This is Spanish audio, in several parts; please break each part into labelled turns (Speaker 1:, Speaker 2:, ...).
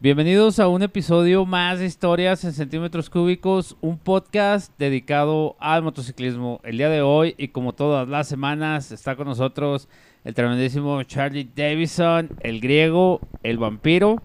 Speaker 1: Bienvenidos a un episodio más de Historias en Centímetros Cúbicos, un podcast dedicado al motociclismo. El día de hoy y como todas las semanas está con nosotros el tremendísimo Charlie Davison, el griego, el vampiro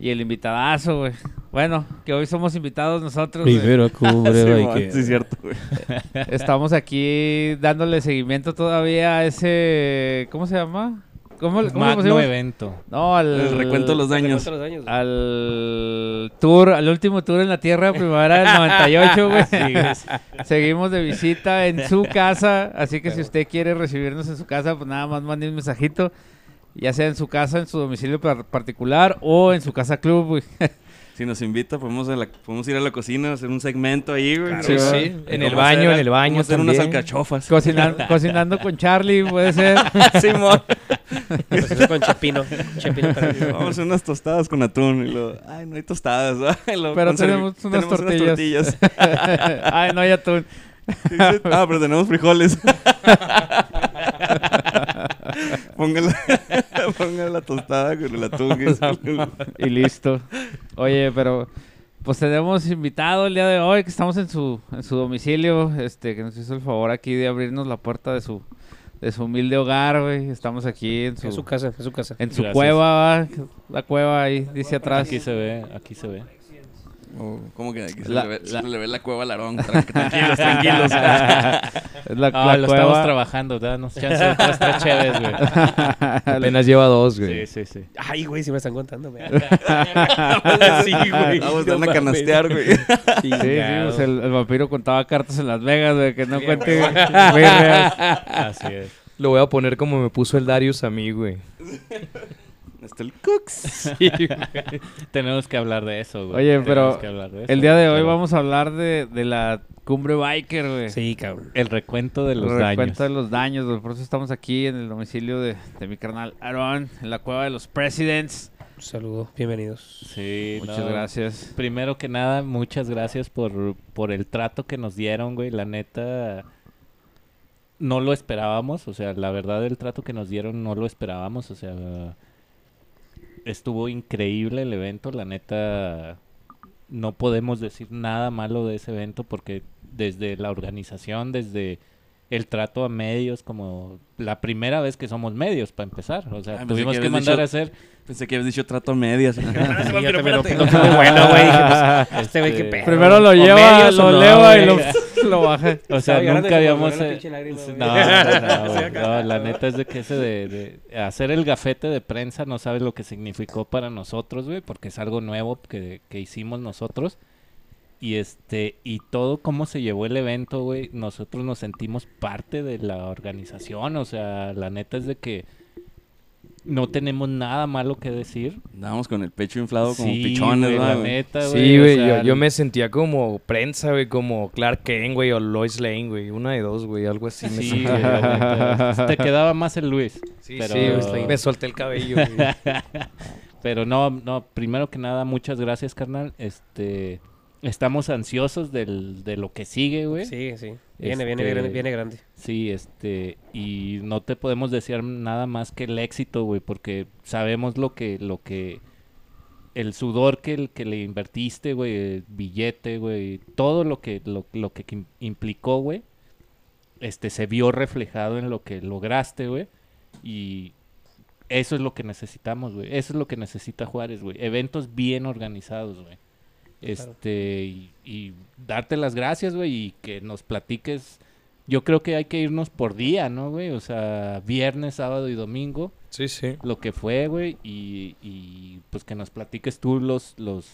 Speaker 1: y el invitadazo, güey. Bueno, que hoy somos invitados nosotros. güey.
Speaker 2: Primero cubre,
Speaker 3: Sí,
Speaker 2: güey.
Speaker 3: man,
Speaker 2: que-
Speaker 3: sí, es cierto, güey.
Speaker 1: Estamos aquí dándole seguimiento todavía a ese... ¿Cómo se llama? ¿Cómo, le- cómo le
Speaker 4: Magno
Speaker 1: pusimos?
Speaker 4: evento.
Speaker 1: No, al...
Speaker 3: El recuento de los daños.
Speaker 4: ¿Cuántos años? güey?
Speaker 1: al tour, al último tour en la Tierra de Primavera del 98, güey. Seguimos de visita en su casa, así que si usted quiere recibirnos en su casa, pues nada más mande un mensajito, ya sea en su casa, en su domicilio par- particular o en su casa club, güey.
Speaker 3: Si nos invita, podemos, a la- podemos ir a la cocina, hacer un segmento ahí, güey.
Speaker 1: sí,
Speaker 4: Sí, sí.
Speaker 1: ¿verdad?
Speaker 4: En
Speaker 3: Vamos
Speaker 4: el
Speaker 3: a
Speaker 4: baño,
Speaker 3: hacer-
Speaker 4: en el baño
Speaker 3: Vamos a hacer
Speaker 4: también.
Speaker 3: unas alcachofas.
Speaker 1: Cocinan- cocinando con Charlie, puede ser.
Speaker 3: Simón.
Speaker 5: Pues eso con Chepino. Chepino para mí.
Speaker 3: Vamos a hacer unas tostadas con atún. Y luego, ay, no hay tostadas, ¿va? Y luego
Speaker 1: Pero
Speaker 3: conserv-
Speaker 1: tenemos unas tortillas.
Speaker 3: tortillas.
Speaker 1: Ay, no hay atún.
Speaker 3: Dice, ah, pero tenemos frijoles. Póngala, ponga la tostada con el atún. que es el-
Speaker 1: Y listo. Oye, pero pues tenemos invitado el día de hoy que estamos en su, en su domicilio, este, que nos hizo el favor aquí de abrirnos la puerta de su, de su humilde hogar, güey. Estamos aquí en su,
Speaker 5: En su casa, en su casa.
Speaker 1: en su
Speaker 4: Gracias.
Speaker 1: cueva, ¿va? la cueva ahí, dice atrás.
Speaker 4: Aquí se ve, aquí se ve.
Speaker 3: Oh, ¿Cómo que aquí se,
Speaker 1: La-
Speaker 3: le ve, se
Speaker 1: la-
Speaker 3: le ve la cueva al arón? Tran- Tranquilos, tranquilos.
Speaker 1: Es la,
Speaker 4: Ah,
Speaker 1: la
Speaker 4: lo estamos
Speaker 1: cueva.
Speaker 4: trabajando, danos chance de otras tres cheves, güey.
Speaker 2: Apenas lleva dos, güey.
Speaker 4: Sí, sí, sí.
Speaker 5: Ay, güey, si me están contando. güey.
Speaker 3: sí, güey. Vamos, te van a canastear, güey.
Speaker 1: Sí, sí,
Speaker 4: Chingado.
Speaker 1: pues, el, el vampiro contaba cartas en Las Vegas, güey, que no cuente birrias.
Speaker 4: Así es.
Speaker 2: Lo voy a poner como me puso el Darius a mí, güey.
Speaker 3: Está el Cooks.
Speaker 4: Tenemos que hablar de eso, güey.
Speaker 1: Oye,
Speaker 4: Tenemos
Speaker 1: pero
Speaker 4: que hablar de eso,
Speaker 1: El día de hoy
Speaker 4: pero
Speaker 1: vamos a hablar de, de la cumbre biker, güey.
Speaker 5: Sí, cabrón.
Speaker 4: El recuento de los
Speaker 1: Recuento de
Speaker 4: daños.
Speaker 1: los daños, güey. Por eso estamos aquí en el domicilio de, de mi carnal Aaron, en la cueva de los presidents.
Speaker 5: Un saludo, bienvenidos.
Speaker 4: Sí,
Speaker 1: Muchas
Speaker 4: no.
Speaker 1: gracias.
Speaker 4: Primero que nada, muchas gracias por, por el trato que nos dieron, güey. La neta, no lo esperábamos. O sea, la verdad, el trato que nos dieron no lo esperábamos. O sea, estuvo increíble el evento. La neta, no podemos decir nada malo de ese evento porque desde la organización, desde el trato a medios, como la primera vez que somos medios, para empezar. O sea,
Speaker 3: Ah, pensé
Speaker 4: tuvimos
Speaker 3: que
Speaker 4: que
Speaker 3: habías
Speaker 4: mandar
Speaker 3: dicho-
Speaker 4: a hacer
Speaker 3: Pensé que habías dicho trato a medias.
Speaker 5: Ah, Sí, ya te me lo- no fue bueno, güey. Dije, pues, Este güey, qué
Speaker 4: Este,
Speaker 5: pedo.
Speaker 1: Primero lo
Speaker 5: O
Speaker 1: lleva,
Speaker 5: medios o
Speaker 1: lo
Speaker 5: no,
Speaker 1: leva y
Speaker 5: güey.
Speaker 1: lo, lo baja.
Speaker 4: O sea,
Speaker 5: Estaba llorando
Speaker 4: nunca
Speaker 5: y se me
Speaker 4: habíamos...
Speaker 5: colgó la
Speaker 4: eh,
Speaker 5: pinche lágrima,
Speaker 4: sí,
Speaker 5: güey.
Speaker 4: No, no, no,
Speaker 5: Sí,
Speaker 4: güey,
Speaker 5: acá,
Speaker 4: no, la
Speaker 5: cabrón.
Speaker 4: neta es de que ese de, de hacer el gafete de prensa no sabe lo que significó para nosotros, güey, porque es algo nuevo que, que hicimos nosotros. Y este, y todo cómo se llevó el evento, güey, nosotros nos sentimos parte de la organización, o sea, la neta es de que no tenemos nada malo que decir.
Speaker 3: Andábamos con el pecho inflado como
Speaker 4: Sí,
Speaker 3: pichones,
Speaker 4: güey,
Speaker 3: ¿verdad,
Speaker 4: la
Speaker 3: güey?
Speaker 4: neta, güey.
Speaker 2: Sí,
Speaker 4: o
Speaker 2: güey.
Speaker 4: sea,
Speaker 2: yo, yo me sentía como prensa, güey. Como Clark Kent, güey. O Lois Lane, güey. Una de dos, güey. Algo así. me
Speaker 4: Sí,
Speaker 2: sentía.
Speaker 4: güey, la neta. te quedaba más el Luis.
Speaker 2: Sí,
Speaker 4: pero-
Speaker 2: sí, güey, Me solté el cabello, güey.
Speaker 4: Pero no, no, primero que nada, muchas gracias, carnal. Este, estamos ansiosos del, de lo que sigue, güey. Sí.
Speaker 5: Sí, sí. Viene, viene,
Speaker 4: Este-
Speaker 5: viene, viene grande.
Speaker 4: este, y no te podemos decir nada más que el éxito, güey, porque sabemos lo que, lo que, el sudor que, el- que le invertiste, güey, el billete, güey, todo lo que, lo, lo que im- implicó, güey, este, se vio reflejado en lo que lograste, güey, y eso es lo que necesitamos, güey, eso es lo que necesita Juárez, güey, eventos bien organizados, güey, este, y, y darte las gracias, güey, y que nos platiques, yo creo que hay que irnos por día, ¿no, güey? O sea, viernes, sábado y domingo
Speaker 2: Sí, sí.
Speaker 4: lo que fue, güey, y, y, pues que nos platiques tú los, los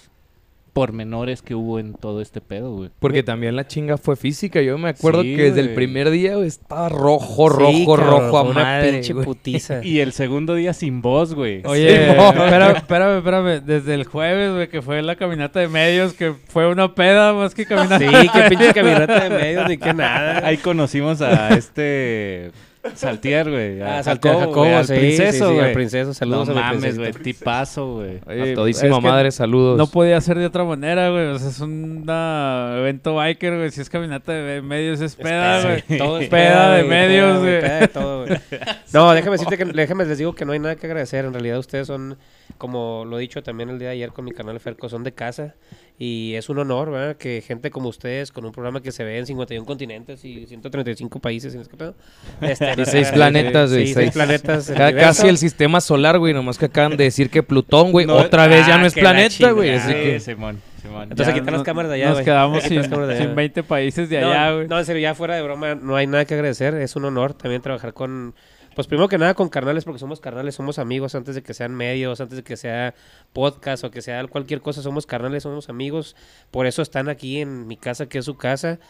Speaker 4: pormenores que hubo en todo este pedo, güey.
Speaker 2: Porque también la chinga fue física. Yo me acuerdo
Speaker 4: Sí,
Speaker 2: que desde el
Speaker 4: güey.
Speaker 2: primer día güey, estaba rojo, rojo,
Speaker 5: Sí, cabrón,
Speaker 2: rojo a
Speaker 5: fue Una
Speaker 2: madre.
Speaker 5: pinche
Speaker 2: güey.
Speaker 5: putiza.
Speaker 4: Y el segundo día sin voz, güey.
Speaker 1: Oye,
Speaker 2: mo.
Speaker 1: espérame, espérame, espérame. Desde el jueves, güey, que fue la caminata de medios, que fue una peda más que caminata.
Speaker 5: Sí, qué pinche caminata de medios ni qué nada.
Speaker 4: Ahí conocimos a este Saltier, güey.
Speaker 5: Ah,
Speaker 4: A
Speaker 5: saltó
Speaker 4: Jacobo,
Speaker 5: Jacobo,
Speaker 4: güey, al
Speaker 5: sí,
Speaker 4: princeso,
Speaker 5: sí, sí,
Speaker 4: güey.
Speaker 5: al princeso, saludos
Speaker 4: no
Speaker 5: a mi
Speaker 4: mames,
Speaker 5: princesito.
Speaker 4: güey, tipazo, güey.
Speaker 1: Oye,
Speaker 2: a todísima
Speaker 1: es que
Speaker 2: madre, saludos.
Speaker 1: No podía ser de otra manera, güey. O sea, es un ah, evento biker, güey. Si es caminata de medios, es peda, güey.
Speaker 5: Sí, todo es
Speaker 1: Peda de
Speaker 5: güey,
Speaker 1: medios,
Speaker 5: peda,
Speaker 1: güey.
Speaker 5: peda de todo, güey. No, déjame decirte que, déjame les digo que no hay nada que agradecer. En realidad ustedes son, como lo he dicho también el día de ayer con mi canal Ferco, son de casa. Y es un honor, ¿verdad? Que gente como ustedes, con un programa que se ve en 51 continentes y 135 países, y no sé qué pedo, este,
Speaker 2: Y seis planetas, güey,
Speaker 5: Sí, seis
Speaker 2: seis.
Speaker 5: planetas.
Speaker 2: Ca- casi el
Speaker 5: universo.
Speaker 2: sistema solar, güey. Nomás que acaban de decir que Plutón, güey, otra vez ya
Speaker 5: ah,
Speaker 2: no es
Speaker 5: que la
Speaker 2: planeta, güey.
Speaker 5: chingada.
Speaker 2: Así que.
Speaker 4: Sí, Simón, Simón.
Speaker 5: Entonces,
Speaker 1: Ya
Speaker 5: quitar las
Speaker 1: no-
Speaker 5: cámaras de allá,
Speaker 1: Nos
Speaker 5: güey.
Speaker 1: quedamos
Speaker 5: Quitar
Speaker 1: sin,
Speaker 5: las cámaras de allá,
Speaker 1: sin
Speaker 5: güey.
Speaker 1: 20 países de
Speaker 5: no,
Speaker 1: allá, güey.
Speaker 5: No, en serio, ya fuera de broma, no hay nada que agradecer. Es un honor también trabajar con. Pues primero que nada con carnales, porque somos carnales, somos amigos antes de que sean medios, antes de que sea podcast o que sea cualquier cosa, somos carnales, somos amigos. Por eso están aquí en mi casa, que es su casa.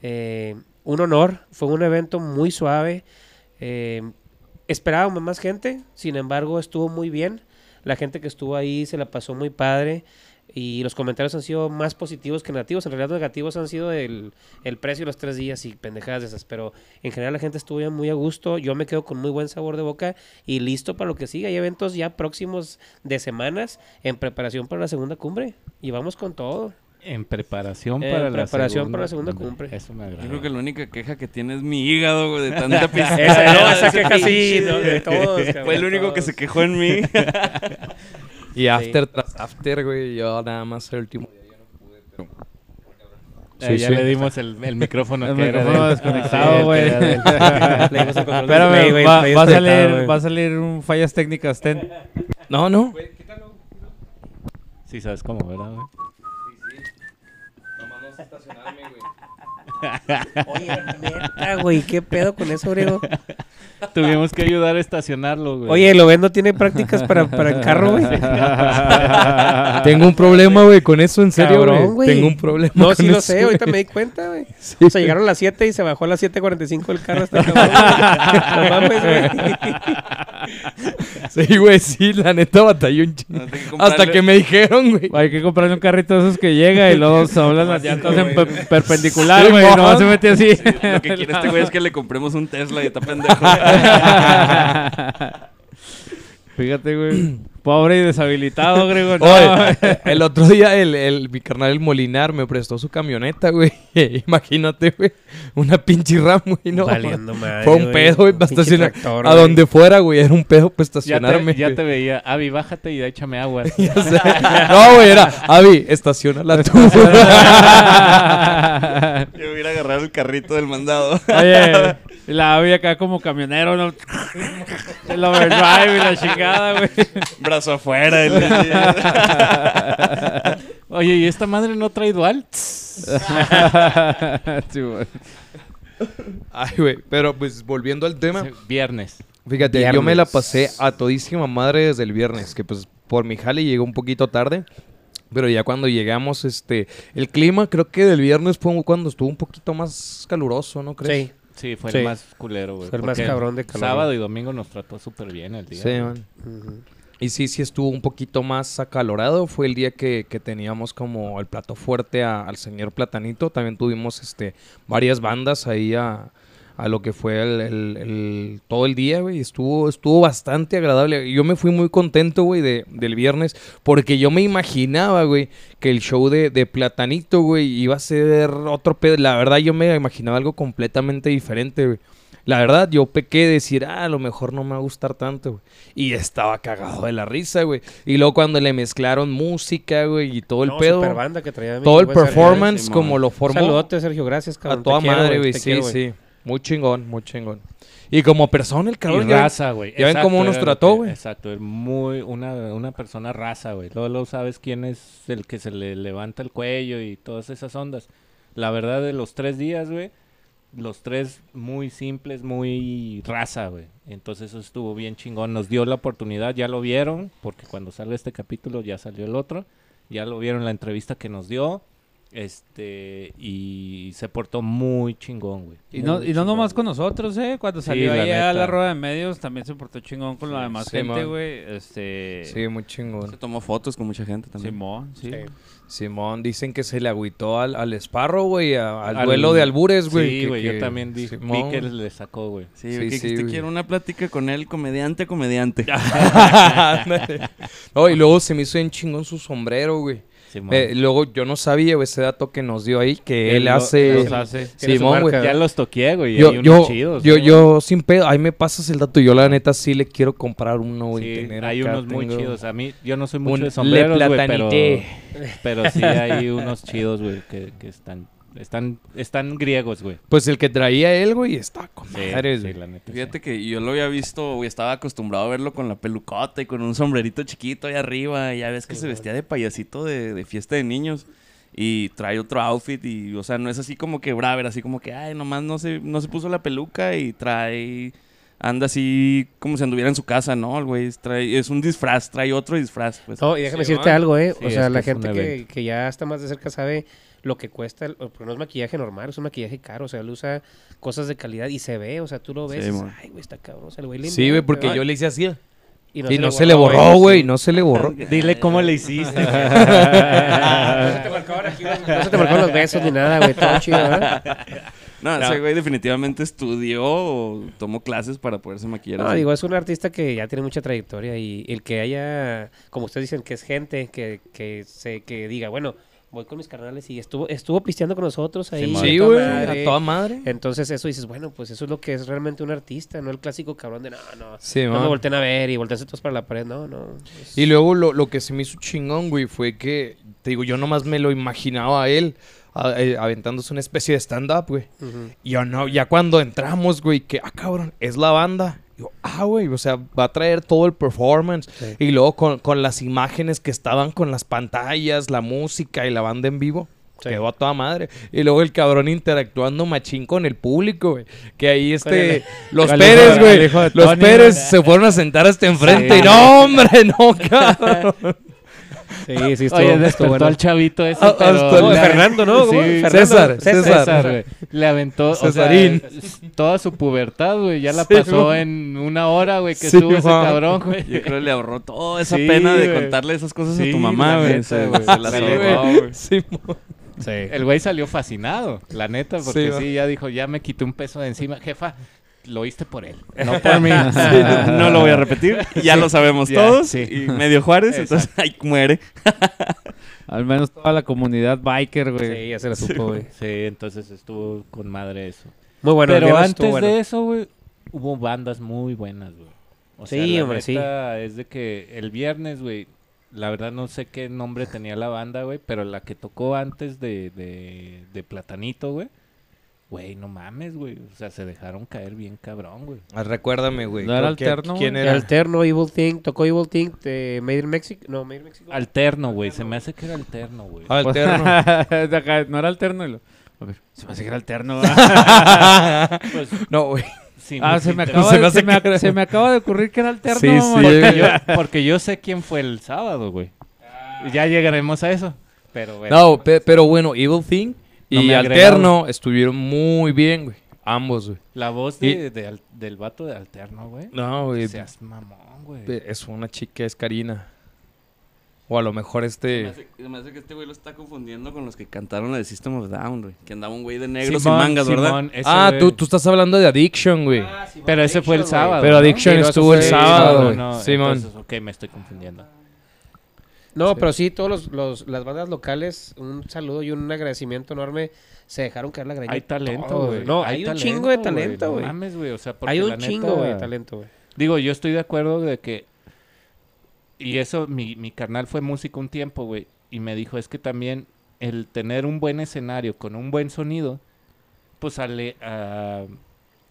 Speaker 5: Eh, un honor, fue un evento muy suave. Eh, esperábamos más gente, sin embargo, estuvo muy bien. La gente que estuvo ahí se la pasó muy padre. Y los comentarios han sido más positivos que negativos. En realidad, los negativos han sido el, el precio de los tres días y pendejadas de esas. Pero en general, la gente estuvo ya muy a gusto. Yo me quedo con muy buen sabor de boca y listo para lo que siga. Hay eventos ya próximos de semanas en preparación para la segunda cumbre. Y vamos con todo.
Speaker 4: En preparación
Speaker 5: En
Speaker 4: para la
Speaker 5: preparación
Speaker 4: segunda.
Speaker 5: para la segunda
Speaker 4: cumbre.
Speaker 5: cumbre.
Speaker 4: Eso me
Speaker 3: Yo creo
Speaker 4: agrada.
Speaker 3: que la única queja que tiene es mi hígado, güey, de tanta pizza.
Speaker 5: Esa, no, esa queja sí, no, de todos. cabrón,
Speaker 3: Fue el
Speaker 5: de
Speaker 3: único que
Speaker 5: todos.
Speaker 3: se quejó en mí.
Speaker 2: Y after tras after, güey. Yo nada más el último día ya no pude, pero.
Speaker 4: Eh,
Speaker 2: Sí,
Speaker 4: ya
Speaker 2: sí.
Speaker 4: le dimos el, el micrófono
Speaker 1: El
Speaker 4: que era
Speaker 1: micrófono
Speaker 4: de él.
Speaker 1: desconectado,
Speaker 4: Ah,
Speaker 1: güey.
Speaker 4: que era de él.
Speaker 5: Le dimos el control del play,
Speaker 1: Espérame,
Speaker 5: güey,
Speaker 1: va,
Speaker 5: play
Speaker 1: va a
Speaker 5: desconectado,
Speaker 1: salir,
Speaker 5: güey.
Speaker 1: va a salir un fallas técnicas, ten.
Speaker 2: No, no.
Speaker 4: Sí, sabes cómo, ¿verdad, güey?
Speaker 5: Oye, neta, güey, ¿qué pedo con eso, Griego?
Speaker 4: Tuvimos que ayudar a estacionarlo, güey.
Speaker 5: Oye, ¿lo ven? ¿No tiene prácticas para, para el carro, güey?
Speaker 2: Tengo un problema, güey, con eso, en serio,
Speaker 5: Cabrón,
Speaker 2: güey.
Speaker 5: güey.
Speaker 2: Tengo un problema.
Speaker 5: No,
Speaker 2: con
Speaker 5: sí lo
Speaker 2: eso,
Speaker 5: sé, ahorita me di cuenta, güey.
Speaker 2: Sí,
Speaker 5: O sea, llegaron a las 7 y se bajó a las 7.45 el carro hasta cabrón. güey. No mames, güey.
Speaker 2: Sí, güey, sí, la neta batallé un chingo.
Speaker 3: No, tengo que comprarle-
Speaker 2: Hasta que me dijeron, güey.
Speaker 1: Hay que comprarle un carrito de esos que llega y luego doblan las llantas en pe- perpendicular,
Speaker 2: Sí,
Speaker 1: güey.
Speaker 2: mon.
Speaker 1: No, se mete así.
Speaker 3: Lo que quiere este güey es que le compremos un Tesla y está pendejo.
Speaker 1: Fíjate, güey. Pobre y deshabilitado, Grego. No,
Speaker 2: Oye, el otro día el, el- mi carnal el Molinar me prestó su camioneta, güey. Imagínate, güey. Una pinche ram, güey, no.
Speaker 5: Valiendo madre,
Speaker 2: Fue un pedo, güey, para
Speaker 5: Pinche
Speaker 2: estacionar.
Speaker 5: tractor,
Speaker 2: A
Speaker 5: güey.
Speaker 2: donde fuera, güey, era un pedo para
Speaker 4: ya
Speaker 2: estacionarme.
Speaker 4: te, ya
Speaker 2: güey.
Speaker 4: te veía. Avi, bájate y échame agua.
Speaker 2: Ya sé. No, güey, era, Avi, estacionala tú.
Speaker 3: Yo voy a ir a agarrar el carrito del mandado.
Speaker 1: Oye, y la vi acá como camionero, ¿no? El overdrive y la chingada, güey.
Speaker 3: Brazo afuera. El...
Speaker 4: Oye, ¿y esta madre no trae dual?
Speaker 1: Sí, güey.
Speaker 2: Ay, güey, pero pues volviendo al tema.
Speaker 4: Viernes.
Speaker 2: Fíjate, yo me la pasé a todísima madre desde el viernes, que pues por mi jale llegó un poquito tarde. Pero ya cuando llegamos, este, el clima creo que del viernes fue cuando estuvo un poquito más caluroso, ¿no crees?
Speaker 5: Sí,
Speaker 4: Sí, fue
Speaker 5: Sí.
Speaker 4: el más culero, güey.
Speaker 5: Fue el más
Speaker 4: porque
Speaker 5: cabrón de calor.
Speaker 4: Sábado y domingo nos trató súper bien el día.
Speaker 2: Sí,
Speaker 4: güey.
Speaker 2: man.
Speaker 5: Ujú.
Speaker 2: Y sí, sí estuvo un poquito más acalorado. Fue el día que, que teníamos como el plato fuerte a- al señor Platanito. También tuvimos este varias bandas ahí a, a lo que fue el, el- el- todo el día, güey. Estuvo, estuvo bastante agradable. Yo me fui muy contento, güey, de- del viernes. Porque yo me imaginaba, güey, que el show de, de Platanito, güey, iba a ser otro pedo. La verdad, yo me imaginaba algo completamente diferente, güey. La verdad, yo pequé de decir, ah, a lo mejor no me va a gustar tanto, güey. Y estaba cagado de la risa, güey. Y luego cuando le mezclaron música, güey, y todo el
Speaker 5: No,
Speaker 2: pedo.
Speaker 5: superbanda que traía mi
Speaker 2: Todo el
Speaker 5: compa Sergio.
Speaker 2: performance,
Speaker 3: Simón.
Speaker 2: como lo formó.
Speaker 5: Saludote, Sergio, gracias,
Speaker 2: a
Speaker 5: cabrón.
Speaker 2: toda
Speaker 5: te quiero,
Speaker 2: madre, güey.
Speaker 5: te
Speaker 2: Sí,
Speaker 5: quiero,
Speaker 2: sí. Muy chingón, muy chingón. Y como persona, el
Speaker 4: Y
Speaker 2: cabrón. ya-
Speaker 4: raza, güey.
Speaker 2: ya ven
Speaker 4: Exacto,
Speaker 2: cómo nos
Speaker 4: era lo
Speaker 2: trató,
Speaker 4: que-
Speaker 2: güey.
Speaker 4: Exacto, es muy una, una persona raza, güey. Luego, luego sabes quién es el que se le levanta el cuello y todas esas ondas. La verdad, de los tres días, güey, los tres muy simples, muy raza, güey. Entonces eso estuvo bien chingón. Nos dio la oportunidad, ya lo vieron, porque cuando sale este capítulo ya salió el otro. Ya lo vieron en la entrevista que nos dio. Este, y se portó muy chingón, güey.
Speaker 1: Y no,
Speaker 4: Muy
Speaker 1: y no
Speaker 4: chingón,
Speaker 1: nomás
Speaker 4: güey.
Speaker 1: con nosotros, ¿eh? Cuando
Speaker 4: Sí,
Speaker 1: salió
Speaker 4: la
Speaker 1: ahí a la
Speaker 4: neta.
Speaker 1: rueda de medios, también se portó chingón con la demás
Speaker 2: sí,
Speaker 1: gente,
Speaker 2: man.
Speaker 1: güey. Este...
Speaker 2: Sí, muy chingón.
Speaker 3: Se tomó fotos con mucha gente también.
Speaker 1: Simón, sí.
Speaker 5: Sí.
Speaker 2: Simón, dicen que se le agüitó al, al esparro, güey, a- al,
Speaker 4: Al-
Speaker 2: duelo de albures, güey.
Speaker 4: Sí,
Speaker 2: que-
Speaker 4: güey,
Speaker 2: que-
Speaker 4: yo también di- vi
Speaker 2: Simón.
Speaker 4: que le sacó, güey.
Speaker 3: Sí,
Speaker 2: Sí,
Speaker 3: que
Speaker 2: sí,
Speaker 3: dijiste,
Speaker 2: güey.
Speaker 3: quiero una plática con él, comediante, comediante.
Speaker 2: Ándale. no, y luego se me hizo en chingón su sombrero, güey.
Speaker 4: Simón.
Speaker 2: Eh, luego yo no sabía güey, ese dato que nos dio ahí, que
Speaker 5: Que
Speaker 2: él
Speaker 5: lo-
Speaker 2: hace...
Speaker 1: Los hace.
Speaker 5: Tiene su
Speaker 2: Simón, güey.
Speaker 5: marca.
Speaker 4: ya los toqué, güey.
Speaker 2: Yo,
Speaker 4: hay unos
Speaker 2: yo,
Speaker 4: chidos.
Speaker 2: yo,
Speaker 4: güey.
Speaker 2: yo sin pedo, ahí me pasas el dato. Yo la neta sí le quiero comprar uno, güey.
Speaker 4: Sí,
Speaker 2: tener
Speaker 4: hay
Speaker 2: acá,
Speaker 4: unos muy
Speaker 2: tengo-
Speaker 4: chidos. A mí, yo no soy
Speaker 2: Un
Speaker 4: mucho de
Speaker 2: Le
Speaker 4: sombreros, güey, pero,
Speaker 2: Platanité.
Speaker 4: pero sí hay unos chidos, güey, que, que están, están, están griegos, güey.
Speaker 2: Pues el que traía él, güey, está con
Speaker 4: Sí,
Speaker 2: madres,
Speaker 4: sí,
Speaker 2: güey.
Speaker 4: la neta, sí.
Speaker 3: Fíjate que yo lo había visto, güey, estaba acostumbrado a verlo con la pelucota y con un sombrerito chiquito ahí arriba. Y ya ves que se vestía de payasito de, de fiesta de niños. Y trae otro outfit y, o sea, no es así como que braver, así como que, ay, nomás no se, no se puso la peluca y trae... Anda así como si anduviera en su casa, ¿no? El güey trae, es un disfraz, trae otro disfraz, pues.
Speaker 5: No, y déjame
Speaker 2: Sí,
Speaker 5: decirte
Speaker 2: ¿no?
Speaker 5: algo, ¿eh?
Speaker 4: Sí,
Speaker 5: o
Speaker 4: es
Speaker 5: sea,
Speaker 4: que
Speaker 5: la
Speaker 4: es un
Speaker 5: gente que,
Speaker 4: evento.
Speaker 5: que ya está más de cerca sabe lo que cuesta, el- porque no es maquillaje normal, es un maquillaje caro, o sea, él usa cosas de calidad y se ve, o sea, tú lo ves,
Speaker 3: Sí,
Speaker 5: y dices,
Speaker 3: mon.
Speaker 5: ay, güey, está cabrón, o sea, el güey le
Speaker 2: Sí, güey,
Speaker 5: inventa,
Speaker 2: porque
Speaker 5: ¿no?
Speaker 2: yo le hice así. Y no,
Speaker 5: le
Speaker 2: se le borró, güey. No se le borró.
Speaker 4: Dile cómo le hiciste.
Speaker 5: No se te marcaron aquí los- no se te marcaron los besos ni nada, güey, todo chido, ¿verdad?
Speaker 3: No, ese güey definitivamente estudió o tomó clases para poderse maquillar.
Speaker 5: No,
Speaker 3: así.
Speaker 5: digo, es un artista que ya tiene mucha trayectoria y el que haya, como ustedes dicen, que es gente que, que se que diga, bueno, voy con mis carnales y estuvo estuvo pisteando con nosotros ahí.
Speaker 4: Simón.
Speaker 2: Sí,
Speaker 5: a toda
Speaker 2: güey,
Speaker 5: madre.
Speaker 2: a toda madre.
Speaker 5: Entonces eso dices, bueno, pues eso es lo que es realmente un artista, no el clásico cabrón de no, no,
Speaker 2: Sí,
Speaker 5: no me
Speaker 2: man.
Speaker 5: volteen a ver y volteense todos para la pared, no, no. es-
Speaker 2: Y luego lo, lo que se me hizo chingón, güey, fue que, te digo, yo nomás me lo imaginaba a él a- eh, aventándose una especie de stand-up, güey.
Speaker 5: Ujú.
Speaker 2: Y yo no, ya cuando entramos, güey, que, ah, cabrón, es la banda. Yo, ah, güey, o sea, va a traer todo el performance.
Speaker 5: Sí.
Speaker 2: Y luego con, con las imágenes que estaban con las pantallas, la música y la banda en vivo.
Speaker 5: Sí.
Speaker 2: Quedó a toda madre. Y luego el cabrón interactuando machín con el público, güey. Que ahí este. los
Speaker 4: con el hijo
Speaker 2: Pérez,
Speaker 4: de- el
Speaker 2: güey.
Speaker 4: hijo de
Speaker 2: Los
Speaker 4: Tony,
Speaker 2: Pérez
Speaker 4: güey.
Speaker 2: se fueron a sentar hasta enfrente.
Speaker 4: Sí.
Speaker 2: No, hombre, no, cabrón.
Speaker 5: Sí, sí, estuvo,
Speaker 4: Oye,
Speaker 5: estuvo
Speaker 4: despertó
Speaker 5: bueno.
Speaker 4: al chavito ese,
Speaker 2: Ah, ah,
Speaker 4: pero...
Speaker 2: estuvo-
Speaker 4: le-
Speaker 5: Fernando, ¿no? ¿Cómo?
Speaker 4: Sí,
Speaker 5: Fernando.
Speaker 2: César, César.
Speaker 4: César, güey. Le aventó, o sea,
Speaker 2: Cesarín.
Speaker 4: toda su pubertad, güey. Ya la
Speaker 2: Sí,
Speaker 4: pasó
Speaker 2: güey.
Speaker 4: en una hora, güey, que
Speaker 2: Sí,
Speaker 4: estuvo ese
Speaker 2: man.
Speaker 4: cabrón, güey.
Speaker 3: Yo creo que le ahorró toda esa
Speaker 4: Sí,
Speaker 3: pena de
Speaker 4: güey.
Speaker 3: contarle esas cosas
Speaker 4: Sí,
Speaker 3: a tu mamá,
Speaker 4: la
Speaker 3: güey.
Speaker 4: neta,
Speaker 3: Se,
Speaker 4: güey.
Speaker 3: se las
Speaker 4: Sí,
Speaker 3: ahorró,
Speaker 2: güey.
Speaker 3: güey.
Speaker 2: Sí, mo-
Speaker 4: El güey salió fascinado, la neta,
Speaker 2: Sí,
Speaker 4: porque sí,
Speaker 2: va.
Speaker 4: ya dijo, ya me quité un peso de encima. Jefa, lo oíste por él, no por mí.
Speaker 3: Sí, no lo voy a repetir, ya lo sabemos
Speaker 4: Ya,
Speaker 3: todos.
Speaker 4: sí.
Speaker 3: Y medio Juárez, entonces ahí muere.
Speaker 1: Al menos toda la comunidad biker, güey.
Speaker 5: Sí, ya se la supo, güey.
Speaker 4: Sí, entonces estuvo con madre eso.
Speaker 5: Muy bueno, el
Speaker 4: Pero
Speaker 5: viernes
Speaker 4: antes
Speaker 5: estuvo bueno.
Speaker 4: de eso, güey, hubo bandas muy buenas, güey. O sea,
Speaker 5: Sí,
Speaker 4: la
Speaker 5: hombre, sí.
Speaker 4: neta es de que el viernes, güey, la verdad no sé qué nombre tenía la banda, güey, pero la que tocó antes de, de, de Platanito, güey. Güey, no mames, güey. O sea, se dejaron caer bien cabrón, güey.
Speaker 2: Ah, Recuérdame, güey.
Speaker 1: ¿No era
Speaker 2: ¿Qué-
Speaker 1: alterno,
Speaker 2: ¿Quién
Speaker 1: güey?
Speaker 2: era?
Speaker 5: Alterno, Evil Thing, tocó Evil Thing, eh, Made in Mexico, no, Made in Mexico.
Speaker 4: Alterno, güey. Se me hace que era alterno, güey.
Speaker 5: Ah,
Speaker 2: Alterno.
Speaker 1: De acá, no era alterno. y lo- A ver, se me hace que era alterno. ¿verdad?
Speaker 4: Pues,
Speaker 2: no, güey.
Speaker 4: sí,
Speaker 1: ah,
Speaker 4: me
Speaker 1: se me,
Speaker 4: quita-
Speaker 1: acaba
Speaker 2: Se
Speaker 1: de,
Speaker 2: me hace
Speaker 1: se me ac-
Speaker 2: que era-
Speaker 1: se me acaba de ocurrir que era alterno.
Speaker 2: Sí,
Speaker 1: mamá.
Speaker 2: sí.
Speaker 4: Porque yo, porque yo sé quién fue el sábado, güey. Ya llegaremos a eso. Pero, bueno.
Speaker 2: No, pe- pero bueno, Evil Thing
Speaker 4: No
Speaker 2: y
Speaker 4: me
Speaker 2: Alterno estuvieron muy bien, güey. Ambos, güey.
Speaker 4: La voz de, de al- del vato de Alterno, güey.
Speaker 2: No, güey.
Speaker 4: Seas mamón, güey.
Speaker 2: pe- Es una chica, es Karina. O a lo mejor
Speaker 3: Me
Speaker 2: este.
Speaker 3: hace, me hace que este güey lo está confundiendo con los que cantaron la de System of Down, güey. Que andaba un güey de negro sin
Speaker 4: Simón,
Speaker 3: mangas, ¿verdad?
Speaker 4: Simón, ese,
Speaker 2: Ah,
Speaker 4: güey.
Speaker 2: tú, tú estás hablando de Addiction, güey.
Speaker 3: Ah,
Speaker 4: Pero ese fue el sábado.
Speaker 2: Pero
Speaker 4: ¿no?
Speaker 2: Addiction
Speaker 5: Sí, no,
Speaker 2: estuvo
Speaker 5: eso
Speaker 2: el
Speaker 5: fue-
Speaker 2: sábado, güey.
Speaker 4: no,
Speaker 2: Simón.
Speaker 4: entonces, ok, me estoy confundiendo.
Speaker 5: No,
Speaker 2: Sí.
Speaker 5: pero sí, todos los, los- las bandas locales, un saludo y un agradecimiento enorme. Se dejaron caer la greña.
Speaker 4: Hay talento,
Speaker 5: Todos,
Speaker 4: güey.
Speaker 5: No, hay, un
Speaker 4: talento,
Speaker 5: chingo de
Speaker 4: güey.
Speaker 5: talento, güey.
Speaker 4: No mames, güey. O sea, porque
Speaker 5: Hay
Speaker 4: la
Speaker 5: un
Speaker 4: neta-
Speaker 5: chingo, güey, de talento, güey.
Speaker 4: Digo, yo estoy de acuerdo de que. Y eso, mi, mi carnal fue músico un tiempo, güey. Y me dijo, es que también el tener un buen escenario con un buen sonido, pues ale- a-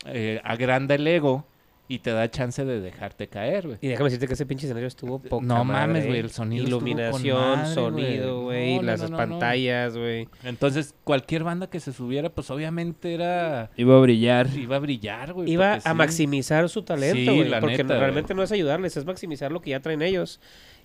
Speaker 4: eh, agranda el ego y te da chance de dejarte caer, güey.
Speaker 5: Y déjame decirte que ese pinche escenario estuvo poca
Speaker 4: No
Speaker 5: madre,
Speaker 4: mames, güey,
Speaker 5: ¿eh?
Speaker 4: el sonido estuvo con
Speaker 5: Iluminación,
Speaker 4: madre,
Speaker 5: sonido,
Speaker 4: güey.
Speaker 5: güey,
Speaker 4: No, no,
Speaker 5: las
Speaker 4: no, no, no.
Speaker 5: pantallas, güey.
Speaker 4: Entonces, cualquier banda que se subiera, pues obviamente era. pues,
Speaker 1: Iba a brillar.
Speaker 4: iba a brillar, güey.
Speaker 5: Iba a
Speaker 4: porque sí.
Speaker 5: maximizar su
Speaker 4: Sí,
Speaker 5: talento, güey.
Speaker 4: la
Speaker 5: porque
Speaker 4: neta,
Speaker 5: realmente no es ayudarles, es maximizar lo que ya traen ellos.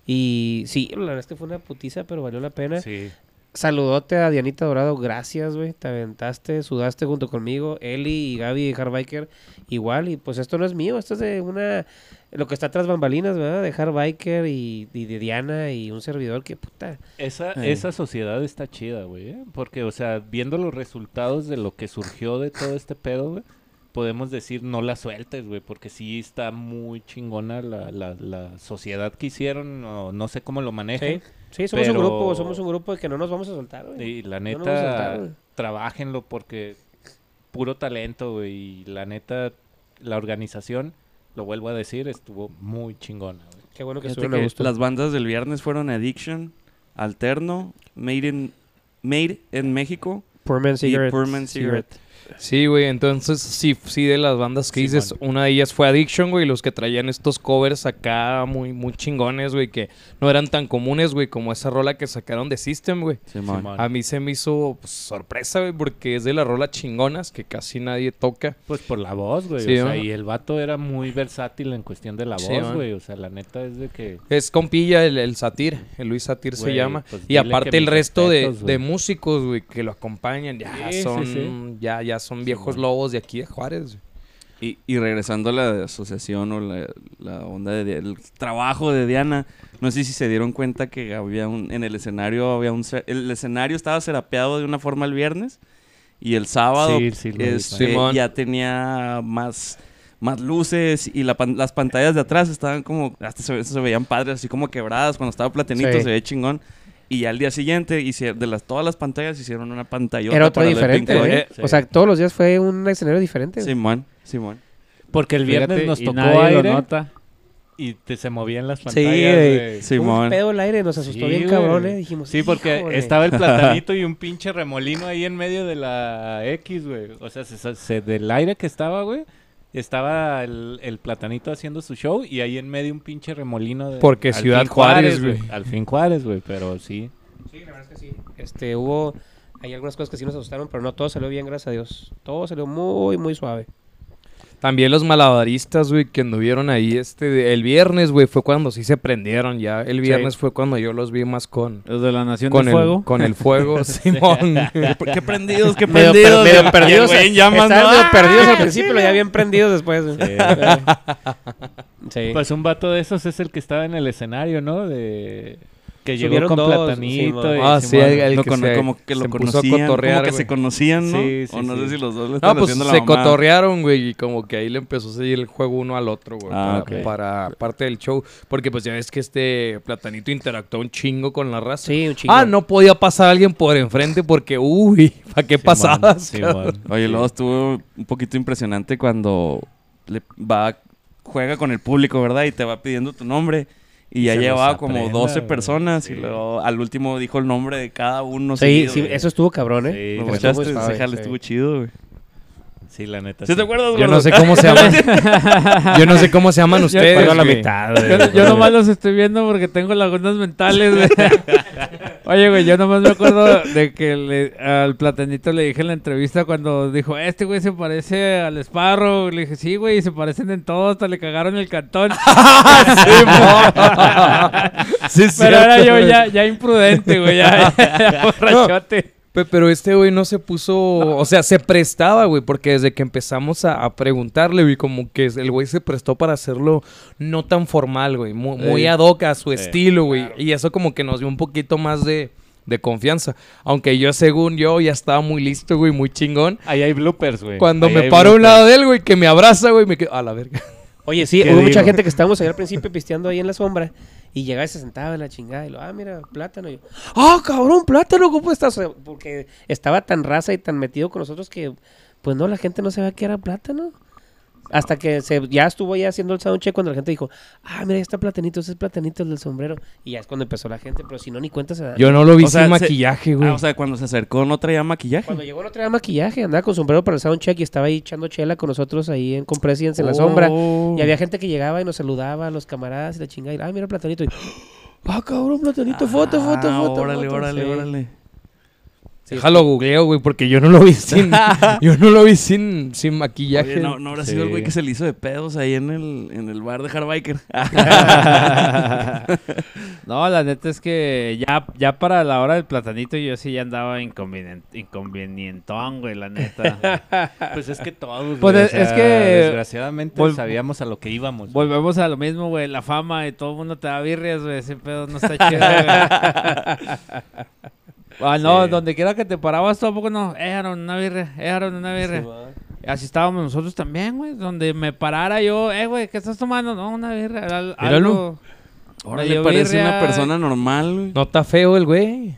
Speaker 5: Y sí, la verdad es que fue una putiza, pero valió la pena.
Speaker 4: Sí.
Speaker 5: Saludote a Dianita Dorado, gracias, güey. Te aventaste, sudaste junto conmigo. Eli y Gaby Hardbiker, igual. Y pues esto no es mío, esto es de una. Lo que está tras bambalinas, ¿verdad? De Hardbiker y, y de Diana y un servidor que puta.
Speaker 4: Esa,
Speaker 1: Eh.
Speaker 4: esa sociedad está chida, güey. ¿eh? Porque, o sea, viendo los resultados de lo que surgió de todo este pedo, güey, podemos decir no la sueltes, güey. Porque sí está muy chingona la, la, la sociedad que hicieron. o No, sé cómo lo manejan.
Speaker 5: Sí. Sí, somos
Speaker 4: Pero-
Speaker 5: un grupo, somos un grupo de que no nos vamos a soltar, güey.
Speaker 4: Y la
Speaker 5: No nos vamos a
Speaker 4: neta,
Speaker 5: soltar, güey.
Speaker 4: trabajenlo porque puro talento, güey. Y la neta, la organización, lo vuelvo a decir, estuvo muy chingona, güey.
Speaker 5: Qué bueno que
Speaker 3: Fíjate
Speaker 5: estuvieron a
Speaker 3: que
Speaker 5: gusto.
Speaker 3: Las bandas del viernes fueron Addiction, Alterno, Made in, Made en México
Speaker 5: Poor Man
Speaker 3: y Poor Man Cigarette.
Speaker 2: Sí, güey, entonces sí, sí de las bandas que dices, una de ellas fue Addiction, güey, los que traían estos covers acá muy, muy chingones, güey, que no eran tan comunes, güey, como esa rola que sacaron de System, güey.
Speaker 3: Simón.
Speaker 4: Simón.
Speaker 2: A mí se me hizo pues, sorpresa, güey, porque es de las rolas chingonas que casi nadie toca.
Speaker 4: Pues por la voz, güey.
Speaker 2: Sí,
Speaker 4: o sea,
Speaker 2: ¿no?
Speaker 4: y el vato era muy versátil en cuestión de la
Speaker 2: Sí,
Speaker 4: voz,
Speaker 2: ¿no?
Speaker 4: güey. O sea, la neta es de que.
Speaker 2: Es compilla el, el Satir, el Luis Satir se
Speaker 4: Güey,
Speaker 2: llama.
Speaker 4: pues
Speaker 2: y
Speaker 4: dile que
Speaker 2: aparte el
Speaker 4: mis
Speaker 2: resto de,
Speaker 4: respetos,
Speaker 2: de
Speaker 4: güey.
Speaker 2: músicos, güey, que lo acompañan, ya
Speaker 4: Sí, sí,
Speaker 2: son,
Speaker 4: sí.
Speaker 2: Ya, ya son viejos lobos de aquí de Juárez. güey.
Speaker 3: Y, y regresando a la asociación o la, la onda de- del trabajo de Diana, no sé si se dieron cuenta que había un, en el escenario había un ce- el escenario estaba serapeado de una forma el viernes y el sábado
Speaker 4: Sí, sí, lo vi,
Speaker 3: este,
Speaker 2: Simón.
Speaker 3: ya tenía más más luces y la pan- las pantallas de atrás estaban como hasta se, ve- se veían padres así como quebradas cuando estaba platenito
Speaker 5: Sí.
Speaker 3: se ve chingón y ya al día siguiente hicie- de las todas las pantallas hicieron una pantalla
Speaker 5: Era otro diferente, ¿eh?
Speaker 4: Sí.
Speaker 5: O sea, todos los días fue un escenario diferente. güey.
Speaker 3: Eh, Simón Simón
Speaker 4: Porque el viernes
Speaker 1: Fíjate,
Speaker 4: nos
Speaker 1: y
Speaker 4: tocó
Speaker 1: nadie lo
Speaker 4: aire
Speaker 1: nota.
Speaker 4: y te, se movían las
Speaker 5: Sí,
Speaker 4: pantallas,
Speaker 5: güey.
Speaker 4: güey. Sí.
Speaker 5: Un
Speaker 3: Simón
Speaker 5: pedo el aire, nos asustó bien
Speaker 4: güey.
Speaker 5: cabrón, eh. Dijimos,
Speaker 4: porque
Speaker 5: "Híjole".
Speaker 4: estaba el platanito y un pinche remolino ahí en medio de la X, güey. O sea, se- se- del aire que estaba, güey, estaba el, el platanito haciendo su show y ahí en medio un pinche remolino. De,
Speaker 2: Porque
Speaker 4: al
Speaker 2: Ciudad
Speaker 4: fin
Speaker 2: Juárez, güey.
Speaker 4: Al fin Juárez, güey, pero sí.
Speaker 5: Sí, la verdad es que sí. Este, hubo... Hay algunas cosas que sí nos asustaron, pero no, todo salió bien, gracias a Dios. Todo salió muy, muy suave.
Speaker 2: También los malabaristas, güey, que anduvieron ahí este... de- el viernes, güey, fue cuando sí se prendieron ya. El viernes fue cuando yo los vi más con...
Speaker 1: Los de la Nación
Speaker 2: Con
Speaker 1: del
Speaker 2: el,
Speaker 1: Fuego.
Speaker 2: con el fuego, Simón.
Speaker 3: Qué prendidos, qué
Speaker 5: Medio per-
Speaker 3: prendidos.
Speaker 5: medio
Speaker 3: Y el
Speaker 5: perdidos,
Speaker 3: güey en llamas,
Speaker 5: Estaban
Speaker 3: ¿no?
Speaker 5: medio
Speaker 3: ¡Ah!
Speaker 5: perdidos al principio, pero ya bien prendidos después. güey. Sí.
Speaker 4: Pues un vato de esos es el que estaba en el escenario, ¿no? De... Que llegó
Speaker 5: Subieron
Speaker 4: con
Speaker 5: dos,
Speaker 4: platanito.
Speaker 5: Simón.
Speaker 4: y
Speaker 2: Ah, sí,
Speaker 4: Simón.
Speaker 2: el- el-
Speaker 3: Lo
Speaker 2: que
Speaker 3: cono-
Speaker 2: se-
Speaker 3: como que
Speaker 2: se
Speaker 3: lo
Speaker 2: puso a
Speaker 3: conocían, como
Speaker 2: cotorrear,
Speaker 3: que
Speaker 2: güey.
Speaker 3: se conocían, ¿no?
Speaker 4: Sí, sí,
Speaker 3: o no
Speaker 4: sí.
Speaker 3: sé si los dos le están
Speaker 2: No, pues
Speaker 3: haciendo la
Speaker 2: se
Speaker 3: mamada.
Speaker 2: cotorrearon, güey, y como que ahí le empezó a seguir el juego uno al otro, güey,
Speaker 3: Ah,
Speaker 2: para,
Speaker 3: ok.
Speaker 2: para parte del show. Porque pues ya ves que este platanito interactuó un chingo con la raza.
Speaker 5: Sí, un chingo.
Speaker 2: Ah, no podía pasar alguien por enfrente porque, uy, ¿para qué pasadas?
Speaker 4: Simón,
Speaker 2: cabrón?
Speaker 4: Simón.
Speaker 3: Oye, luego estuvo un poquito impresionante cuando le va juega con el público, ¿verdad? Y te va pidiendo tu nombre. Y ya
Speaker 4: se los
Speaker 3: llevaba como
Speaker 4: aprenda,
Speaker 3: 12
Speaker 4: güey.
Speaker 3: personas
Speaker 4: Sí.
Speaker 3: y luego al último dijo el nombre de cada uno.
Speaker 5: Sí,
Speaker 3: seguido,
Speaker 5: sí,
Speaker 3: güey.
Speaker 5: eso estuvo cabrón, ¿eh?
Speaker 4: Sí,
Speaker 3: ¿Lo
Speaker 5: estuvo
Speaker 4: güey.
Speaker 3: escuchaste?
Speaker 5: muy suave,
Speaker 3: Ese jale
Speaker 5: sí.
Speaker 3: estuvo chido, güey.
Speaker 4: Pues Sí, la neta.
Speaker 3: ¿Sí te acuerdas, Ah,
Speaker 2: Yo
Speaker 3: güey?
Speaker 2: no sé cómo se llaman. Yo no sé cómo se llaman ustedes.
Speaker 1: pago la
Speaker 2: güey.
Speaker 1: Yo, yo nomás los estoy viendo porque tengo lagunas mentales. güey. Oye, güey, yo nomás me acuerdo de que le- al platanito le dije en la entrevista cuando dijo, este güey se parece al Esparro. Le dije, sí, güey, y se parecen en todo, hasta le cagaron el cantón.
Speaker 2: Ah, Sí, es
Speaker 1: Pero era
Speaker 2: cierto,
Speaker 1: yo
Speaker 2: güey.
Speaker 1: ya, ya imprudente, güey, ya, ya borrachote.
Speaker 2: Pe- Pero este güey no se puso, o sea, se prestaba, güey, porque desde que empezamos a, a preguntarle, güey, como que el güey se prestó para hacerlo no tan formal, güey, mu- muy, ad hoc a su estilo, güey, y eso como que nos dio un poquito más de, de confianza, aunque yo según yo ya estaba muy listo, güey, muy chingón.
Speaker 4: Ahí hay bloopers, güey.
Speaker 2: Cuando
Speaker 4: Ahí
Speaker 2: me
Speaker 4: hay
Speaker 2: paro a un
Speaker 4: bloopers.
Speaker 2: lado de él, güey, que me abraza, güey, me quedo a la verga.
Speaker 5: Oye, sí,
Speaker 4: ¿Qué
Speaker 5: hubo mucha
Speaker 4: digo?
Speaker 5: gente que estábamos ahí al principio pisteando ahí en la sombra. Y llegaba y se sentaba en la chingada. Y lo, ah, mira, plátano. Y yo, ah, cabrón, plátano, ¿cómo estás? O sea, porque estaba tan raza y tan metido con nosotros que, pues no, la gente no sabía que era plátano. Hasta que se, ya estuvo ya haciendo el soundcheck cuando la gente dijo, ah, mira, ahí está platanito, ese es platanito, el del sombrero. Y ya es cuando empezó la gente, pero si no, ni cuenta se da.
Speaker 2: Yo no lo vi
Speaker 3: O sea,
Speaker 2: sin
Speaker 3: se-
Speaker 2: maquillaje, güey.
Speaker 3: Ah, o sea, cuando se acercó no traía maquillaje.
Speaker 5: Cuando llegó no traía maquillaje, andaba con sombrero para el soundcheck y estaba ahí echando chela con nosotros ahí en Compresidence en
Speaker 2: Oh,
Speaker 5: la sombra. Y había gente que llegaba y nos saludaba, a los camaradas y la chingada. Y, ah, mira, Platanito. Y, ah, cabrón, Platanito, foto, foto,
Speaker 3: Ah,
Speaker 5: foto.
Speaker 3: Órale,
Speaker 5: foto".
Speaker 3: órale,
Speaker 5: Sí.
Speaker 3: órale.
Speaker 2: Déjalo googleo, güey, porque yo no lo vi sin, yo no lo vi sin, sin maquillaje.
Speaker 3: Oye, no, no habrá sido el güey
Speaker 4: Sí.
Speaker 3: que se le hizo de pedos ahí en el, en el bar de Hardbiker.
Speaker 1: No, la neta es que ya, ya para la hora del platanito yo sí ya andaba inconvenient, inconvenientón, güey, la neta.
Speaker 4: Pues es que todos,
Speaker 1: Pues
Speaker 4: güey,
Speaker 1: es- es que-
Speaker 4: Desgraciadamente
Speaker 1: vol-
Speaker 4: sabíamos a lo que íbamos. güey.
Speaker 1: Volvemos a lo mismo, güey, la fama y todo el mundo te da birrias, güey, ese pedo no está chido, güey. Ah, no,
Speaker 4: Sí.
Speaker 1: donde quiera que te parabas, tú a poco no, eh, Aaron, una birria, eh, Aaron, una birria. Así estábamos nosotros también, güey, donde me parara yo, eh, güey, ¿qué estás tomando? No, una birria, al-
Speaker 2: Míralo.
Speaker 1: algo,
Speaker 3: Ahora
Speaker 1: Medio
Speaker 3: le parece una
Speaker 1: birria.
Speaker 3: persona normal, güey.
Speaker 2: No está feo el güey.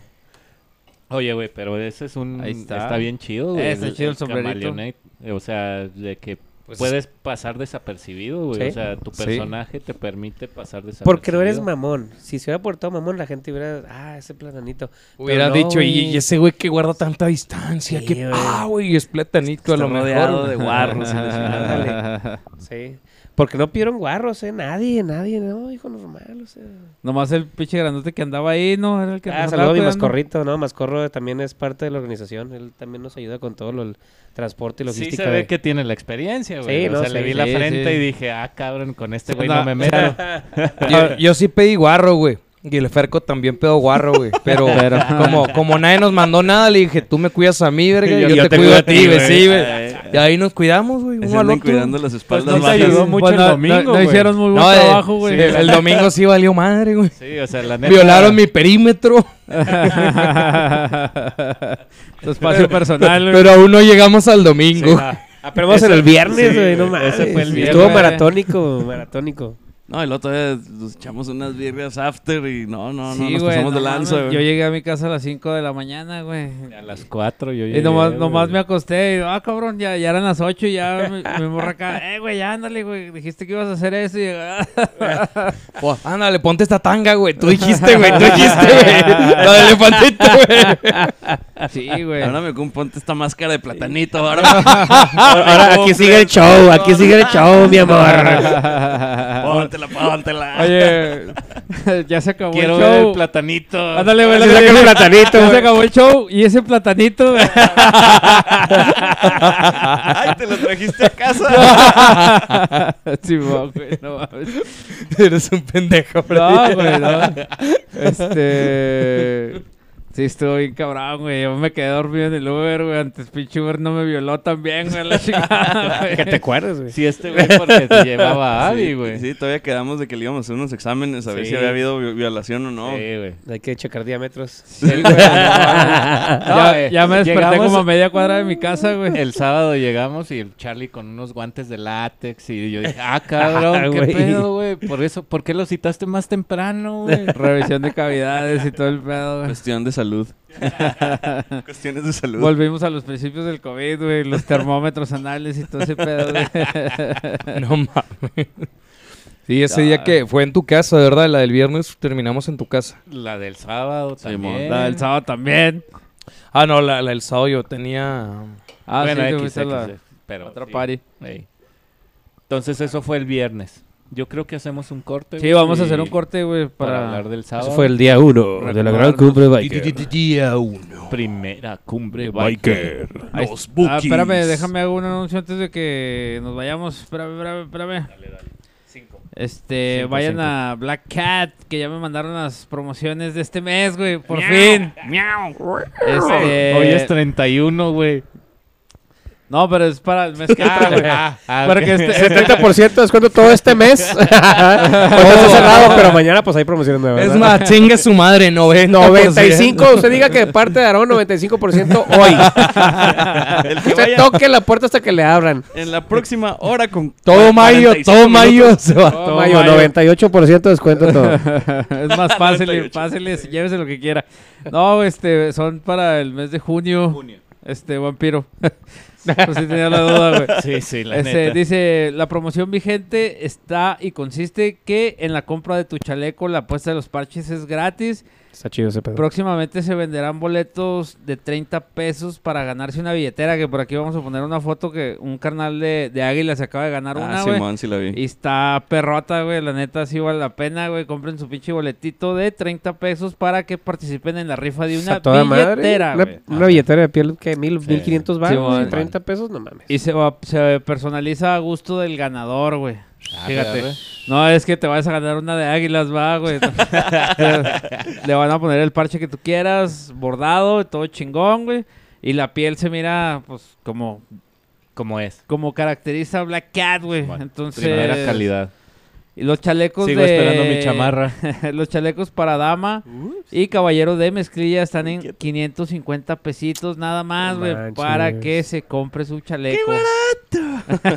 Speaker 4: Oye, güey, pero ese es un...
Speaker 1: Ahí
Speaker 4: está.
Speaker 1: está.
Speaker 4: bien chido, güey.
Speaker 1: Está chido el sombrerito.
Speaker 4: camaleonate. Eh, O sea, de que
Speaker 2: Pues-
Speaker 4: puedes pasar desapercibido, güey.
Speaker 2: Sí.
Speaker 4: O sea, tu
Speaker 2: Sí.
Speaker 4: personaje te permite pasar desapercibido.
Speaker 5: Porque no eres mamón. Si se hubiera portado mamón, la gente hubiera. Ah, ese platanito. Pero
Speaker 2: Hubiera
Speaker 5: no,
Speaker 2: dicho, y,
Speaker 5: güey.
Speaker 2: y ese güey que guarda tanta distancia,
Speaker 5: Sí,
Speaker 2: que
Speaker 5: güey.
Speaker 2: ah, güey, es platanito a
Speaker 3: Está
Speaker 2: lo
Speaker 3: rodeado
Speaker 2: mejor.
Speaker 3: de guarros y la
Speaker 5: chingada. Sí. Porque no pidieron guarros, ¿eh? Nadie, nadie. No, hijo normal, o sea.
Speaker 1: Nomás el pinche grandote que andaba ahí, ¿no? Era el que
Speaker 5: Ah,
Speaker 1: nos
Speaker 5: saludo a
Speaker 1: andaba
Speaker 5: mi
Speaker 1: cuidando.
Speaker 5: mascorrito, ¿no? Mascorro también es parte de la organización. Él también nos ayuda con todo lo, el transporte
Speaker 4: Sí
Speaker 5: y logística.
Speaker 4: se ve
Speaker 5: de-
Speaker 4: que tiene la experiencia, güey.
Speaker 5: Sí,
Speaker 4: o
Speaker 5: no,
Speaker 4: sea,
Speaker 5: sí,
Speaker 4: le vi
Speaker 5: sí,
Speaker 4: la
Speaker 1: sí.
Speaker 4: frente y dije, ah, cabrón, con este güey no,
Speaker 1: No,
Speaker 4: me meto.
Speaker 2: Yo, yo sí pedí guarro, güey. Y el Ferco también pedo guarro, güey. Pero,
Speaker 1: Pero-
Speaker 2: Como, como nadie nos mandó nada, le dije, tú me cuidas a mí, verga,
Speaker 4: Y
Speaker 2: y
Speaker 4: yo-
Speaker 2: yo,
Speaker 4: yo
Speaker 2: te, cuido a ti, güey. Sí, güey.
Speaker 3: Eh,
Speaker 2: Y ahí nos cuidamos, güey,
Speaker 3: se
Speaker 2: uno al
Speaker 3: andan
Speaker 2: otro.
Speaker 3: cuidando las espaldas
Speaker 4: no te
Speaker 3: bajas.
Speaker 4: ayudó mucho el
Speaker 1: no- no-
Speaker 4: domingo,
Speaker 1: No,
Speaker 4: güey.
Speaker 1: hicieron muy buen
Speaker 2: No, eh,
Speaker 1: trabajo, güey.
Speaker 2: sí, el domingo sí valió madre, güey.
Speaker 4: Sí, o sea, la neta.
Speaker 2: Violaron mi perímetro,
Speaker 1: tu espacio personal. güey.
Speaker 2: pero aún no llegamos al
Speaker 4: Sí,
Speaker 2: domingo.
Speaker 4: ah,
Speaker 5: Ah, pero vamos en
Speaker 4: Ese-
Speaker 5: el viernes,
Speaker 4: sí,
Speaker 5: güey. no
Speaker 4: güey,
Speaker 5: mames.
Speaker 4: ese fue el viernes.
Speaker 5: Estuvo maratónico, maratónico.
Speaker 3: No, el otro día nos echamos unas birrias after y no, no, no,
Speaker 1: Sí,
Speaker 3: nos
Speaker 1: güey,
Speaker 3: pasamos
Speaker 1: no
Speaker 3: de lanza,
Speaker 1: mames,
Speaker 3: güey.
Speaker 1: Yo llegué a mi casa a las 5 de la mañana, güey.
Speaker 4: A las 4 yo
Speaker 1: Y nomás,
Speaker 4: llegué,
Speaker 1: nomás
Speaker 4: güey.
Speaker 1: me acosté y, ah, cabrón, ya, ya eran las 8 y ya mi, mi morra acá, eh, güey, ya ándale, güey, dijiste que ibas a hacer eso y
Speaker 2: Oh, ándale, ponte esta tanga, güey. Tú dijiste, güey, tú dijiste, güey. La del elefantito, güey.
Speaker 1: Sí, güey.
Speaker 3: Ahora me componte esta máscara de platanito, ahora.
Speaker 5: Ahora aquí sigue el show, aquí sigue el show, mi amor.
Speaker 3: póntela, póntela.
Speaker 1: Oye, ya se acabó
Speaker 4: Quiero
Speaker 1: el
Speaker 4: ver el
Speaker 1: show.
Speaker 4: platanito.
Speaker 1: Ándale, güey,
Speaker 5: Se
Speaker 1: ándale,
Speaker 5: saca el
Speaker 1: güey.
Speaker 5: platanito,
Speaker 1: Ya se
Speaker 5: güey.
Speaker 1: acabó el show y ese platanito. güey.
Speaker 3: Ay, te lo trajiste a casa.
Speaker 1: sí, mo, güey, no mames.
Speaker 2: Eres un pendejo, bro.
Speaker 1: No, güey, no. Este. Sí, estuvo bien cabrón, güey. Yo me quedé dormido en el Uber, güey. Antes pinche Uber no me violó tan bien, güey. La chingada, güey.
Speaker 5: Que te acuerdas, güey.
Speaker 4: Sí, este güey porque te llevaba a
Speaker 3: Sí,
Speaker 4: Adi, güey. Sí,
Speaker 3: Sí, todavía quedamos de que le íbamos a hacer unos exámenes a ver
Speaker 4: Sí.
Speaker 3: si había habido vi- violación o no.
Speaker 4: güey.
Speaker 5: Hay que checar diámetros.
Speaker 1: Sí, güey, no mames. ya, ya me desperté
Speaker 4: eh, Llegamos-
Speaker 1: como a media cuadra de mi casa, güey.
Speaker 4: El sábado llegamos y el Charlie con unos guantes de látex y yo dije, ah, cabrón, qué
Speaker 5: güey.
Speaker 4: pedo, güey. Por eso, ¿por qué lo citaste más temprano, güey?
Speaker 1: Revisión de cavidades y todo el pedo, güey.
Speaker 3: Cuestión de salud. Cuestiones de salud.
Speaker 1: Volvimos a los principios del COVID, güey. Los termómetros anales y todo ese pedo, güey.
Speaker 2: No mames. Sí, ese día que fue en tu casa, ¿verdad? La del viernes terminamos en tu casa.
Speaker 4: La del sábado
Speaker 3: Simón.
Speaker 4: también.
Speaker 1: La del sábado también.
Speaker 2: Ah, no, la, la del sábado yo tenía.
Speaker 1: Ah,
Speaker 4: Bueno,
Speaker 1: sí, te
Speaker 4: X,
Speaker 1: fuiste a
Speaker 4: X,
Speaker 1: la
Speaker 4: eh, pero
Speaker 1: otra
Speaker 4: sí,
Speaker 1: party.
Speaker 4: ey. Entonces eso fue el viernes. Yo creo que hacemos un corte.
Speaker 1: Sí,
Speaker 4: güey,
Speaker 1: vamos a
Speaker 4: y-
Speaker 1: hacer un corte, güey,
Speaker 4: para,
Speaker 1: para...
Speaker 4: hablar del sábado.
Speaker 5: Ese fue el día uno de la gran cumbre biker.
Speaker 2: Día uno.
Speaker 4: primera cumbre biker.
Speaker 2: Biker.
Speaker 1: Ahí
Speaker 2: Los
Speaker 1: está. Ah,
Speaker 2: bookies.
Speaker 1: espérame, déjame hago un anuncio antes de que nos vayamos. Espérame, espérame, espérame. Este,
Speaker 4: Cinco,
Speaker 1: vayan
Speaker 4: cinco.
Speaker 1: a Black Cat, que ya me mandaron las promociones de este mes, güey, por fin. Este,
Speaker 4: Hoy es 31, güey.
Speaker 1: No, pero es para el
Speaker 4: Ah,
Speaker 1: mes que entra, güey.
Speaker 4: Porque
Speaker 1: Porque este, este-
Speaker 5: 70% de descuento todo este mes.
Speaker 2: Oh.
Speaker 5: Ahorita Pues está cerrado, pero mañana pues hay promociones nuevas.
Speaker 2: Es
Speaker 5: ¿verdad?
Speaker 2: más, chinga su madre, 90.
Speaker 5: Pues 95, usted diga que de parte de Aarón 95% hoy.
Speaker 3: El que
Speaker 5: Usted
Speaker 3: vaya
Speaker 5: toque la puerta hasta que le abran.
Speaker 3: en la próxima hora con
Speaker 2: Todo mayo,
Speaker 3: 45
Speaker 2: todo
Speaker 3: minutos.
Speaker 2: mayo se va.
Speaker 1: Todo
Speaker 5: Mayo,
Speaker 1: mayo.
Speaker 5: 98% de descuento todo.
Speaker 1: es más fácil, fáciles, llévese lo que quiera. No, este, son para el mes de junio. Este, vampiro. Pues sí tenía la duda, güey.
Speaker 4: Sí, sí, la
Speaker 1: Este,
Speaker 4: neta.
Speaker 1: dice, la promoción vigente está y consiste que en la compra de tu chaleco la apuesta de los parches es gratis.
Speaker 5: Está chido ese pedo.
Speaker 1: Próximamente se venderán boletos de 30 pesos para ganarse una billetera, que por aquí vamos a poner una foto que un carnal de, de Águila se acaba de ganar una,
Speaker 3: Ah,
Speaker 1: güey.
Speaker 3: Simón, sí la vi.
Speaker 1: y está perrota, güey, la neta sí vale la pena, güey. Compren su pinche boletito de 30 pesos para que participen en la rifa de una
Speaker 5: A toda madre.
Speaker 1: billetera,
Speaker 5: Una-
Speaker 1: güey.
Speaker 5: Una billetera de piel que mil, 1500 baros
Speaker 1: Simón.
Speaker 5: y 30 pesos, no mames.
Speaker 1: Y se, va- se personaliza a gusto del ganador, güey.
Speaker 4: Ah,
Speaker 1: Fíjate.
Speaker 4: perro.
Speaker 1: No, es que te vas a ganar una de águilas, va, güey. Le van a poner el parche que tú quieras, bordado, todo chingón, güey. Y la piel se mira, pues, como,
Speaker 4: Como es.
Speaker 1: como caracteriza a Black Cat, güey.
Speaker 4: Bueno,
Speaker 1: Entonces.
Speaker 4: Primera calidad.
Speaker 1: Y los chalecos
Speaker 4: Sigo
Speaker 1: de...
Speaker 4: esperando mi chamarra.
Speaker 1: los chalecos para dama y caballero de mezclilla están en 550 pesitos nada más,
Speaker 5: No
Speaker 1: güey.
Speaker 5: manches.
Speaker 1: Para que se compre su chaleco.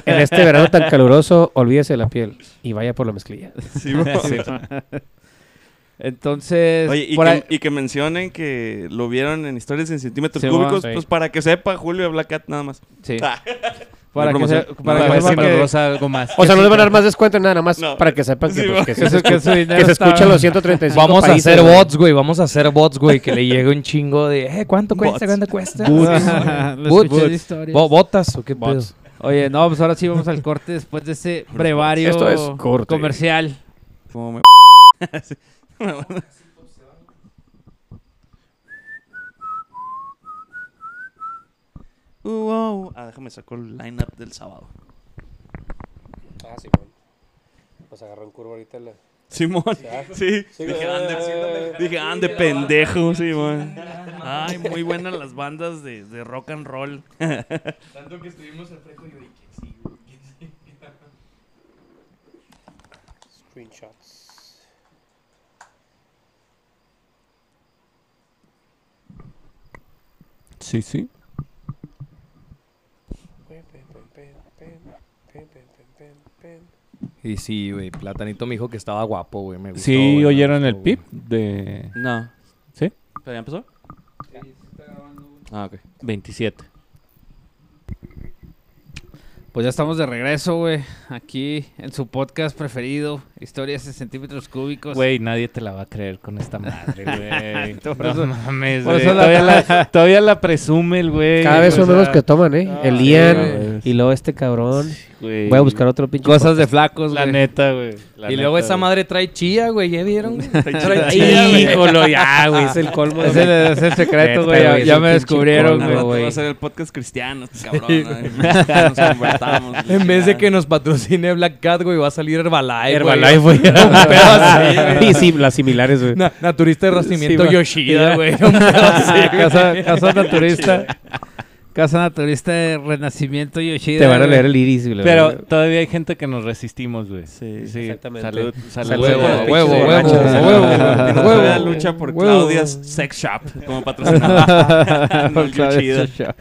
Speaker 5: En este verano tan caluroso, olvídese de la piel y vaya por la mezclilla.
Speaker 3: Sí, mo-
Speaker 4: Sí.
Speaker 1: Entonces,
Speaker 3: Oye, y
Speaker 1: por
Speaker 3: que,
Speaker 1: ahí-
Speaker 3: y que mencionen que lo vieron en historias en centímetros
Speaker 1: Sí,
Speaker 3: cúbicos,
Speaker 5: sí.
Speaker 3: pues para que sepa Julio y Black Cat nada más.
Speaker 1: sí.
Speaker 3: Ah.
Speaker 1: para
Speaker 3: No
Speaker 1: que se-
Speaker 3: promoción.
Speaker 1: para
Speaker 4: Para
Speaker 1: que
Speaker 4: ver
Speaker 1: sepa
Speaker 4: si
Speaker 1: que-
Speaker 4: me rosa algo más.
Speaker 5: O sea, no le van a dar más descuento en nada, nada más
Speaker 3: No.
Speaker 5: para que sepan que,
Speaker 3: Sí,
Speaker 5: pues,
Speaker 3: va.
Speaker 5: que
Speaker 1: que
Speaker 5: se,
Speaker 1: su- que su dinero
Speaker 5: que se
Speaker 1: está-
Speaker 5: escuchan los 135
Speaker 2: Vamos a
Speaker 5: países,
Speaker 2: hacer
Speaker 5: güey.
Speaker 2: bots, güey. Vamos a hacer bots, güey. Que le llegue un chingo de, eh, ¿cuánto cuesta?
Speaker 3: Bots.
Speaker 2: ¿Cuánto cuesta?
Speaker 1: Lo
Speaker 2: Bots,
Speaker 1: escuché de
Speaker 2: bots.
Speaker 1: historias.
Speaker 2: Bo- ¿Botas o qué pedo?
Speaker 5: Bots.
Speaker 1: Oye, no, pues ahora sí vamos al corte después de ese brevario
Speaker 5: Esto es corte.
Speaker 1: comercial.
Speaker 3: Como me- Sí. Uh, wow. Ah, déjame sacar el lineup del sábado.
Speaker 5: Ah, sí, Nos agarró en curva ahorita la...
Speaker 3: Simón, sí. Dije, ande, dije, ande pendejo, Simón. Ay, muy buenas las bandas de, de rock and roll.
Speaker 6: Tanto que estuvimos al frente y yo dije, sí, güey, que sí.
Speaker 5: Screenshots.
Speaker 4: Sí, sí.
Speaker 2: Y sí, güey. Platanito me dijo que estaba guapo, güey. Me gustó, güey,
Speaker 4: Sí,
Speaker 2: me
Speaker 4: oyeron el
Speaker 2: gustó, güey.
Speaker 4: pip de
Speaker 3: No.
Speaker 4: ¿Sí?
Speaker 3: ¿Pero ya empezó? Ah, ok.
Speaker 4: 27.
Speaker 1: Pues ya estamos de regreso, güey. Aquí en su podcast preferido, Historias en Centímetros Cúbicos.
Speaker 4: Güey, nadie te la va a creer con esta madre, güey.
Speaker 1: Por
Speaker 4: no
Speaker 1: eso-
Speaker 4: mames,
Speaker 1: por
Speaker 4: güey.
Speaker 1: eso la-
Speaker 4: Todavía, la, todavía la presume el güey.
Speaker 5: Cada vez son
Speaker 4: güey, o
Speaker 5: menos
Speaker 4: sea,
Speaker 5: que toman, ¿eh? el
Speaker 4: sí,
Speaker 5: Ian
Speaker 4: güey.
Speaker 5: y luego este cabrón.
Speaker 4: güey.
Speaker 5: Voy a buscar otro pinche.
Speaker 1: Cosas de flacos,
Speaker 4: La
Speaker 1: güey.
Speaker 4: neta, güey. La
Speaker 2: Y luego
Speaker 4: neta,
Speaker 2: esa
Speaker 4: güey.
Speaker 2: madre trae chía, güey. ¿Ya vieron? güey? trae chía, güey.
Speaker 5: Híjolo, ya, güey. Es el colmo.
Speaker 1: Ese ese es el secreto,
Speaker 5: Neta,
Speaker 1: güey. Ya,
Speaker 5: güey,
Speaker 1: ya
Speaker 5: es un
Speaker 1: me
Speaker 5: pinche
Speaker 1: descubrieron,
Speaker 5: colmo,
Speaker 1: güey.
Speaker 3: Al rato
Speaker 5: güey.
Speaker 3: va a ser el podcast cristiano, este cabrón. ay, nos convertamos.
Speaker 2: En vez de que nos patrocine Black Cat, güey, va a salir Herbalife. güey.
Speaker 5: Herbalife, güey. Era un pedo
Speaker 2: así, güey.
Speaker 5: Sí, sí, las similares, güey.
Speaker 2: Na- naturista de racimiento
Speaker 5: Sí, va.
Speaker 2: Yoshida, güey. Un pedo así, güey.
Speaker 1: casa, casa naturista. Casa naturista de Renacimiento y Yoshida.
Speaker 5: Te van a
Speaker 1: güey.
Speaker 5: leer el iris, güey.
Speaker 4: Pero todavía hay gente que nos resistimos, güey. Sí,
Speaker 5: exactamente.
Speaker 4: Salud, salud.
Speaker 5: Salud,
Speaker 2: Huevo,
Speaker 5: Pinches
Speaker 2: huevo, huevo,
Speaker 4: Ah,
Speaker 5: borrachos.
Speaker 2: huevo,
Speaker 3: Huevo. La
Speaker 2: huevo.
Speaker 3: lucha por
Speaker 2: Huevo.
Speaker 3: Claudia's Sex Shop como patrocinador. no,
Speaker 1: Por
Speaker 3: el
Speaker 1: Claudio
Speaker 3: Yoshida.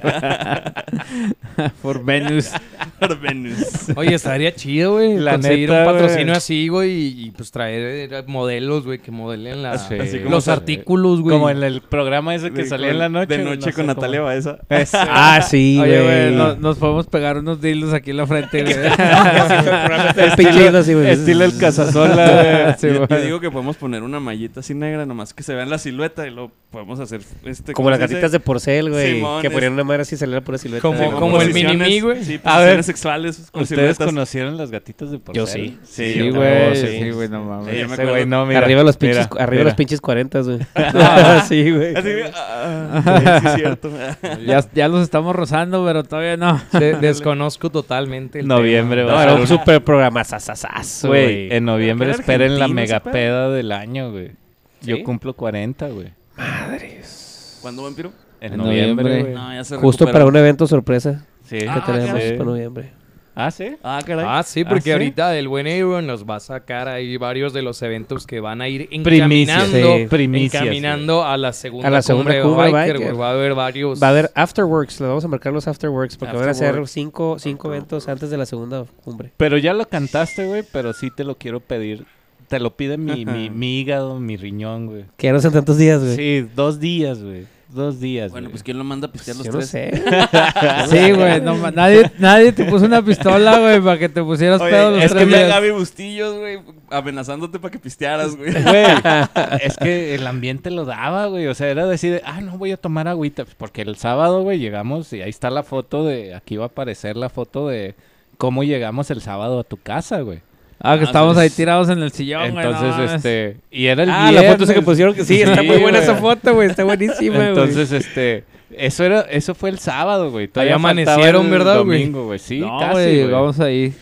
Speaker 1: Show. Por Venus.
Speaker 3: Por Venus.
Speaker 2: Oye, estaría chido, güey.
Speaker 4: La
Speaker 2: conseguir
Speaker 4: neta,
Speaker 2: un patrocinio
Speaker 4: güey.
Speaker 2: así, güey, y, y, pues traer eh, modelos, güey, que modelen la-
Speaker 4: Sí. Así como
Speaker 2: los
Speaker 4: se-
Speaker 2: artículos, güey.
Speaker 4: Como en el programa ese que
Speaker 3: De-
Speaker 4: salía
Speaker 3: con-
Speaker 4: en la noche.
Speaker 3: De
Speaker 4: no
Speaker 3: noche
Speaker 4: sé
Speaker 3: con
Speaker 4: cómo.
Speaker 3: Natalia Baeza.
Speaker 5: Ah, sí,
Speaker 1: Oye, güey, no-
Speaker 5: güey.
Speaker 1: nos podemos pegar unos dildos aquí en la frente, güey.
Speaker 5: El pinche ido así, güey.
Speaker 4: Estilo el cazasola.
Speaker 1: Sí,
Speaker 4: güey.
Speaker 3: yo,
Speaker 1: güey.
Speaker 3: yo digo que podemos poner una mallita así negra, nomás que se vea la silueta y lo podemos hacer. Este,
Speaker 5: Como las gatitas de porcel, güey.
Speaker 3: Simón,
Speaker 5: Que
Speaker 3: es-
Speaker 5: ponían una madre así y salía pura silueta.
Speaker 2: Como-
Speaker 5: güey.
Speaker 2: como el
Speaker 3: posiciones-
Speaker 2: mini-me, güey.
Speaker 3: Sí,
Speaker 4: A
Speaker 3: a
Speaker 4: ver,
Speaker 3: ver, sexuales. con
Speaker 4: ¿Ustedes
Speaker 3: siluetas.
Speaker 4: conocieron las gatitas de porcel?
Speaker 5: Yo sí.
Speaker 3: Sí,
Speaker 1: Sí,
Speaker 3: yo
Speaker 1: güey.
Speaker 5: sí.
Speaker 1: Sí, güey, no mames.
Speaker 3: Sí, yo me
Speaker 4: Ese güey,
Speaker 3: acuerdo.
Speaker 4: no, mira,
Speaker 5: Arriba los pinches,
Speaker 4: mira,
Speaker 5: arriba los
Speaker 4: mira.
Speaker 5: pinches 40, güey. Ah, sí, güey.
Speaker 3: Así, ah, sí, sí, cierto.
Speaker 1: Ya, ya los estamos rozando, pero todavía no.
Speaker 2: De- desconozco totalmente el
Speaker 4: Noviembre,
Speaker 5: No,
Speaker 4: va a
Speaker 5: era
Speaker 4: ser
Speaker 5: un
Speaker 4: una-
Speaker 5: super programa sasasas,
Speaker 4: Güey,
Speaker 5: güey.
Speaker 4: en noviembre
Speaker 3: Pero que era
Speaker 4: esperen la
Speaker 3: argentino ese
Speaker 4: mega
Speaker 3: pedo.
Speaker 4: peda del año, güey.
Speaker 2: ¿Sí?
Speaker 4: Yo cumplo 40, güey.
Speaker 3: ¿Cuándo, vampiro?
Speaker 4: En
Speaker 1: En
Speaker 4: noviembre,
Speaker 1: noviembre.
Speaker 4: güey.
Speaker 3: No, ya se
Speaker 5: Justo
Speaker 3: recupera.
Speaker 5: para un evento sorpresa
Speaker 4: Sí.
Speaker 5: que
Speaker 4: Ah,
Speaker 5: tenemos
Speaker 4: sí.
Speaker 5: para noviembre.
Speaker 4: Ah, ¿sí?
Speaker 3: Ah, caray.
Speaker 2: tema. Ah, sí, porque
Speaker 4: ¿Ah, sí?
Speaker 2: ahorita el buen Aaron nos va a sacar ahí varios de los eventos que van a ir
Speaker 4: Primicias.
Speaker 2: encaminando,
Speaker 5: Sí,
Speaker 4: primicias,
Speaker 2: encaminando a la segunda,
Speaker 5: A la segunda
Speaker 2: cumbre
Speaker 5: cumbre
Speaker 2: biker,
Speaker 5: biker.
Speaker 2: güey. Va a haber varios.
Speaker 5: Va a haber Afterworks, le vamos a marcar los Afterworks porque van a ser
Speaker 3: Afterworks.
Speaker 5: cinco, cinco eventos antes de la segunda cumbre.
Speaker 4: Pero ya lo cantaste, güey, pero sí te lo quiero pedir. Te lo pide mi, mi, mi hígado, mi riñón, güey.
Speaker 5: Que ya no son tantos días, güey.
Speaker 4: Sí, dos días, güey. Dos días,
Speaker 3: Bueno,
Speaker 4: güey.
Speaker 3: pues ¿quién lo manda a pistear los
Speaker 5: Yo no
Speaker 3: tres?
Speaker 5: sé.
Speaker 1: Sí, güey, no ma- nadie, nadie te puso una pistola, güey, para que te pusieras
Speaker 3: Oye,
Speaker 1: pedo los
Speaker 3: es que
Speaker 1: tres
Speaker 3: me a
Speaker 1: días.
Speaker 3: Gaby Bustillos, güey, amenazándote para que pistearas, güey.
Speaker 4: Güey, es que el ambiente lo daba, güey. O sea, era decir, ah, no voy a tomar agüita. Pues Porque el sábado, güey, llegamos y ahí está la foto de. Aquí va a aparecer la foto de cómo llegamos el sábado a tu casa, güey.
Speaker 1: Ah, que
Speaker 3: Ah,
Speaker 1: estábamos
Speaker 3: sí.
Speaker 1: ahí tirados en el sillón, güey. no
Speaker 4: Entonces,
Speaker 1: mames.
Speaker 4: este. Y era el
Speaker 5: Ah, la foto esa que pusieron que sí, está muy buena esa foto, güey. Está buenísima, güey.
Speaker 4: Entonces, este. Eso era, eso fue el sábado, güey. Todavía
Speaker 2: Ahí
Speaker 4: faltaba
Speaker 2: amanecieron,
Speaker 4: el
Speaker 2: ¿verdad, güey?
Speaker 4: Domingo, güey. Sí,
Speaker 1: no,
Speaker 4: casi,
Speaker 1: güey,
Speaker 4: güey.
Speaker 1: vamos ahí.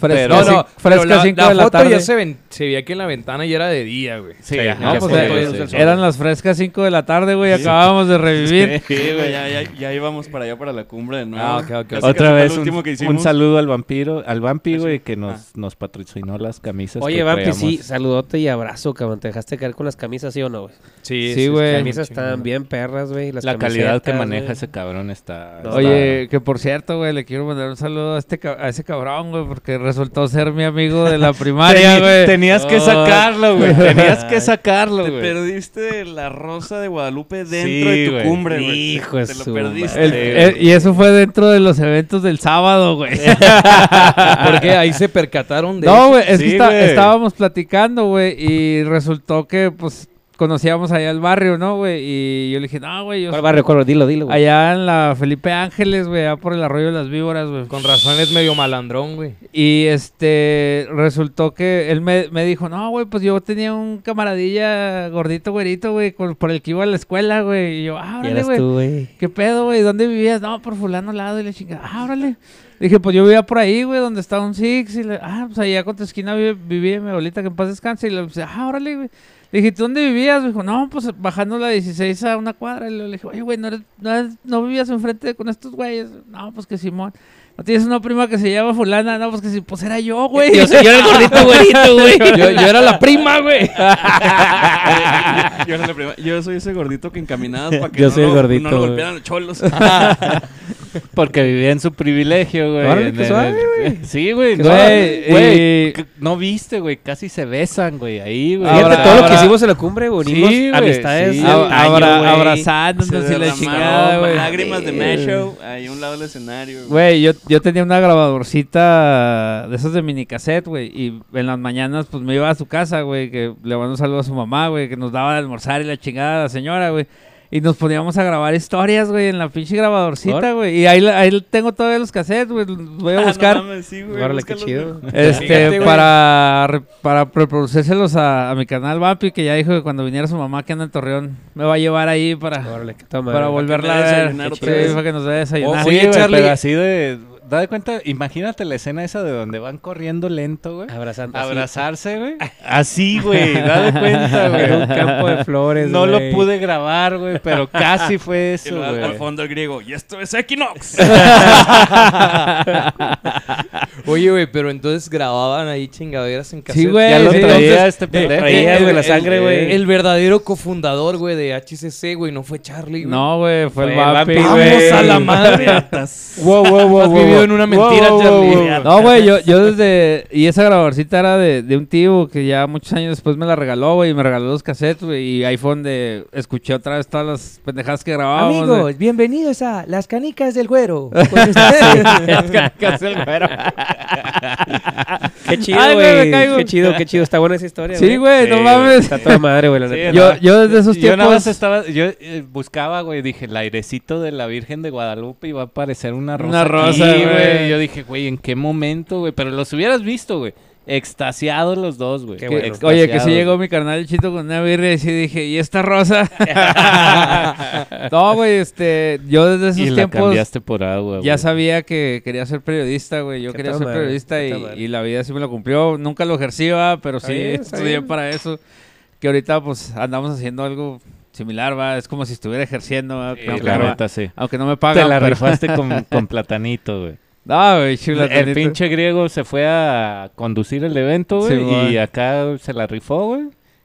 Speaker 4: Pero-
Speaker 1: Fresca,
Speaker 2: No,
Speaker 1: cin-
Speaker 2: no, pero
Speaker 1: fresca
Speaker 2: la,
Speaker 1: 5
Speaker 2: la
Speaker 1: de la
Speaker 2: foto
Speaker 1: tarde.
Speaker 2: ya se, ven- se veía que en la ventana ya era de día, güey.
Speaker 4: Sí,
Speaker 2: Sí,
Speaker 4: ajá,
Speaker 1: No,
Speaker 4: ya
Speaker 1: pues,
Speaker 4: fue
Speaker 1: eh,
Speaker 4: el-
Speaker 1: eh, eran las frescas 5 de la tarde, güey, acabábamos de revivir.
Speaker 3: Sí, güey, ya, ya, ya íbamos para allá, para la cumbre de nuevo.
Speaker 2: Ah, ok, ok.
Speaker 3: Casi, casi
Speaker 4: Otra
Speaker 3: fue
Speaker 4: vez
Speaker 3: lo último
Speaker 4: un,
Speaker 3: que
Speaker 4: un
Speaker 3: hicimos.
Speaker 4: saludo al vampiro, al vampi,
Speaker 3: Eso.
Speaker 4: güey, que nos, nos patrocinó las camisas.
Speaker 5: Oye,
Speaker 4: que
Speaker 5: Vampi, sí,
Speaker 4: traíamos.
Speaker 5: saludote y abrazo, cabrón. Te dejaste caer con las camisas, ¿sí o no, güey?
Speaker 2: Sí,
Speaker 1: sí, güey.
Speaker 5: Las
Speaker 1: Eh,
Speaker 5: camisas están bien perras, güey. las
Speaker 4: La calidad que
Speaker 5: camisetas,
Speaker 4: maneja
Speaker 5: güey.
Speaker 4: ese cabrón está. está-
Speaker 1: Oye, que por cierto, güey, le quiero mandar un saludo a, este, ca- a ese cabrón, güey, porque resultó ser mi amigo de la primaria,
Speaker 4: Teni-
Speaker 1: güey.
Speaker 4: Tenías que sacarlo, güey. Tenías que sacarlo,
Speaker 3: Te
Speaker 4: güey.
Speaker 3: perdiste la rosa de Guadalupe dentro
Speaker 4: Sí,
Speaker 3: de tu
Speaker 4: güey.
Speaker 3: cumbre, güey.
Speaker 5: Hijo de
Speaker 3: Te lo
Speaker 5: su
Speaker 3: perdiste.
Speaker 1: El- eh, y eso fue dentro de los eventos del sábado, güey.
Speaker 2: Porque ahí se percataron de
Speaker 1: No, güey, es
Speaker 4: Sí,
Speaker 1: que está-
Speaker 4: güey.
Speaker 1: estábamos platicando, güey, y resultó que, pues, conocíamos allá el barrio, ¿no, güey? Y yo le dije, no, güey, yo...
Speaker 5: ¿Cuál barrio? ¿Cuál? Dilo, dilo, güey.
Speaker 1: Allá en la Felipe Ángeles, güey, allá por el arroyo de las víboras, güey.
Speaker 2: Con razón es medio malandrón, güey.
Speaker 1: Y este, resultó que él me, me dijo, no, güey, pues yo tenía un camaradilla gordito, güerito, güey, con- por el que iba a la escuela, güey. Y yo, ah,
Speaker 5: Y
Speaker 1: órale,
Speaker 5: eras
Speaker 1: güey.
Speaker 5: tú, güey.
Speaker 1: ¿Qué pedo, güey? ¿Dónde vivías? No, por fulano lado. Y le chingada, ah, órale. Dije, pues yo vivía por ahí, güey, donde está un Six. Y le, ah, pues allá con tu esquina vive- vivía mi abuelita, que en paz descanse. Y le dije, ah, órale, güey. Le dije, ¿tú dónde vivías? Me dijo, no, pues bajando la 16 a una cuadra. Y luego le dije, oye, güey, ¿no, eres- no, eres- no vivías enfrente con estos güeyes? No, pues que Simón. ¿No tienes una prima que se llama fulana? No, pues que sí, pues era yo, güey.
Speaker 5: Yo, soy- yo era el gordito, güerito, güey.
Speaker 2: Yo, yo era la prima, güey.
Speaker 3: yo, era la prima- yo soy ese gordito que encaminabas para que
Speaker 5: Yo
Speaker 3: no,
Speaker 5: soy el
Speaker 3: lo-
Speaker 5: gordito,
Speaker 3: no lo
Speaker 5: güey.
Speaker 3: golpearan los cholos.
Speaker 4: Porque vivía en su privilegio, güey.
Speaker 5: Órale,
Speaker 2: pues,
Speaker 4: En
Speaker 5: qué
Speaker 4: el-
Speaker 5: suave,
Speaker 4: Sí, güey.
Speaker 5: Qué
Speaker 4: no,
Speaker 5: suave.
Speaker 4: güey, c- No viste, güey. Casi se besan, güey. Ahí, güey.
Speaker 5: Fíjate
Speaker 1: Ahora-
Speaker 5: todo lo
Speaker 1: ahora-
Speaker 5: que hicimos en la cumbre, güey. Unimos
Speaker 4: Sí, güey,
Speaker 5: amistades.
Speaker 4: sí.
Speaker 5: de
Speaker 1: Ab-
Speaker 5: antaño,
Speaker 1: abra-
Speaker 5: güey.
Speaker 1: abrazándonos
Speaker 3: Se
Speaker 1: y la
Speaker 3: derramaron
Speaker 1: chingada, güey.
Speaker 3: Lágrimas de
Speaker 1: Sí,
Speaker 3: Mesho ahí a un lado del escenario. güey.
Speaker 1: Güey, yo, yo tenía una grabadorcita de esas de minicassette, güey. Y en las mañanas, pues me iba a su casa, güey. Que le mandó un saludo a su mamá, güey. Que nos daba de almorzar y la chingada a la señora, güey. Y nos poníamos a grabar historias, güey, en la pinche grabadorcita,
Speaker 5: ¿Por?
Speaker 1: güey. Y ahí, la- ahí tengo todavía los cassettes, güey. Los voy a
Speaker 3: Ah, no
Speaker 1: buscar.
Speaker 3: mames, sí, güey,
Speaker 5: Órale, qué
Speaker 3: búscalos,
Speaker 5: chido.
Speaker 3: güey.
Speaker 1: Este,
Speaker 2: Fíjate, güey.
Speaker 1: para, re- para reproducírselos a, a mi canal Vapi, que ya dijo que cuando viniera su mamá que anda en Torreón, me va a llevar ahí para,
Speaker 5: Órale, qué toma.
Speaker 1: para volverla a ver.
Speaker 3: desayunar
Speaker 1: Sí,
Speaker 3: otra vez.
Speaker 1: para que
Speaker 5: Oh,
Speaker 1: nos dé desayunar.
Speaker 2: Oye,
Speaker 4: Oye, güey,
Speaker 2: Charlie.
Speaker 4: pero así de... Da de cuenta, imagínate la escena esa de donde van corriendo lento, güey.
Speaker 5: Abrazando. Ah, así.
Speaker 4: Abrazarse, güey. Así, güey. Da de cuenta,
Speaker 5: En un
Speaker 4: güey.
Speaker 5: campo de flores,
Speaker 4: No
Speaker 5: güey.
Speaker 4: lo pude grabar, güey, pero casi fue
Speaker 3: Y
Speaker 4: eso,
Speaker 3: luego al
Speaker 4: güey.
Speaker 3: fondo el griego, y esto es Equinox.
Speaker 2: Oye, güey, pero entonces grababan ahí chingaderas en casa.
Speaker 1: Sí, güey.
Speaker 4: Ya lo
Speaker 1: sí,
Speaker 4: traía
Speaker 1: entonces-
Speaker 4: este pendejo.
Speaker 5: traía, güey, la sangre, güey.
Speaker 2: El verdadero cofundador, güey, de HCC, güey, no fue Charlie, güey.
Speaker 1: No, güey, fue el
Speaker 5: Fue el
Speaker 1: Vapi,
Speaker 5: Vapi,
Speaker 2: Vamos
Speaker 1: güey.
Speaker 2: a la madre.
Speaker 5: Wow, wow, wow.
Speaker 2: Has
Speaker 5: wow,
Speaker 2: vivido
Speaker 5: wow.
Speaker 2: en una mentira,
Speaker 5: Wow, wow,
Speaker 2: Charlie.
Speaker 5: wow, wow.
Speaker 1: No, güey, yo, yo desde... Y esa grabadorcita era de, de un tío que ya muchos años después me la regaló, güey. y Me regaló los cassettes, güey. Y ahí fue donde escuché otra vez todas las pendejadas que grabábamos,
Speaker 7: Amigos,
Speaker 1: güey.
Speaker 7: bienvenidos a Las Canicas del Güero. Con ustedes,
Speaker 5: Qué chido,
Speaker 1: Ay, güey, me
Speaker 5: güey.
Speaker 1: caigo.
Speaker 5: Qué chido, qué chido. Está buena esa historia,
Speaker 1: Sí, güey, no
Speaker 4: Sí,
Speaker 1: mames.
Speaker 5: Está toda madre, güey, la
Speaker 4: Sí,
Speaker 5: neta.
Speaker 1: Yo, yo desde esos
Speaker 4: Yo nada
Speaker 1: tiempos...
Speaker 4: más estaba, yo eh, buscaba, güey, dije, el airecito de la Virgen de Guadalupe y va a aparecer una rosa.
Speaker 1: Una rosa,
Speaker 4: aquí,
Speaker 1: güey.
Speaker 4: Yo dije, güey, ¿en qué momento, güey? Pero los hubieras visto, güey. Extasiados los dos, güey.
Speaker 5: Qué
Speaker 1: que- oye,
Speaker 5: bueno.
Speaker 1: que
Speaker 4: Extasiados,
Speaker 1: si llegó mi carnal Chito con una birria y sí dije, ¿y esta rosa? no, güey, este, yo desde
Speaker 4: Y
Speaker 1: esos
Speaker 4: la
Speaker 1: tiempos
Speaker 4: cambiaste por agua,
Speaker 1: ya
Speaker 4: güey.
Speaker 1: sabía que quería ser periodista, güey. Yo
Speaker 5: Qué
Speaker 1: quería
Speaker 5: tal
Speaker 1: ser
Speaker 5: madre,
Speaker 1: periodista
Speaker 5: qué
Speaker 1: y,
Speaker 5: tal madre.
Speaker 1: y la vida sí me lo cumplió. Nunca lo ejercía, pero
Speaker 5: Está
Speaker 1: sí
Speaker 5: bien, está
Speaker 1: estudié
Speaker 5: bien.
Speaker 1: para eso. Que ahorita pues andamos haciendo algo similar, va. Es como si estuviera ejerciendo, ¿va?
Speaker 4: Sí,
Speaker 1: Que aunque,
Speaker 4: la
Speaker 1: no,
Speaker 4: neta, sí.
Speaker 1: aunque no me pagan.
Speaker 4: Te la
Speaker 1: pero-
Speaker 4: rifaste con, con platanito, güey.
Speaker 1: No, güey, chula,
Speaker 4: El
Speaker 1: neta.
Speaker 4: pinche griego se fue a conducir el evento, güey.
Speaker 1: Sí, güey.
Speaker 4: y acá se la rifó, güey.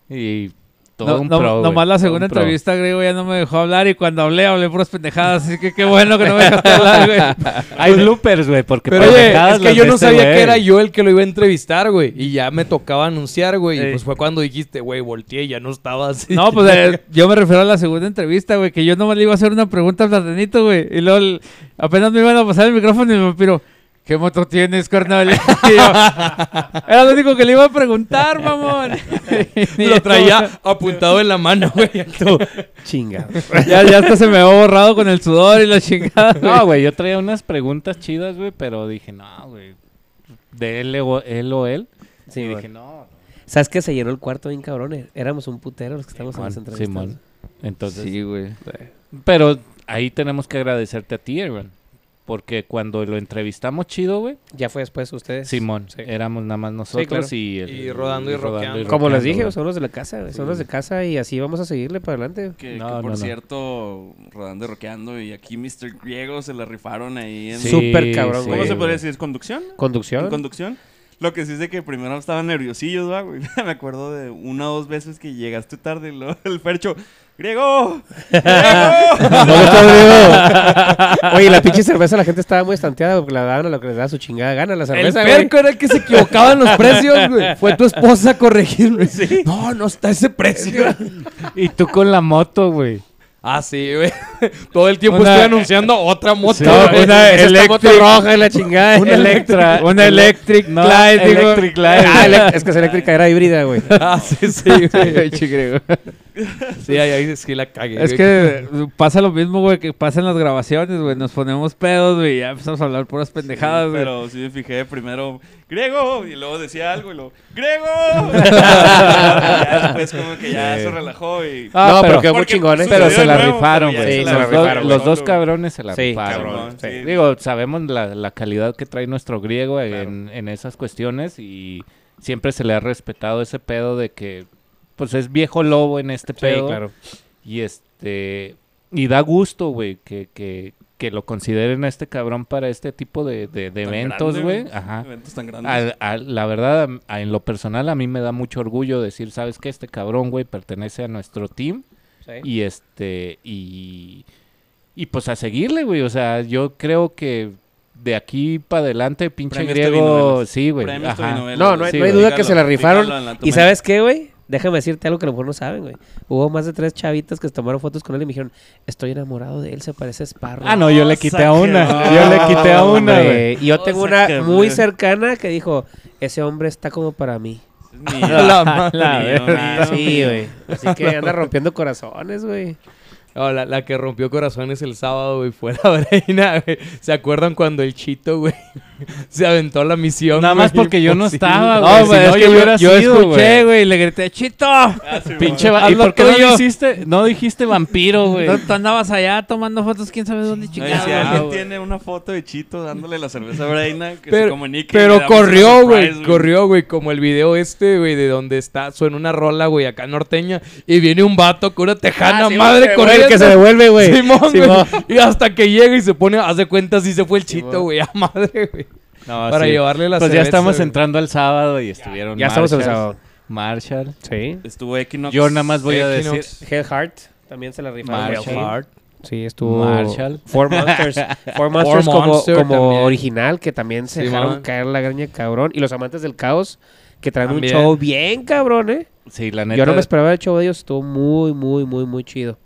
Speaker 4: Y todo
Speaker 1: No,
Speaker 4: un
Speaker 1: no-
Speaker 4: pro, güey.
Speaker 1: nomás la
Speaker 4: Todo un
Speaker 1: segunda
Speaker 4: pro.
Speaker 1: entrevista, Grego, ya no me dejó hablar y cuando hablé, hablé puras pendejadas. Así que qué bueno que no me dejaste hablar, güey.
Speaker 4: Hay bloopers, güey, porque
Speaker 2: Pero oye,
Speaker 4: pendejadas
Speaker 2: es que
Speaker 4: las
Speaker 2: yo
Speaker 4: de
Speaker 2: no
Speaker 4: este
Speaker 2: sabía
Speaker 4: güey.
Speaker 2: que era yo el que lo iba a entrevistar, güey. Y ya me tocaba anunciar, güey.
Speaker 1: Ey.
Speaker 2: Y pues fue cuando dijiste, güey, volteé y ya no estabas.
Speaker 1: No, pues eh, yo me refiero a la segunda entrevista, güey, que yo nomás le iba a hacer una pregunta a Platanito, güey. Y luego el- apenas me iban a pasar el micrófono y me piro, ¿qué moto tienes, carnal? Y yo, era lo único que le iba a preguntar, mamón. Y
Speaker 2: lo traía apuntado en la mano, güey.
Speaker 5: Chinga.
Speaker 1: Ya, ya hasta se me había borrado con el sudor y la chingada. güey.
Speaker 4: No, güey, yo traía unas preguntas chidas, güey, pero dije, no, güey. De él o él. O él.
Speaker 5: Sí,
Speaker 4: y
Speaker 5: güey.
Speaker 4: dije, no.
Speaker 5: ¿Sabes qué? Se llenó el cuarto bien cabrones. Éramos un putero los que estábamos en las
Speaker 4: Simón,
Speaker 5: entrevistas.
Speaker 4: Simón. Entonces,
Speaker 1: güey.
Speaker 4: pero ahí tenemos que agradecerte a ti, Aaron. Porque cuando lo entrevistamos chido, güey,
Speaker 5: Ya fue después ustedes.
Speaker 4: Simón, éramos nada más nosotros
Speaker 5: claro.
Speaker 4: y, el-
Speaker 2: Y rodando y rockeando.
Speaker 5: Como les
Speaker 4: rockeando,
Speaker 5: dije,
Speaker 4: güey.
Speaker 5: son los de la casa, güey. Son
Speaker 4: Sí.
Speaker 5: los de casa y así vamos a seguirle para adelante.
Speaker 3: Que,
Speaker 4: No,
Speaker 3: que
Speaker 4: no,
Speaker 3: por
Speaker 4: no.
Speaker 3: cierto, rodando y roqueando, y aquí Mr. Griego se la rifaron ahí en...
Speaker 4: Sí,
Speaker 5: Súper cabrón,
Speaker 3: ¿Cómo
Speaker 5: güey.
Speaker 3: se podría decir? ¿Es conducción?
Speaker 5: Conducción.
Speaker 3: ¿En conducción? Lo que sí es de que primero estaban nerviosillos, ¿va, güey. Me acuerdo de una o dos veces que llegaste tarde y luego el Fercho, ¡Griego!
Speaker 5: Oye, la pinche cerveza la gente estaba muy estanteada porque la daban a lo que les daba su chingada gana la
Speaker 2: El
Speaker 5: cerveza, güey.
Speaker 2: perco era el que se equivocaba en los precios, güey. Fue tu esposa a corregirme. No, no está ese precio.
Speaker 4: Y tú con la moto, güey.
Speaker 2: ah, sí, güey. Todo el tiempo
Speaker 1: Una-
Speaker 2: estoy anunciando otra moto.
Speaker 1: Sí,
Speaker 2: güey.
Speaker 1: una
Speaker 2: Esa está moto
Speaker 1: electric-
Speaker 2: roja y la chingada.
Speaker 1: Una Electra. Una Electric
Speaker 4: No,
Speaker 1: Light, digo.
Speaker 4: Electric Light.
Speaker 5: Ah, elec- es que es eléctrica, era híbrida, güey.
Speaker 2: Ah, sí, sí, güey.
Speaker 1: Pinche griego.
Speaker 2: Sí, ahí, ahí sí la cagué.
Speaker 1: Es
Speaker 2: güey.
Speaker 1: que eh, pasa lo mismo, güey, que pasa en las grabaciones, güey. Nos ponemos pedos, güey, y ya empezamos a hablar puras pendejadas, güey.
Speaker 3: Pero sí me fijé primero, griego, y luego decía algo y luego, griego. Ya después como que ya se relajó y...
Speaker 4: Ah, pero-
Speaker 5: no, pero quedó muy
Speaker 3: Porque
Speaker 5: chingón, ¿eh?
Speaker 3: sucedió
Speaker 4: Pero
Speaker 3: de
Speaker 4: se la
Speaker 3: nuevo,
Speaker 4: rifaron,
Speaker 3: pero ya
Speaker 5: sí,
Speaker 4: güey.
Speaker 5: se
Speaker 4: los
Speaker 5: la
Speaker 4: dos-
Speaker 5: rifaron,
Speaker 4: los
Speaker 3: güey.
Speaker 4: dos cabrones se la
Speaker 5: Sí,
Speaker 4: rifaron.
Speaker 5: cabrón.
Speaker 3: Sí.
Speaker 5: sí.
Speaker 4: Digo, sabemos la, la calidad que trae nuestro griego eh, en, en esas cuestiones y siempre se le ha respetado ese pedo de que, pues es viejo lobo en este
Speaker 5: Sí,
Speaker 4: pedo.
Speaker 5: claro.
Speaker 4: Y este. Y da gusto, güey, que, que, que lo consideren a este cabrón para este tipo de, de- de
Speaker 3: Tan
Speaker 4: eventos,
Speaker 3: grande,
Speaker 4: güey. Ajá.
Speaker 3: Eventos tan grandes.
Speaker 4: Al- al- la verdad, a- a- en lo personal, a mí me da mucho orgullo decir, ¿sabes qué? Este cabrón, güey, pertenece a nuestro team. Y este. Y. Y pues a seguirle, güey. O sea, yo creo que de aquí para adelante, pinche
Speaker 3: Premios
Speaker 4: griego.
Speaker 3: telenovelas.
Speaker 4: Sí, güey.
Speaker 3: Premios
Speaker 4: ajá.
Speaker 3: telenovelas.
Speaker 5: No, no hay,
Speaker 4: Sí,
Speaker 5: no hay
Speaker 4: güey.
Speaker 5: duda que se la
Speaker 3: Pícalo,
Speaker 5: rifaron.
Speaker 3: pícalo en la toma.
Speaker 5: ¿Y sabes qué, güey? Déjame decirte algo que a lo mejor no saben, güey. Hubo más de tres chavitas que se tomaron fotos con él y me dijeron, estoy enamorado de él, se parece a Sparrow.
Speaker 4: Ah, no, yo le quité a una. Yo le quité a una,
Speaker 5: Hombre,
Speaker 4: güey.
Speaker 5: Y yo tengo
Speaker 3: O sea,
Speaker 5: una
Speaker 3: que-
Speaker 5: muy cercana que dijo, ese hombre está como para mí.
Speaker 3: Ni- la ni- ni-
Speaker 5: Sí, güey. Así que anda rompiendo corazones, güey.
Speaker 2: No, la, la que rompió corazones el sábado, güey, fue la Breina, güey. ¿Se acuerdan cuando el Chito, güey, se aventó la misión?
Speaker 4: Nada más
Speaker 2: güey?
Speaker 4: porque yo no
Speaker 2: Imposible.
Speaker 4: estaba,
Speaker 1: No,
Speaker 4: güey.
Speaker 1: güey,
Speaker 4: si
Speaker 1: es
Speaker 4: no,
Speaker 1: que
Speaker 4: yo
Speaker 1: yo,
Speaker 4: hubiera
Speaker 1: yo
Speaker 4: sido,
Speaker 1: escuché,
Speaker 4: güey.
Speaker 1: güey, y le grité, ¡Chito!
Speaker 3: Ah, sí,
Speaker 4: Pinche va-
Speaker 1: Haz
Speaker 4: ¿Y
Speaker 1: lo
Speaker 4: por qué no
Speaker 1: tuyo.
Speaker 4: dijiste, no dijiste vampiro, güey?
Speaker 1: ¿Dónde tú andabas allá tomando fotos? ¿Quién sabe dónde
Speaker 3: No, y
Speaker 1: chingados?
Speaker 3: si
Speaker 1: güey?
Speaker 3: alguien tiene una foto de Chito dándole la cerveza a Braina, que se
Speaker 2: Pero,
Speaker 3: comunique. le
Speaker 2: pero
Speaker 3: damos una
Speaker 2: corrió,
Speaker 3: surprise,
Speaker 2: güey. Corrió, güey. Como el video este, güey, de donde está. Suena una rola, güey, acá norteña. Y viene un vato con una tejana madre
Speaker 5: Fue
Speaker 2: corriendo.
Speaker 5: el que se devuelve, güey.
Speaker 2: Simón, güey.
Speaker 5: Simón.
Speaker 2: Y hasta que llega y se pone, hace cuenta si se fue el chito, güey. A madre, güey.
Speaker 4: No,
Speaker 2: Para
Speaker 4: sí.
Speaker 2: llevarle la
Speaker 4: Pues ya
Speaker 2: cerveza,
Speaker 4: estamos
Speaker 2: güey.
Speaker 4: entrando al sábado y estuvieron
Speaker 5: Ya estamos en el
Speaker 4: Marshall,
Speaker 5: sábado.
Speaker 4: Marshall.
Speaker 5: Sí.
Speaker 3: Estuvo Equinox.
Speaker 4: Yo nada más voy a decir
Speaker 2: Equinox.
Speaker 5: Head Heart también se la rifaron.
Speaker 4: Marshall.
Speaker 5: güey. Sí, estuvo.
Speaker 4: Marshall.
Speaker 5: Four Monsters. Four Monsters como,
Speaker 2: Monster
Speaker 5: como
Speaker 2: también.
Speaker 5: original, que también se
Speaker 2: Sí,
Speaker 5: dejaron
Speaker 2: man.
Speaker 5: caer la graña cabrón. Y los amantes del caos, que traen
Speaker 2: También.
Speaker 5: un show bien cabrón, ¿eh?
Speaker 4: Sí, la neta.
Speaker 5: Yo no me esperaba el show de ellos, estuvo muy, muy, muy, muy chido.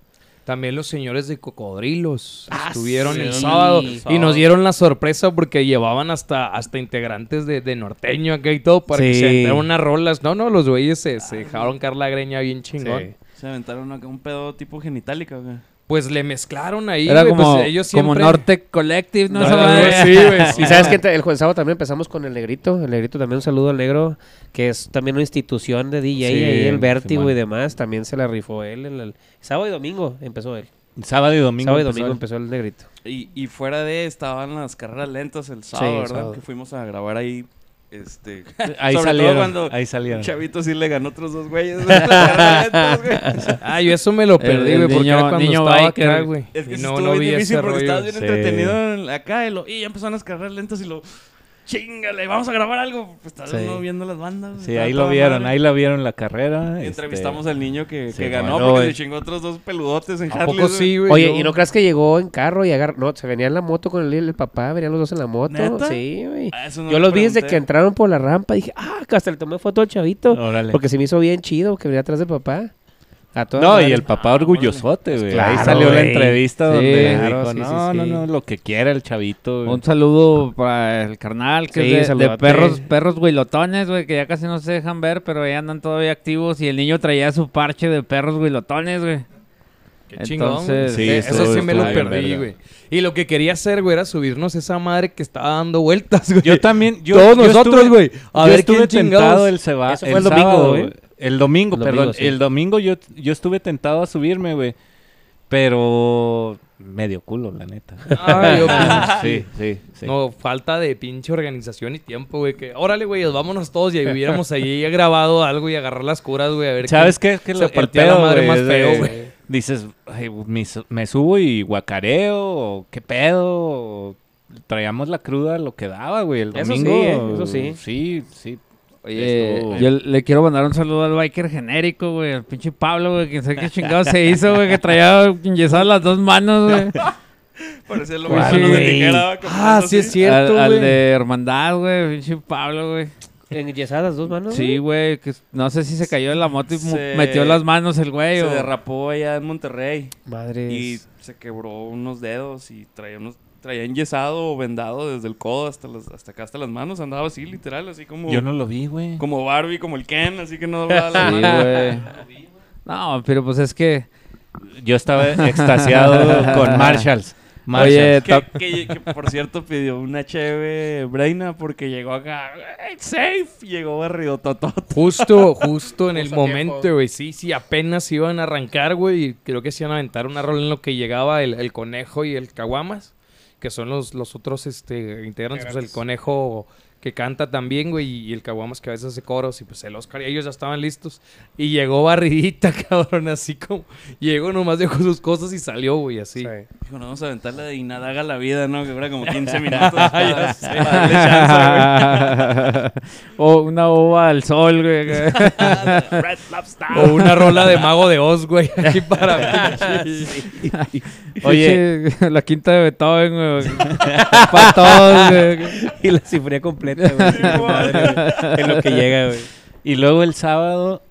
Speaker 2: También los señores de Cocodrilos
Speaker 5: Ah,
Speaker 2: estuvieron
Speaker 5: sí.
Speaker 2: el sábado
Speaker 5: El
Speaker 2: y
Speaker 3: sábado.
Speaker 2: nos dieron la sorpresa porque llevaban hasta, hasta integrantes de, de norteño acá y todo para que
Speaker 5: Sí.
Speaker 2: se aventaran unas rolas. No, no, los güeyes se,
Speaker 1: Ah.
Speaker 2: se dejaron caer la greña bien chingón.
Speaker 5: Sí.
Speaker 3: Se aventaron acá un pedo tipo genitálica, güey.
Speaker 2: Pues le mezclaron ahí,
Speaker 1: Era
Speaker 2: güey,
Speaker 1: como,
Speaker 2: pues ellos
Speaker 1: como
Speaker 2: siempre...
Speaker 1: Norte Collective, ¿no?
Speaker 2: No,
Speaker 1: Esa madre.
Speaker 2: güey, sí, güey, sí.
Speaker 5: Y sabes que el jueves sábado también empezamos con el Negrito. El Negrito también un saludo al Negro, que es también una institución de DJ
Speaker 4: Sí,
Speaker 5: ahí, el Vértigo
Speaker 4: Simón.
Speaker 5: y demás. También se la rifó él. en el- Sábado y domingo empezó él.
Speaker 4: Sábado y domingo.
Speaker 5: sábado y
Speaker 4: empezó
Speaker 5: domingo
Speaker 4: el-
Speaker 5: empezó el Negrito.
Speaker 3: Y, y fuera de estaban las carreras lentas el sábado,
Speaker 5: el
Speaker 3: ¿verdad?
Speaker 5: sábado.
Speaker 3: Que fuimos a grabar ahí. Este,
Speaker 4: Ahí
Speaker 3: sobre
Speaker 4: salieron.
Speaker 3: Todo cuando
Speaker 4: Ahí salieron.
Speaker 3: Chavito sí le ganó otros dos güeyes. güey, las carreras lentas, güey.
Speaker 2: Ah, yo eso me lo perdí,
Speaker 1: el
Speaker 2: güey, porque
Speaker 1: niño-
Speaker 2: era cuando
Speaker 1: niño
Speaker 2: estaba
Speaker 1: biker.
Speaker 2: acá, güey.
Speaker 3: Es que
Speaker 2: Y
Speaker 3: sí estuvo bien difícil porque estabas bien
Speaker 2: rollo.
Speaker 3: entretenido en- acá y, lo, y ya empezaron las carreras lentas y lo. Chingale, vamos a grabar algo. Pues estás
Speaker 5: Sí.
Speaker 3: uno viendo las bandas. güey,
Speaker 4: Sí,
Speaker 3: estaba
Speaker 4: ahí
Speaker 3: toda
Speaker 4: lo vieron,
Speaker 3: madre.
Speaker 4: ahí la vieron la carrera. este,
Speaker 3: Y Entrevistamos al niño que,
Speaker 4: Sí,
Speaker 3: que ganó
Speaker 4: bueno,
Speaker 3: porque
Speaker 4: güey.
Speaker 3: se chingó otros dos peludotes en
Speaker 2: ¿A
Speaker 3: Harley.
Speaker 2: poco
Speaker 3: güey.
Speaker 2: sí, güey?
Speaker 5: Oye,
Speaker 2: Yo-
Speaker 5: ¿y no crees que llegó en carro y agarró? No, se venía en la moto con el, el papá, venían los dos en la moto.
Speaker 3: ¿Neta?
Speaker 5: Sí, güey.
Speaker 3: Ah, eso no
Speaker 5: Yo
Speaker 3: le
Speaker 5: los vi desde
Speaker 3: pregunté.
Speaker 5: que entraron por la rampa. Dije, ah, que hasta le tomé foto al chavito.
Speaker 4: este, Órale.
Speaker 5: Porque se me hizo bien chido que venía atrás del papá. A toda
Speaker 4: No,
Speaker 5: madre.
Speaker 4: y el papá orgullosote, güey. ahí
Speaker 5: claro,
Speaker 4: salió la
Speaker 5: güey.
Speaker 4: entrevista
Speaker 5: Sí,
Speaker 4: donde
Speaker 5: claro,
Speaker 4: dijo,
Speaker 5: sí, sí,
Speaker 4: no, no,
Speaker 5: sí.
Speaker 4: no, lo que quiera el chavito. güey".
Speaker 1: Un saludo para el carnal que
Speaker 5: Sí,
Speaker 1: es de- de,
Speaker 5: saludote.
Speaker 1: perros, perros huilotones, güey, que ya casi no se dejan ver, pero ya andan todavía activos. Y el niño traía su parche de perros huilotones, güey.
Speaker 2: Qué chingón. güey.
Speaker 1: Entonces,
Speaker 4: Sí,
Speaker 2: Eh,
Speaker 4: estuvo-
Speaker 2: eso sí me lo
Speaker 4: estuvo bien
Speaker 2: perdí,
Speaker 4: verga.
Speaker 2: güey. Y lo que quería hacer, güey, era subirnos esa madre que estaba dando vueltas, güey.
Speaker 4: Yo también. Yo,
Speaker 2: Todos
Speaker 4: yo
Speaker 2: nosotros,
Speaker 4: estuve-
Speaker 2: güey. A
Speaker 4: yo
Speaker 2: ver
Speaker 4: estuve
Speaker 2: quién
Speaker 4: tentado
Speaker 2: chingados.
Speaker 4: el seba-
Speaker 5: Eso fue el domingo,
Speaker 4: sábado,
Speaker 5: güey.
Speaker 4: güey. El domingo,
Speaker 5: El
Speaker 4: perdón.
Speaker 5: domingo, sí.
Speaker 4: El domingo yo, yo estuve tentado a subirme, güey. Pero medio culo, la neta.
Speaker 2: Ay, yo-
Speaker 4: sí, sí, sí.
Speaker 2: No, falta de pinche organización y tiempo, güey. Que, órale, güey, vámonos todos y hubiéramos ahí grabado algo y agarrar las curas, güey. A ver
Speaker 4: ¿Sabes
Speaker 2: quién-
Speaker 4: qué? Que
Speaker 2: se
Speaker 4: lo- el
Speaker 2: partía la
Speaker 4: pedo,
Speaker 2: madre
Speaker 4: güey,
Speaker 2: más
Speaker 4: es
Speaker 2: feo,
Speaker 4: de-
Speaker 2: güey.
Speaker 4: Dices, "Ay, me, su- me subo y guacareo, o qué pedo. o traíamos la cruda, lo que daba, güey, el
Speaker 5: Eso sí,
Speaker 4: domingo.
Speaker 5: ¿eh? Eso sí.
Speaker 4: Sí, sí.
Speaker 1: Oye,
Speaker 2: eh,
Speaker 3: Estuvo-
Speaker 1: yo le quiero mandar un saludo al biker genérico, güey, al pinche Pablo, güey, que sabe qué chingado se hizo, güey, que traía enyesadas las dos manos, güey.
Speaker 3: Parecía lo
Speaker 1: ¿Cuál,
Speaker 3: mismo de
Speaker 1: güey?
Speaker 3: tijera. con
Speaker 2: Ah,
Speaker 3: eso
Speaker 2: sí es
Speaker 3: así.
Speaker 2: cierto,
Speaker 1: al, al
Speaker 2: güey.
Speaker 1: de Hermandad, güey, pinche Pablo, güey.
Speaker 5: ¿Enyesadas las dos
Speaker 2: ¿Ah,
Speaker 5: manos?
Speaker 1: Sí, güey, que no sé si se cayó de la moto y mu-
Speaker 3: Se-
Speaker 1: metió las manos el güey.
Speaker 3: Se
Speaker 1: o-
Speaker 3: derrapó allá en Monterrey
Speaker 5: Madre.
Speaker 3: y se quebró unos dedos y traía unos traía enyesado o vendado desde el codo hasta las, hasta acá hasta las manos, andaba así literal, así como
Speaker 4: Yo no lo vi, güey.
Speaker 3: como Barbie, como el Ken, así que no doblaba
Speaker 1: Sí,
Speaker 3: las manos.
Speaker 1: güey. No, pero pues es que...
Speaker 4: Yo estaba extasiado con Marshalls. Marshalls.
Speaker 1: Oye,
Speaker 3: Que,
Speaker 1: ta-
Speaker 3: que- que, por cierto pidió una cheve Braina porque llegó acá "Hey, safe, llegó barrido
Speaker 2: Justo, justo en el momento, güey. Sí, sí, apenas iban a arrancar, güey. Y creo que se iban a aventar una rola en lo que llegaba el, el conejo y el caguamas, que son los, los otros este, integrantes. Pues, el conejo que canta también, güey, y el caguamas que a veces hace coros. Y pues el Oscar y ellos ya estaban listos. Y llegó barridita, cabrón, así como. Llegó nomás, dejó sus cosas y salió, güey, así.
Speaker 3: Dijo, no vamos a aventar la de y nada haga la vida, ¿no? Que dura como 15 minutos para, para darle chance, güey.
Speaker 1: o una ova al sol, güey.
Speaker 3: Red Lobster.
Speaker 2: O una rola de Mago de Oz, güey, aquí para.
Speaker 1: Oye, la quinta de Beethoven, güey. Para todos, güey.
Speaker 5: Y la cifría completa, güey. Sí, madre, güey. En lo que llega, güey.
Speaker 4: Y luego el sábado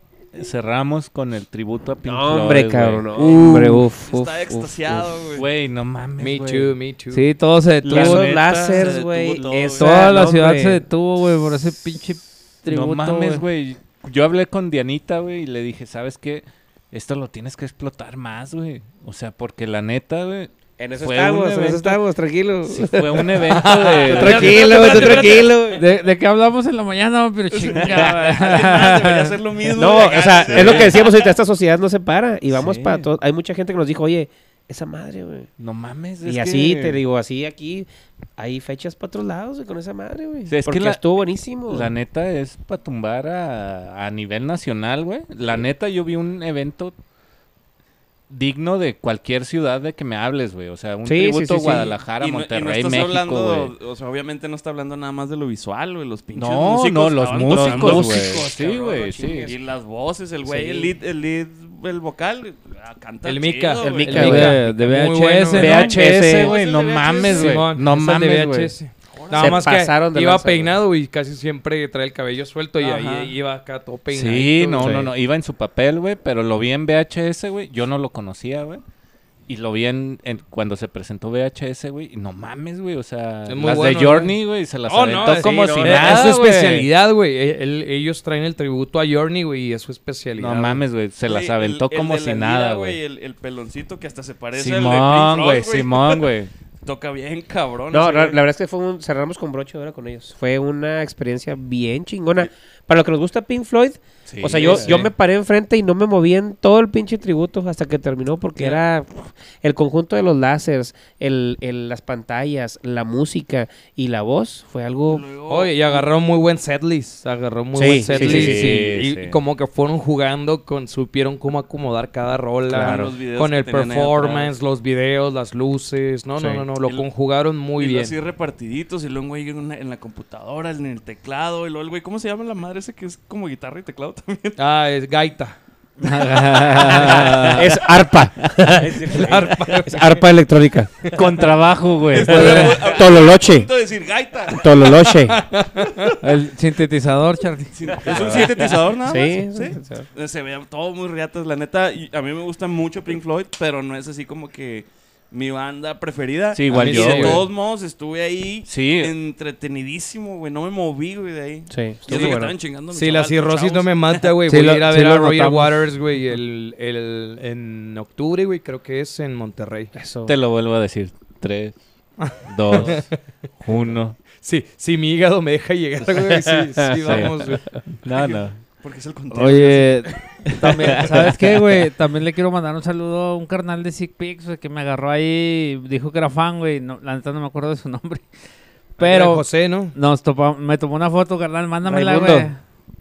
Speaker 4: cerramos con el tributo a Pink Floyd,
Speaker 5: hombre,
Speaker 4: güey.
Speaker 5: cabrón. no, hombre, uf, uf,
Speaker 3: Está extasiado, güey.
Speaker 4: Güey, no mames,
Speaker 2: Me
Speaker 4: güey.
Speaker 2: too, me too.
Speaker 1: Sí, todo se detuvo.
Speaker 4: La
Speaker 5: Esos
Speaker 4: neta,
Speaker 5: lásers,
Speaker 3: se
Speaker 5: güey,
Speaker 3: detuvo todo,
Speaker 5: eso,
Speaker 3: güey.
Speaker 1: Toda la
Speaker 5: no,
Speaker 1: ciudad
Speaker 5: hombre.
Speaker 1: se detuvo, güey, por ese pinche tributo,
Speaker 4: no mames,
Speaker 1: güey.
Speaker 4: güey. Yo hablé con Dianita, güey, y le dije, ¿sabes qué? Esto lo tienes que explotar más, güey. O sea, porque la neta, güey,
Speaker 5: En eso
Speaker 4: Fue un
Speaker 5: estamos, en
Speaker 4: evento-
Speaker 5: eso estamos, tranquilo.
Speaker 4: sí fue un evento de...
Speaker 5: Tranquilo, güey, tranquilo. güey.
Speaker 1: ¿De, de qué hablamos en la mañana, pero
Speaker 3: Alguien más debería
Speaker 1: chingada.
Speaker 3: hacer lo mismo.
Speaker 5: No,
Speaker 3: güey,
Speaker 5: o sea,
Speaker 3: acá,
Speaker 5: es lo
Speaker 3: güey.
Speaker 5: que decíamos ahorita, esta sociedad no se para y vamos
Speaker 4: Sí.
Speaker 5: para todo. Hay mucha gente que nos dijo, oye, esa madre, güey.
Speaker 4: No mames, es
Speaker 5: Y así,
Speaker 4: que
Speaker 5: te digo, así aquí hay fechas para otros lados, güey, con esa madre, güey.
Speaker 4: Sí, es que
Speaker 5: Porque
Speaker 4: la-
Speaker 5: estuvo buenísimo. güey.
Speaker 4: La neta es para tumbar a, a nivel nacional, güey. La neta yo vi un evento digno de cualquier ciudad de que me hables, güey. O sea, un
Speaker 5: Sí, sí,
Speaker 4: tributo
Speaker 5: sí,
Speaker 4: a
Speaker 5: sí.
Speaker 4: Guadalajara,
Speaker 3: Y no- y no
Speaker 4: Monterrey,
Speaker 3: estás
Speaker 4: México,
Speaker 3: hablando,
Speaker 4: güey.
Speaker 3: O sea, obviamente no está hablando nada más de lo visual, güey. Los pinches
Speaker 4: No,
Speaker 3: músicos
Speaker 4: no, los
Speaker 3: estaban
Speaker 4: músicos,
Speaker 3: tocando,
Speaker 4: güey.
Speaker 3: güey.
Speaker 4: Sí,
Speaker 3: cabrón,
Speaker 4: güey, sí.
Speaker 3: no chingues. Y las voces, el güey,
Speaker 5: Sí.
Speaker 3: el lead, el lead, el vocal, ah, canta
Speaker 2: El
Speaker 3: chido,
Speaker 2: Mica, el
Speaker 3: güey.
Speaker 5: Mica,
Speaker 2: güey.
Speaker 1: De, de VHS, ¿no?
Speaker 2: Muy bueno, güey.
Speaker 4: VHS, güey,
Speaker 3: Es el
Speaker 4: no
Speaker 3: VHS,
Speaker 4: mames, güey.
Speaker 2: Simón,
Speaker 4: No
Speaker 2: es el
Speaker 4: mames,
Speaker 2: de
Speaker 4: güey.
Speaker 2: VHS. Nada
Speaker 5: Se
Speaker 2: más
Speaker 5: pasaron
Speaker 2: que
Speaker 5: de
Speaker 2: iba
Speaker 5: lanza,
Speaker 2: peinado y casi siempre trae el cabello suelto y
Speaker 3: Ajá.
Speaker 2: ahí iba acá todo peinado.
Speaker 4: Sí, no, no, no. Iba en su papel, güey, pero lo vi en VHS, güey. Yo no lo conocía, güey. Y lo vi en, en- cuando se presentó VHS, güey. Y no mames, güey. O sea,
Speaker 2: Es
Speaker 4: las
Speaker 2: muy
Speaker 4: de
Speaker 2: bueno,
Speaker 4: Journey, güey, se
Speaker 2: Oh,
Speaker 4: las aventó como si
Speaker 2: eh, Es
Speaker 4: nada,
Speaker 2: su
Speaker 4: güey.
Speaker 2: especialidad, güey. E- el- ellos traen el tributo a Journey, güey, y es su especialidad.
Speaker 4: No mames, güey. Se las
Speaker 3: Güey,
Speaker 4: aventó
Speaker 3: el- el
Speaker 4: como
Speaker 3: de la
Speaker 4: si
Speaker 3: lira,
Speaker 4: nada, güey.
Speaker 3: El, el peloncito que hasta se parece al de
Speaker 4: Simón,
Speaker 3: Pink
Speaker 4: güey,
Speaker 3: Floyd, güey.
Speaker 4: Simón, güey.
Speaker 3: Toca bien, cabrón.
Speaker 5: No,
Speaker 3: ese
Speaker 5: la,
Speaker 3: güey.
Speaker 5: la verdad es que fue un, cerramos con broche ahora con ellos. Fue una experiencia bien chingona. Para lo que nos gusta Pink Floyd, o sea, yo,
Speaker 2: sí.
Speaker 5: yo me paré enfrente y no me moví en todo el pinche tributo hasta que terminó porque era pff, el conjunto de los lásers, el, el- las pantallas, la música y la voz. Fue algo...
Speaker 3: Luego-
Speaker 2: Oye, y agarró muy buen setlist. Agarró muy
Speaker 5: Sí,
Speaker 2: buen
Speaker 5: sí,
Speaker 2: setlist.
Speaker 4: sí, sí,
Speaker 2: y, y
Speaker 4: sí.
Speaker 2: como que fueron jugando con, supieron cómo acomodar cada rola.
Speaker 3: Claro. Los videos
Speaker 2: Con
Speaker 3: que
Speaker 2: el
Speaker 3: tenían ahí
Speaker 2: performance, los videos, las luces. No,
Speaker 4: Sí.
Speaker 2: no, no, no. Lo
Speaker 3: El-
Speaker 2: conjugaron muy
Speaker 3: y luego
Speaker 2: bien.
Speaker 3: así repartiditos y luego un güey en, una- en la computadora, en el teclado, y luego el güey, ¿cómo se llama la madre ese que es como guitarra y teclado también?
Speaker 2: Ah, es gaita.
Speaker 5: es arpa. es arpa electrónica.
Speaker 4: Con trabajo, güey.
Speaker 5: Tololoche.
Speaker 3: Punto de decir gaita.
Speaker 5: Tololoche.
Speaker 1: El sintetizador, Charlie.
Speaker 3: Es un sintetizador nada
Speaker 5: Sí,
Speaker 3: más. Sí. Eh, Se ve todo muy riatas, la neta. Y a mí me gusta mucho Pink Floyd, pero no es así como que mi banda preferida.
Speaker 4: Sí, igual
Speaker 2: A mí
Speaker 3: Y
Speaker 4: yo,
Speaker 2: sí,
Speaker 3: de
Speaker 4: güey.
Speaker 3: todos modos estuve ahí
Speaker 4: Sí.
Speaker 3: entretenidísimo, güey. No me moví, güey, de ahí.
Speaker 5: Sí,
Speaker 3: Yo
Speaker 5: estuvo
Speaker 3: sé que
Speaker 5: bueno.
Speaker 3: estaban chingando mis
Speaker 2: Si la
Speaker 3: chavos, mis
Speaker 2: cirrosis no
Speaker 3: chavos.
Speaker 2: me mata, güey,
Speaker 1: Sí
Speaker 2: voy
Speaker 1: lo-
Speaker 2: a ir a
Speaker 1: sí
Speaker 2: ver
Speaker 1: lo
Speaker 2: a Roger
Speaker 1: notamos.
Speaker 2: Waters, güey, el, el- en octubre, güey, creo que es en Monterrey.
Speaker 5: Eso.
Speaker 4: Te lo vuelvo a decir. Tres, dos, uno.
Speaker 2: Sí, si mi hígado me deja llegar, güey, sí, sí, vamos, güey.
Speaker 4: No, no.
Speaker 3: Porque es el contrario.
Speaker 1: Oye, también, ¿sabes qué, güey? También le quiero mandar un saludo a un carnal de Sick Pics, güey, que me agarró ahí, dijo que era fan, güey. No, la neta no me acuerdo de su nombre.
Speaker 2: Era
Speaker 1: Pero
Speaker 2: José, ¿no?
Speaker 1: nos topa- me tomó una foto, carnal, mándamela,
Speaker 5: Raimundo.
Speaker 1: güey.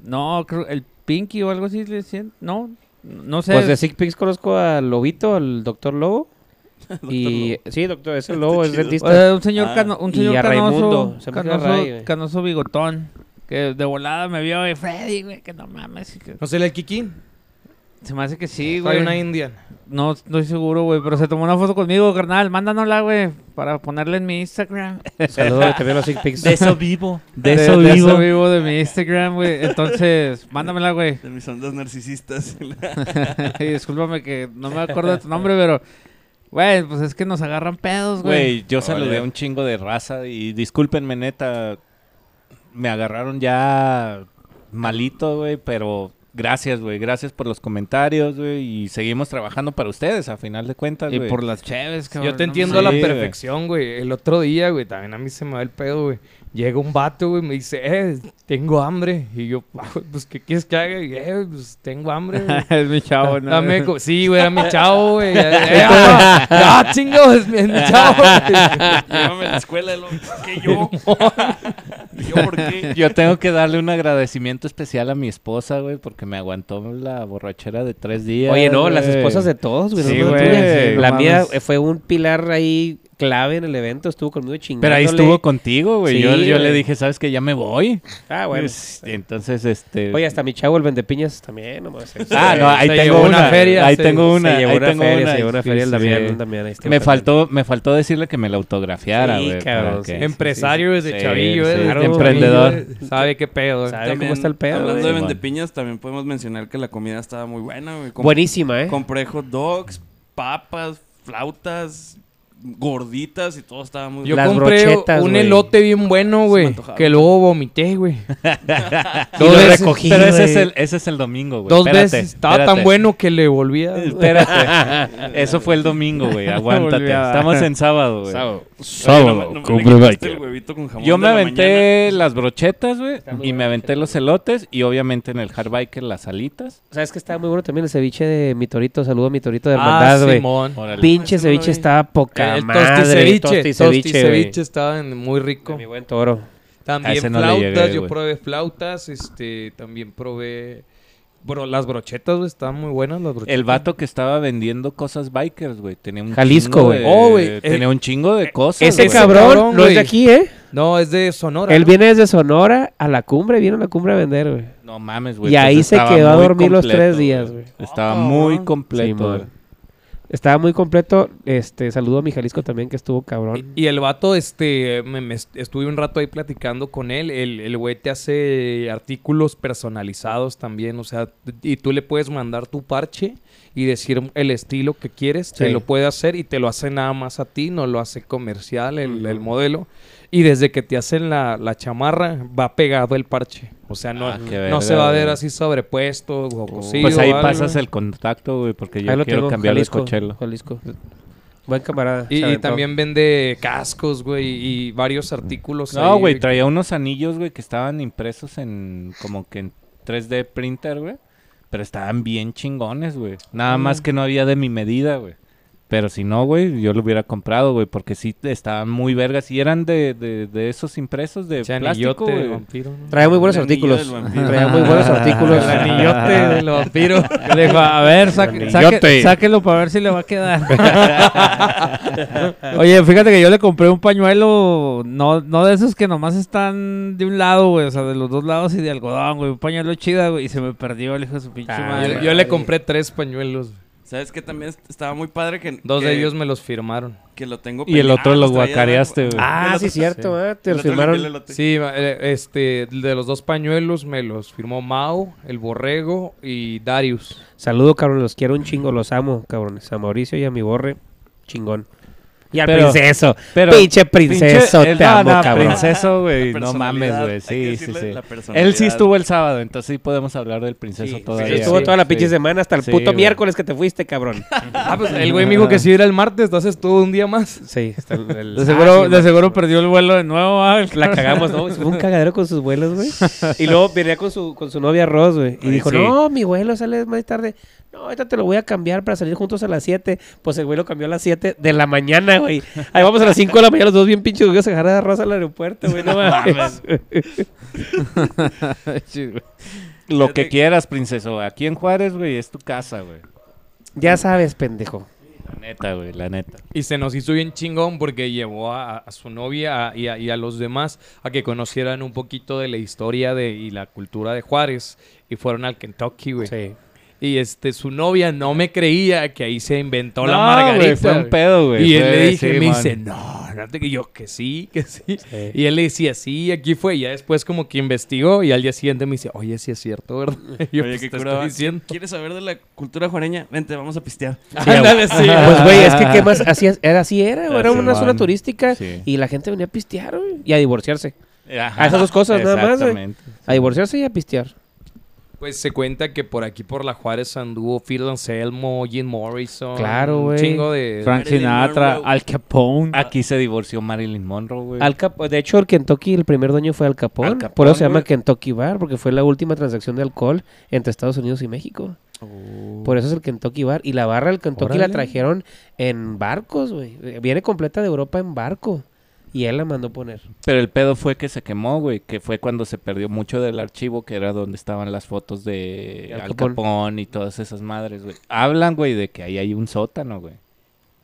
Speaker 1: No, creo, el Pinky o algo así le decían. No, no sé.
Speaker 5: Pues de Sick Pigs conozco al Lobito, al Doctor Lobo. y sí, doctor, ese lobo es
Speaker 3: chido.
Speaker 5: dentista.
Speaker 1: O sea, Eh, un señor,
Speaker 3: Ah.
Speaker 1: cano- un
Speaker 5: Y
Speaker 1: señor
Speaker 5: a
Speaker 1: canoso,
Speaker 5: Raimundo, se me hace
Speaker 1: canoso,
Speaker 5: Ray, güey.
Speaker 1: canoso bigotón. Que de volada me vio y Freddy, güey, que no mames. y que-
Speaker 2: No sé, el Kiki.
Speaker 1: Se me hace que sí,
Speaker 2: Trae
Speaker 1: güey.
Speaker 2: una Indian.
Speaker 1: No estoy seguro, güey, pero se tomó una foto conmigo, carnal. Mándanosla, güey, para ponerla en mi Instagram.
Speaker 5: Saludos también a los Sick Pics.
Speaker 4: vivo.
Speaker 1: De eso vivo. De eso vivo de mi Instagram, güey. Entonces, mándamela, güey.
Speaker 3: De mis ondas narcisistas.
Speaker 1: Y discúlpame que no me acuerdo de tu nombre, pero... Güey, pues es que nos agarran pedos, güey.
Speaker 4: Güey, yo saludé
Speaker 3: Órale.
Speaker 4: a un chingo de raza y discúlpenme, neta. Me agarraron ya malito, güey, pero gracias, güey. Gracias por los comentarios, güey. Y seguimos trabajando para ustedes, a final de cuentas,
Speaker 1: Y
Speaker 4: güey.
Speaker 1: por las cheves, cabrón.
Speaker 2: Yo te
Speaker 1: no
Speaker 2: entiendo
Speaker 1: mames.
Speaker 2: a la
Speaker 4: Sí, güey.
Speaker 2: perfección, güey. El otro día, güey, también a mí se me va el pedo, güey. Llega un vato, güey, me dice, eh, tengo hambre. Y yo, "Ah, güey, pues, ¿qué quieres que haga? Y, eh, pues, tengo hambre, güey.
Speaker 1: es mi chavo, ¿no?
Speaker 2: Dame co- sí, güey, era mi chavo, güey. Eh, ah, ah, chingo, es mi, es mi chavo. güey.
Speaker 3: Llévame a la escuela, lo que yo. yo por qué.
Speaker 4: Yo tengo que darle un agradecimiento especial a mi esposa, güey, porque me aguantó la borrachera de tres días.
Speaker 5: Oye, no,
Speaker 4: güey.
Speaker 5: las esposas de todos, güey. no
Speaker 1: Sí,
Speaker 5: solo
Speaker 1: güey,
Speaker 5: tuyas.
Speaker 1: sí, no
Speaker 5: la mía
Speaker 1: mames.
Speaker 5: eh, fue un pilar ahí clave en el evento. Estuvo conmigo chingando.
Speaker 4: Pero ahí estuvo contigo, güey.
Speaker 5: Sí,
Speaker 4: yo yo le
Speaker 5: güey.
Speaker 4: dije, ¿sabes que Ya me voy.
Speaker 5: Ah, bueno.
Speaker 4: Es- Entonces, este...
Speaker 5: Oye, hasta mi chavo, el vendepiñas, también. No mames.
Speaker 4: Ah, no, ahí
Speaker 2: Se
Speaker 4: tengo
Speaker 2: llevó una
Speaker 4: una.
Speaker 2: feria,
Speaker 4: ahí
Speaker 2: se-
Speaker 4: tengo
Speaker 5: Se
Speaker 4: una.
Speaker 5: llevó
Speaker 4: ahí
Speaker 5: una
Speaker 4: tengo
Speaker 5: feria,
Speaker 4: una.
Speaker 5: se llevó una
Speaker 4: Sí,
Speaker 5: feria el
Speaker 4: sí,
Speaker 5: Damián.
Speaker 4: sí.
Speaker 5: Damián, ahí estuvo
Speaker 4: Me
Speaker 5: también.
Speaker 4: faltó, me faltó decirle que me la autografiara,
Speaker 5: Sí,
Speaker 4: güey. para
Speaker 5: cabrón,
Speaker 4: que-
Speaker 5: sí,
Speaker 2: Empresario desde
Speaker 4: Sí,
Speaker 2: chavillo,
Speaker 4: sí,
Speaker 2: eh, desde
Speaker 4: claro,
Speaker 2: chavillo,
Speaker 4: emprendedor.
Speaker 2: eh, Sabe qué pedo. eh.
Speaker 5: Sabe cómo está el pedo,
Speaker 3: Hablando
Speaker 5: güey.
Speaker 3: de
Speaker 4: Simón.
Speaker 3: vendepiñas, también podemos mencionar que la comida estaba muy buena, güey. Com-
Speaker 5: Buenísima, ¿eh?
Speaker 3: Compré hot dogs, papas, flautas, gorditas y todo estaba muy
Speaker 2: Yo
Speaker 5: Las
Speaker 2: compré
Speaker 5: brochetas,
Speaker 2: un
Speaker 5: güey.
Speaker 2: elote bien bueno,
Speaker 3: Se me
Speaker 2: güey.
Speaker 3: antojaba.
Speaker 2: Que luego vomité, güey.
Speaker 4: Y lo recogí, Pero ese es, el, ese es el domingo, güey.
Speaker 2: Dos
Speaker 4: Espérate,
Speaker 2: veces estaba
Speaker 4: espérate,
Speaker 2: tan bueno que le volvía.
Speaker 4: Espérate. Eso fue el domingo, güey. Aguántate.
Speaker 1: Volví a-
Speaker 4: Estamos en sábado, güey.
Speaker 3: Sábado, compré el huevito con jamón
Speaker 4: Yo
Speaker 3: de
Speaker 4: me
Speaker 3: la mañana.
Speaker 4: aventé las brochetas, güey. Y me aventé los elotes. Y obviamente en el hard biker las alitas.
Speaker 5: ¿Sabes que estaba muy bueno también el ceviche de mi torito? Saludo a mi torito de
Speaker 2: Ah,
Speaker 5: hermandad, güey.
Speaker 2: Simón.
Speaker 3: Ah, ese no
Speaker 5: Pinche
Speaker 3: lo
Speaker 5: ceviche
Speaker 3: vi.
Speaker 5: estaba poca
Speaker 2: El
Speaker 5: madre.
Speaker 2: Eh, tosti
Speaker 5: ceviche,
Speaker 2: ceviche estaba en- muy rico.
Speaker 5: Mi buen toro.
Speaker 4: A ese
Speaker 2: También
Speaker 4: no le
Speaker 2: flautas,
Speaker 4: llegué,
Speaker 2: yo
Speaker 4: güey.
Speaker 2: probé flautas, este, también probé... Bueno, las brochetas, güey, estaban muy buenas las brochetas.
Speaker 4: El vato que estaba vendiendo cosas bikers, güey. Tenía un
Speaker 5: Jalisco,
Speaker 4: chingo
Speaker 5: güey.
Speaker 4: de-
Speaker 2: Oh, güey, eh,
Speaker 4: Tenía un chingo de cosas,
Speaker 5: Ese
Speaker 4: güey.
Speaker 5: cabrón,
Speaker 2: cabrón,
Speaker 5: no es
Speaker 2: güey.
Speaker 5: de aquí, ¿eh?
Speaker 2: No, es de Sonora.
Speaker 5: Él
Speaker 2: ¿no?
Speaker 5: viene desde Sonora a la cumbre, viene a la cumbre a vender, güey.
Speaker 4: No mames, güey.
Speaker 5: Y
Speaker 4: entonces
Speaker 5: ahí se
Speaker 4: estaba
Speaker 5: quedó a
Speaker 4: muy
Speaker 5: dormir los
Speaker 4: completo,
Speaker 5: tres días, güey.
Speaker 4: Estaba muy completo,
Speaker 5: Simón.
Speaker 4: güey.
Speaker 5: Estaba muy completo. Este, saludo a mi Jalisco también, que estuvo cabrón.
Speaker 2: Y, y el vato, este, me, me est- estuve un rato ahí platicando con él. El, el güey te hace artículos personalizados también, o sea, y tú le puedes mandar tu parche y decir el estilo que quieres, te
Speaker 5: Sí.
Speaker 2: lo puede hacer y te lo hace nada más a ti, no lo hace comercial el, el modelo. Y desde que te hacen la, la chamarra, va pegado el parche. O sea, no,
Speaker 4: Ah, qué
Speaker 2: no se
Speaker 4: verga,
Speaker 2: va a ver
Speaker 4: güey.
Speaker 2: así sobrepuesto o cosido.
Speaker 4: Pues ahí
Speaker 2: o algo.
Speaker 4: pasas el contacto, güey, porque yo
Speaker 5: Ahí lo
Speaker 4: quiero
Speaker 5: tengo,
Speaker 4: cambiar
Speaker 5: Jalisco,
Speaker 4: de cochelo.
Speaker 5: Jalisco. Buen camarada.
Speaker 2: Y,
Speaker 5: se
Speaker 2: y
Speaker 5: aventó.
Speaker 2: también vende cascos, güey, y varios artículos.
Speaker 4: No,
Speaker 2: Pues ahí,
Speaker 4: güey, traía unos anillos, güey, que estaban impresos en como que en 3D printer, güey. Pero estaban bien chingones, güey. Nada más que no había de mi medida, güey. Pero si no, güey, yo lo hubiera comprado, güey, porque sí estaban muy vergas. Y eran de, de, de esos impresos de plástico,
Speaker 2: Chanillote del
Speaker 4: güey.
Speaker 2: vampiro. ¿no?
Speaker 5: Trae muy buenos
Speaker 3: El anillo
Speaker 5: artículos.
Speaker 3: del vampiro.
Speaker 5: Trae muy buenos
Speaker 2: Ah.
Speaker 5: artículos.
Speaker 2: El anillote del vampiro.
Speaker 1: Le dijo, a ver, saque- saque- sáquelo para ver si le va a quedar. Oye, fíjate que yo le compré un pañuelo, no, no de esos que nomás están de un lado, güey, o sea, de los dos lados y de algodón, güey, un pañuelo chida, güey, y se me perdió el hijo de su pinche
Speaker 5: Ah,
Speaker 1: madre.
Speaker 2: Yo, yo le compré tres pañuelos. güey.
Speaker 3: ¿Sabes qué? También est- estaba muy padre que...
Speaker 2: Dos
Speaker 3: que-
Speaker 2: de ellos me los firmaron.
Speaker 3: Que lo tengo
Speaker 4: Y el
Speaker 3: pendiente.
Speaker 4: otro
Speaker 3: Ah,
Speaker 4: lo
Speaker 3: los traía
Speaker 4: guacareaste,
Speaker 3: abajo.
Speaker 4: güey.
Speaker 5: Ah,
Speaker 3: El
Speaker 5: sí,
Speaker 3: otro-
Speaker 5: cierto, ¿eh? Te
Speaker 3: el
Speaker 5: lo
Speaker 3: otro le pide el
Speaker 5: firmaron.
Speaker 3: elote.
Speaker 2: Sí, ma- eh, este, de los dos pañuelos me los firmó Mao, el borrego y Darius.
Speaker 5: Saludo, cabrón. Los quiero un chingo. Los amo, cabrones. A Mauricio y a mi borre. Chingón. Y al
Speaker 4: Pero-
Speaker 5: princeso.
Speaker 4: Pero,
Speaker 5: pinche Ah, princeso.
Speaker 4: Pinche- eh,
Speaker 5: te
Speaker 4: no,
Speaker 5: amo,
Speaker 4: no,
Speaker 5: cabrón.
Speaker 4: Princeso,
Speaker 3: La
Speaker 4: güey. No
Speaker 3: personalidad,
Speaker 4: mames, güey.
Speaker 3: hay que
Speaker 4: Sí, sí,
Speaker 3: decirle
Speaker 4: sí.
Speaker 3: la
Speaker 4: Él sí
Speaker 3: personalidad.
Speaker 4: estuvo el sábado, entonces sí podemos hablar del princeso
Speaker 5: Sí,
Speaker 4: todavía.
Speaker 5: sí, estuvo
Speaker 4: Sí,
Speaker 5: toda la
Speaker 4: sí.
Speaker 5: pinche semana hasta el
Speaker 4: Sí,
Speaker 5: puto
Speaker 4: güey.
Speaker 5: miércoles que te fuiste, cabrón.
Speaker 2: Ah, pues el güey me dijo que si era el martes, entonces estuvo un día más.
Speaker 5: Sí, está el- el-
Speaker 1: De seguro,
Speaker 5: Ah, sí,
Speaker 1: de seguro perdió el vuelo de nuevo, ah, el
Speaker 5: La cagamos, ¿no? Fue un cagadero con sus vuelos, güey. Y luego venía con su, con su novia Ross, güey. Y
Speaker 4: Ay,
Speaker 5: dijo,
Speaker 4: sí.
Speaker 5: no, mi vuelo sale más tarde. No, ahorita te lo voy a cambiar para salir juntos a las 7. Pues el güey lo cambió a las 7 de la mañana, güey. Ahí vamos a las 5 de la mañana, los dos bien pinches, güey, se agarrar a Ross al aeropuerto, güey. No mames.
Speaker 1: Sí, güey.
Speaker 4: Lo que quieras, princeso. Aquí en Juárez, güey, es tu casa, güey.
Speaker 5: ya sabes, pendejo.
Speaker 4: La neta, güey, la neta.
Speaker 2: Y se nos hizo bien chingón porque llevó a, a su novia a- y, a, y a los demás a que conocieran un poquito de la historia de, y la cultura de Juárez. Y fueron al Kentucky, güey.
Speaker 5: Sí.
Speaker 2: Y este, su novia no me creía que ahí se inventó la
Speaker 4: No,
Speaker 2: margarita.
Speaker 4: güey, fue un
Speaker 2: güey.
Speaker 4: pedo, güey.
Speaker 2: Y él
Speaker 4: Fue-
Speaker 2: le dije,
Speaker 4: sí,
Speaker 2: me
Speaker 4: man.
Speaker 2: dice, no, no te... Y yo, que sí, que sí. Y él le decía, sí, aquí fue. Y ya después como que investigó y al día siguiente me dice, oye, sí es cierto, ¿verdad? Y yo,
Speaker 3: Oye,
Speaker 2: pues,
Speaker 3: qué
Speaker 2: te
Speaker 3: curada.
Speaker 2: estoy diciendo.
Speaker 3: ¿Quieres saber de la cultura juareña? Vente, vamos a pistear.
Speaker 2: Ándale, sí.
Speaker 5: Pues, güey, es que qué más. Así es- era, así era, güey. Era
Speaker 4: Sí,
Speaker 5: una
Speaker 4: man.
Speaker 5: zona turística
Speaker 4: Sí.
Speaker 5: y la gente venía a pistear, güey. Y a divorciarse.
Speaker 4: Ajá,
Speaker 5: A esas dos cosas nada más, güey.
Speaker 4: Exactamente.
Speaker 5: A divorciarse y a pistear.
Speaker 2: Pues se cuenta que por aquí, por la Juárez, anduvo Phil Anselmo, Jim Morrison.
Speaker 5: Claro,
Speaker 2: un
Speaker 5: güey.
Speaker 2: chingo de...
Speaker 1: Frank
Speaker 3: Marilyn
Speaker 1: Sinatra,
Speaker 3: Monroe.
Speaker 1: Al Capone.
Speaker 5: Ah,
Speaker 4: Aquí se divorció Marilyn Monroe, güey.
Speaker 5: Al Cap- de hecho, el Kentucky, el primer dueño fue Al Capone.
Speaker 3: Al Capone,
Speaker 5: por eso se llama
Speaker 3: güey.
Speaker 5: Kentucky Bar, porque fue la última transacción de alcohol entre Estados Unidos y México. Por eso es el Kentucky Bar. Y la barra del Kentucky la
Speaker 2: Órale.
Speaker 5: trajeron en barcos, güey. Viene completa de Europa en barco. Y él la mandó poner.
Speaker 4: Pero el pedo fue que se quemó, güey, que fue cuando se perdió mucho del archivo, que era donde estaban las fotos de
Speaker 5: Al
Speaker 4: Al
Speaker 5: Capone.
Speaker 4: Capone y todas esas madres, güey. Hablan, güey, de que ahí hay un sótano, güey.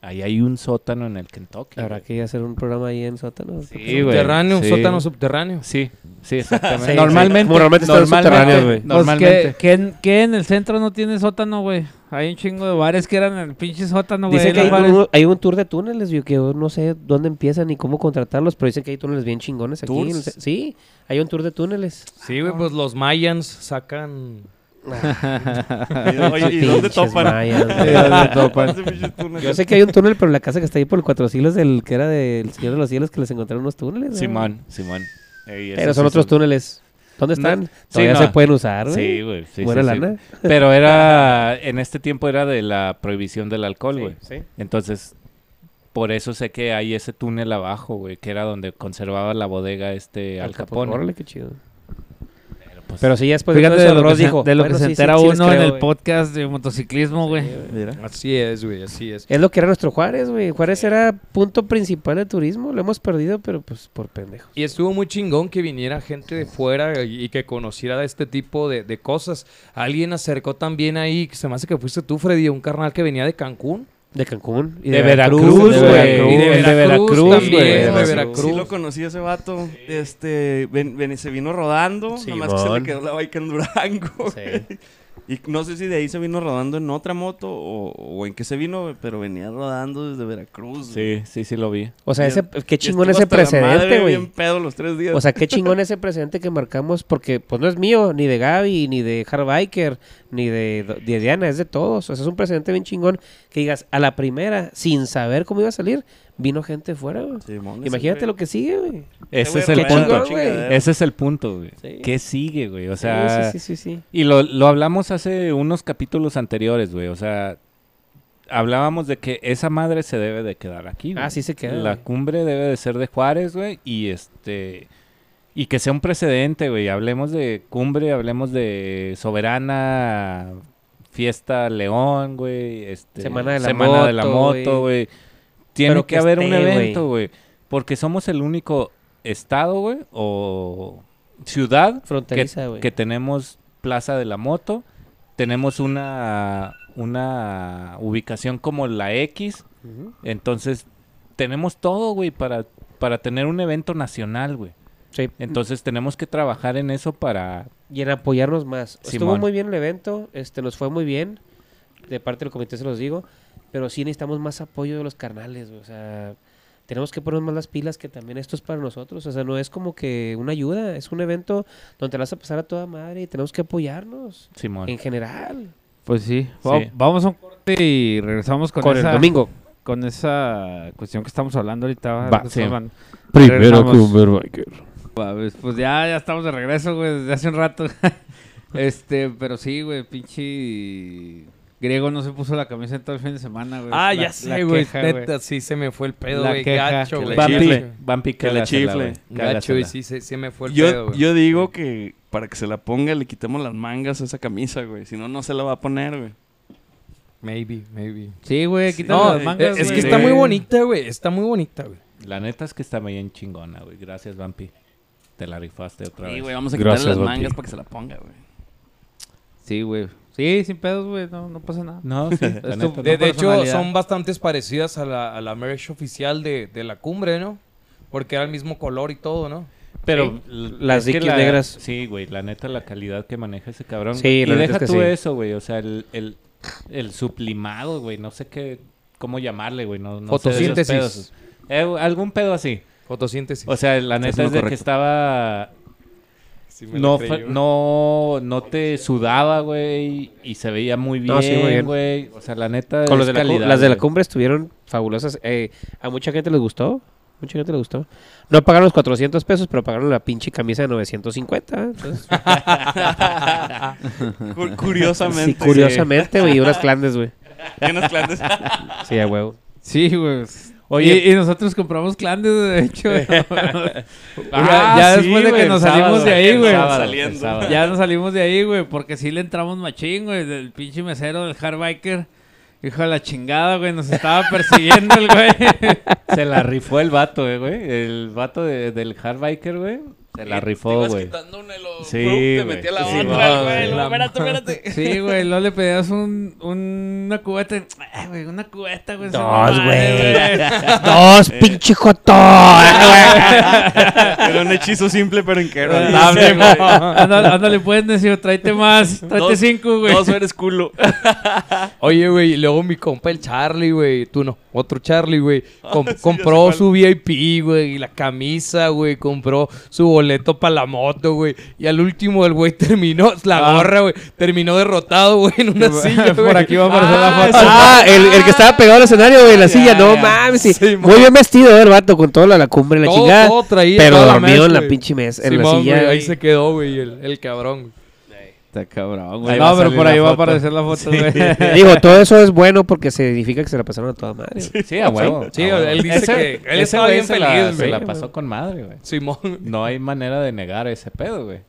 Speaker 4: Ahí hay un sótano en el Kentucky.
Speaker 5: Habrá
Speaker 4: güey.
Speaker 5: que hacer un programa ahí en sótanos.
Speaker 4: Sí, güey.
Speaker 2: Subterráneo, un
Speaker 4: sí.
Speaker 2: sótano subterráneo.
Speaker 4: Sí, sí, exactamente.
Speaker 5: Sí, sí.
Speaker 4: normalmente,
Speaker 5: Normalmente están subterráneos, güey.
Speaker 4: normalmente,
Speaker 1: Pues,
Speaker 4: normalmente.
Speaker 1: ¿qué- ¿qué, en- qué en el centro no tiene sótano, güey? Hay un chingo de bares que eran el pinche sótano, güey.
Speaker 5: Dicen que
Speaker 1: ahí en los
Speaker 5: hay
Speaker 1: bares.
Speaker 5: un, hay un tour de túneles, yo que yo no sé dónde empiezan ni cómo contratarlos, pero dicen que hay túneles bien chingones aquí.
Speaker 3: ¿Tours?
Speaker 5: no sé- Sí, hay un tour de túneles.
Speaker 2: Sí, güey, pues los mayans sacan...
Speaker 3: Y, oye, ¿y dónde
Speaker 5: Pinches
Speaker 3: topan?
Speaker 5: mayas, güey.
Speaker 3: Ese pinche túnel.
Speaker 5: Yo sé que hay un túnel, pero la casa que está ahí por el Cuatro Siglos, del, que era del Señor de los Cielos, que les encontraron unos túneles. ¿no?
Speaker 4: Simón, Simón. Ey,
Speaker 5: Pero
Speaker 4: esos
Speaker 5: son
Speaker 4: sí
Speaker 5: otros túneles. ¿Dónde están?
Speaker 4: No, sí,
Speaker 5: Todavía
Speaker 4: no.
Speaker 5: se pueden usar, güey.
Speaker 4: Sí, güey. sí,
Speaker 5: Buena
Speaker 4: sí, sí.
Speaker 5: lana.
Speaker 4: Pero era, en este tiempo era de la prohibición del alcohol, güey. Entonces, por eso sé que hay ese túnel abajo, güey, que era donde conservaba la bodega este Al Capone.
Speaker 5: Órale, qué chido.
Speaker 4: Pero, pues,
Speaker 5: Pero sí, ya después
Speaker 1: Fíjate
Speaker 5: todo
Speaker 1: de
Speaker 5: eso,
Speaker 1: lo, que
Speaker 5: Ross
Speaker 1: se,
Speaker 5: dijo,
Speaker 1: de lo
Speaker 5: bueno,
Speaker 1: que se
Speaker 5: sí, sí,
Speaker 1: entera
Speaker 5: sí les
Speaker 1: uno en
Speaker 5: creo,
Speaker 1: el
Speaker 5: güey.
Speaker 1: podcast de motociclismo, güey.
Speaker 2: Así es, güey, así es.
Speaker 5: Es lo que era nuestro Juárez, güey. Juárez era punto principal de turismo. Lo hemos perdido, pero pues por pendejo.
Speaker 2: Y estuvo muy chingón que viniera gente de fuera y y que conociera de este tipo de, de cosas. Alguien acercó también ahí, que se me hace que fuiste tú, Freddy, un carnal que venía de Cancún.
Speaker 5: De Cancún. Y
Speaker 4: De Veracruz,
Speaker 5: de
Speaker 4: güey.
Speaker 5: Veracruz.
Speaker 4: El
Speaker 2: Y de
Speaker 4: de
Speaker 2: Veracruz
Speaker 4: Veracruz,
Speaker 2: también,
Speaker 4: güey.
Speaker 2: de
Speaker 3: Sí,
Speaker 4: Veracruz.
Speaker 2: Veracruz.
Speaker 3: Sí lo conocí ese vato. Este, ven- ven- se vino rodando. Nomás que se le
Speaker 5: Simón.
Speaker 3: quedó la bike en Durango.
Speaker 5: Sí.
Speaker 3: Y no sé si de ahí se vino rodando en otra moto o, o en qué se vino, pero venía rodando desde Veracruz. güey.
Speaker 4: sí, sí, sí lo vi.
Speaker 5: O sea,
Speaker 3: Y
Speaker 5: ese, qué
Speaker 3: Y
Speaker 5: chingón
Speaker 3: estuvo
Speaker 5: ese
Speaker 3: hasta la madre,
Speaker 5: precedente, güey.
Speaker 3: bien pedo los tres días.
Speaker 5: O sea, qué chingón ese precedente que marcamos, porque pues no es mío, ni de Gaby, ni de Harbiker, ni de, de Diana, es de todos. O sea, es un precedente bien chingón que digas, a la primera, sin saber cómo iba a salir, vino gente fuera, güey.
Speaker 3: Simón, ese
Speaker 5: Imagínate
Speaker 3: güey.
Speaker 5: lo que sigue, güey.
Speaker 4: Ese
Speaker 3: güey
Speaker 4: es el
Speaker 3: reventó la
Speaker 4: punto.
Speaker 3: chingadera.
Speaker 4: Ese es el punto, güey.
Speaker 5: Sí.
Speaker 4: ¿Qué sigue, güey? O
Speaker 5: Sí,
Speaker 4: sea,
Speaker 5: sí, sí, sí, sí.
Speaker 4: Y lo, lo hablamos hace unos capítulos anteriores, güey. O sea, hablábamos de que esa madre se debe de quedar aquí. güey.
Speaker 5: Ah, sí se queda,
Speaker 4: La
Speaker 5: güey.
Speaker 4: cumbre debe de ser de Juárez, güey. Y este. Y que sea un precedente, güey. Hablemos de cumbre, hablemos de soberana, fiesta León, güey. Este,
Speaker 5: Semana de la
Speaker 4: Semana de la
Speaker 5: Moto,
Speaker 4: moto,
Speaker 5: güey.
Speaker 4: güey. Tiene
Speaker 5: Pero
Speaker 4: que,
Speaker 5: que
Speaker 4: haber un
Speaker 5: esté, güey.
Speaker 4: evento, güey. Porque somos el único estado, güey, o ciudad
Speaker 5: Fronteriza,
Speaker 4: que,
Speaker 5: güey.
Speaker 4: que tenemos Plaza de la Moto, tenemos una, una ubicación como la X,
Speaker 5: Ujú.
Speaker 4: entonces tenemos todo, güey, para, para tener un evento nacional, güey.
Speaker 5: Sí.
Speaker 4: Entonces tenemos que trabajar en eso para...
Speaker 5: y en apoyarnos más. Estuvo
Speaker 4: Simón.
Speaker 5: muy bien el evento, este nos fue muy bien, de parte del comité se los digo, pero sí necesitamos más apoyo de los carnales, güey, o sea, tenemos que poner más las pilas que también esto es para nosotros, o sea, no es como que una ayuda, es un evento donde te la vas a pasar a toda madre y tenemos que apoyarnos
Speaker 4: Simón.
Speaker 5: en general.
Speaker 1: Pues sí. Va-
Speaker 4: Sí.
Speaker 1: Vamos a un corte y regresamos con,
Speaker 5: Con
Speaker 1: esa,
Speaker 5: el domingo.
Speaker 1: con esa cuestión que estamos hablando ahorita.
Speaker 4: Va,
Speaker 1: que
Speaker 4: sí.
Speaker 1: estamos hablando. Regresamos.
Speaker 2: Verbiker.
Speaker 1: Va, Pues, pues ya, ya estamos de regreso, güey, desde hace un rato. este, pero sí, güey, pinche griego no se puso la camisa en todo el fin de semana, güey.
Speaker 2: Ah,
Speaker 1: La-
Speaker 2: ya
Speaker 1: la
Speaker 2: sé, güey.
Speaker 1: queja, güey.
Speaker 2: Neta, sí se me fue el pedo,
Speaker 1: La
Speaker 2: güey.
Speaker 1: queja.
Speaker 2: Gacho,
Speaker 1: Que
Speaker 2: güey.
Speaker 1: la
Speaker 4: Vampi,
Speaker 3: chifle.
Speaker 4: Vampi,
Speaker 3: Que la
Speaker 4: cálasela,
Speaker 3: chifle.
Speaker 4: güey,
Speaker 2: Gacho, y
Speaker 4: cálasela.
Speaker 2: sí, se, se me fue el pedo,
Speaker 3: Yo,
Speaker 2: güey.
Speaker 3: yo digo que para que se la ponga le quitemos las mangas a esa camisa, güey. Si no, no se la va a poner, güey.
Speaker 2: Maybe, maybe.
Speaker 1: Sí, güey, quítale
Speaker 2: No, eh,
Speaker 1: las mangas,
Speaker 2: es que
Speaker 1: güey.
Speaker 2: está
Speaker 1: Sí.
Speaker 2: muy bonita, güey. Está muy bonita, güey.
Speaker 4: La neta es que está bien chingona, güey. Gracias, Vampi. Te la rifaste otra
Speaker 3: Sí,
Speaker 4: vez.
Speaker 3: güey, vamos a quitarle
Speaker 4: Gracias,
Speaker 3: las
Speaker 4: Bati.
Speaker 3: mangas para que se la ponga, güey.
Speaker 1: Sí, güey. Sí, sin pedos, güey, no, no pasa nada.
Speaker 4: No, sí, la
Speaker 1: Esto-
Speaker 4: neta,
Speaker 2: De,
Speaker 1: no
Speaker 2: de hecho,
Speaker 1: personalidad.
Speaker 2: son bastantes parecidas a la, a la merch oficial de, de la cumbre, ¿no? Porque era el mismo color y todo, ¿no?
Speaker 4: Pero
Speaker 5: Las
Speaker 4: es que
Speaker 5: dikis
Speaker 4: la-
Speaker 5: negras.
Speaker 4: Sí, güey, la neta, la calidad que maneja ese cabrón. güey.
Speaker 5: Sí, la
Speaker 4: y deja
Speaker 5: neta es que
Speaker 4: tú
Speaker 5: sí.
Speaker 4: eso, güey. O sea, el, el, el sublimado, güey. No sé qué, cómo llamarle, güey. No, no sé de esos
Speaker 2: Fotosíntesis.
Speaker 4: pedos. Eh, güey, algún pedo así.
Speaker 2: Fotosíntesis.
Speaker 4: O sea, la neta
Speaker 3: lo
Speaker 4: es de que
Speaker 3: correcto.
Speaker 4: estaba... No, fa- no, no te sudaba, güey. Y se veía muy bien,
Speaker 5: No, sí, muy bien.
Speaker 4: güey. O sea, la neta
Speaker 5: Con
Speaker 4: es
Speaker 5: los de la cu-
Speaker 4: calidad,
Speaker 5: las de la
Speaker 4: güey.
Speaker 5: cumbre estuvieron fabulosas. Eh, a mucha gente les gustó. Mucha gente les gustó. No pagaron los 400 pesos, pero pagaron la pinche camisa de ¿eh? 950. Entonces,
Speaker 3: Cu- curiosamente.
Speaker 5: sí, curiosamente, güey. Y unas clandes, güey.
Speaker 3: Sí. Y unos clandes.
Speaker 5: Sí, a huevo.
Speaker 1: Sí, güey.
Speaker 4: Oye.
Speaker 1: y, y nosotros compramos clandes, de hecho.
Speaker 4: Ah,
Speaker 1: ya
Speaker 4: sí,
Speaker 1: después de
Speaker 4: güey,
Speaker 1: que
Speaker 4: el
Speaker 1: nos
Speaker 4: sábado,
Speaker 1: salimos de ahí,
Speaker 4: el
Speaker 1: güey.
Speaker 4: sábado, el
Speaker 3: Saliendo.
Speaker 4: sábado.
Speaker 1: Ya nos salimos de ahí, güey, porque sí le entramos machín, güey, del pinche mesero del hardbiker. Hijo de la chingada, güey, nos estaba persiguiendo el güey.
Speaker 4: Se la rifó el vato, eh, güey. El vato de- del hardbiker, güey. Se la rifó, güey. Sí,
Speaker 3: Te
Speaker 4: güey.
Speaker 3: metí a la
Speaker 4: Sí,
Speaker 3: otra,
Speaker 4: no,
Speaker 3: güey.
Speaker 4: güey.
Speaker 3: luego,
Speaker 4: La-
Speaker 3: Espérate, espérate.
Speaker 1: Sí, güey, luego le pedías un, un- una cubeta. y, "Ay, güey, una cubeta, güey. esa
Speaker 5: Dos,
Speaker 1: mamada,
Speaker 5: güey. Dos, pinche joto.
Speaker 3: Era un hechizo simple, pero inquebrantable.
Speaker 1: Ándale, güey. Ándale, ándale, pues, necio, tráete más. Tráete
Speaker 3: Dos-
Speaker 1: cinco, güey.
Speaker 3: Dos eres culo.
Speaker 2: Oye, güey, y luego mi compa el Charlie, güey, tú no, otro Charlie, güey, com-
Speaker 3: Ah, sí, ya sé
Speaker 2: compró
Speaker 3: cuál.
Speaker 2: su VIP, güey, y la camisa, güey, compró su boleto para la moto, güey, y al último el güey terminó,
Speaker 5: Ah.
Speaker 2: la gorra, güey, terminó derrotado, güey, en una silla,
Speaker 1: Por
Speaker 2: güey.
Speaker 1: aquí va a aparecer la foto.
Speaker 5: Ah, el, el que estaba pegado al escenario, güey, la silla. No mames. sí.
Speaker 2: Sí,
Speaker 5: Muy bien vestido, eh, el vato, con toda la, la cumbre y la
Speaker 2: Todo-
Speaker 5: chingada.
Speaker 2: todo traía,
Speaker 5: pero
Speaker 2: toda la
Speaker 5: dormido
Speaker 2: mezcla,
Speaker 5: en la
Speaker 2: güey.
Speaker 5: pinche mesa, en la
Speaker 2: Simón,
Speaker 5: silla.
Speaker 2: güey, ahí
Speaker 5: güey.
Speaker 2: se quedó, güey, el, el cabrón.
Speaker 1: Está cabrón,
Speaker 4: Ahí
Speaker 1: güey.
Speaker 4: va a
Speaker 1: No, pero
Speaker 4: salir
Speaker 1: por
Speaker 4: la
Speaker 1: ahí va a
Speaker 4: foto.
Speaker 1: aparecer la foto, güey.
Speaker 5: Digo, todo eso es bueno porque significa que se la pasaron a toda madre. güey.
Speaker 4: Sí, a huevo.
Speaker 2: Sí,
Speaker 4: a
Speaker 2: él-
Speaker 4: huevo.
Speaker 2: él dice
Speaker 4: Ese-
Speaker 2: que él
Speaker 4: ese
Speaker 2: estaba
Speaker 4: güey
Speaker 2: bien
Speaker 4: se la-
Speaker 2: feliz,
Speaker 4: Se la
Speaker 2: güey.
Speaker 4: pasó con madre, güey.
Speaker 2: Simón.
Speaker 4: No hay manera de negar ese pedo, güey.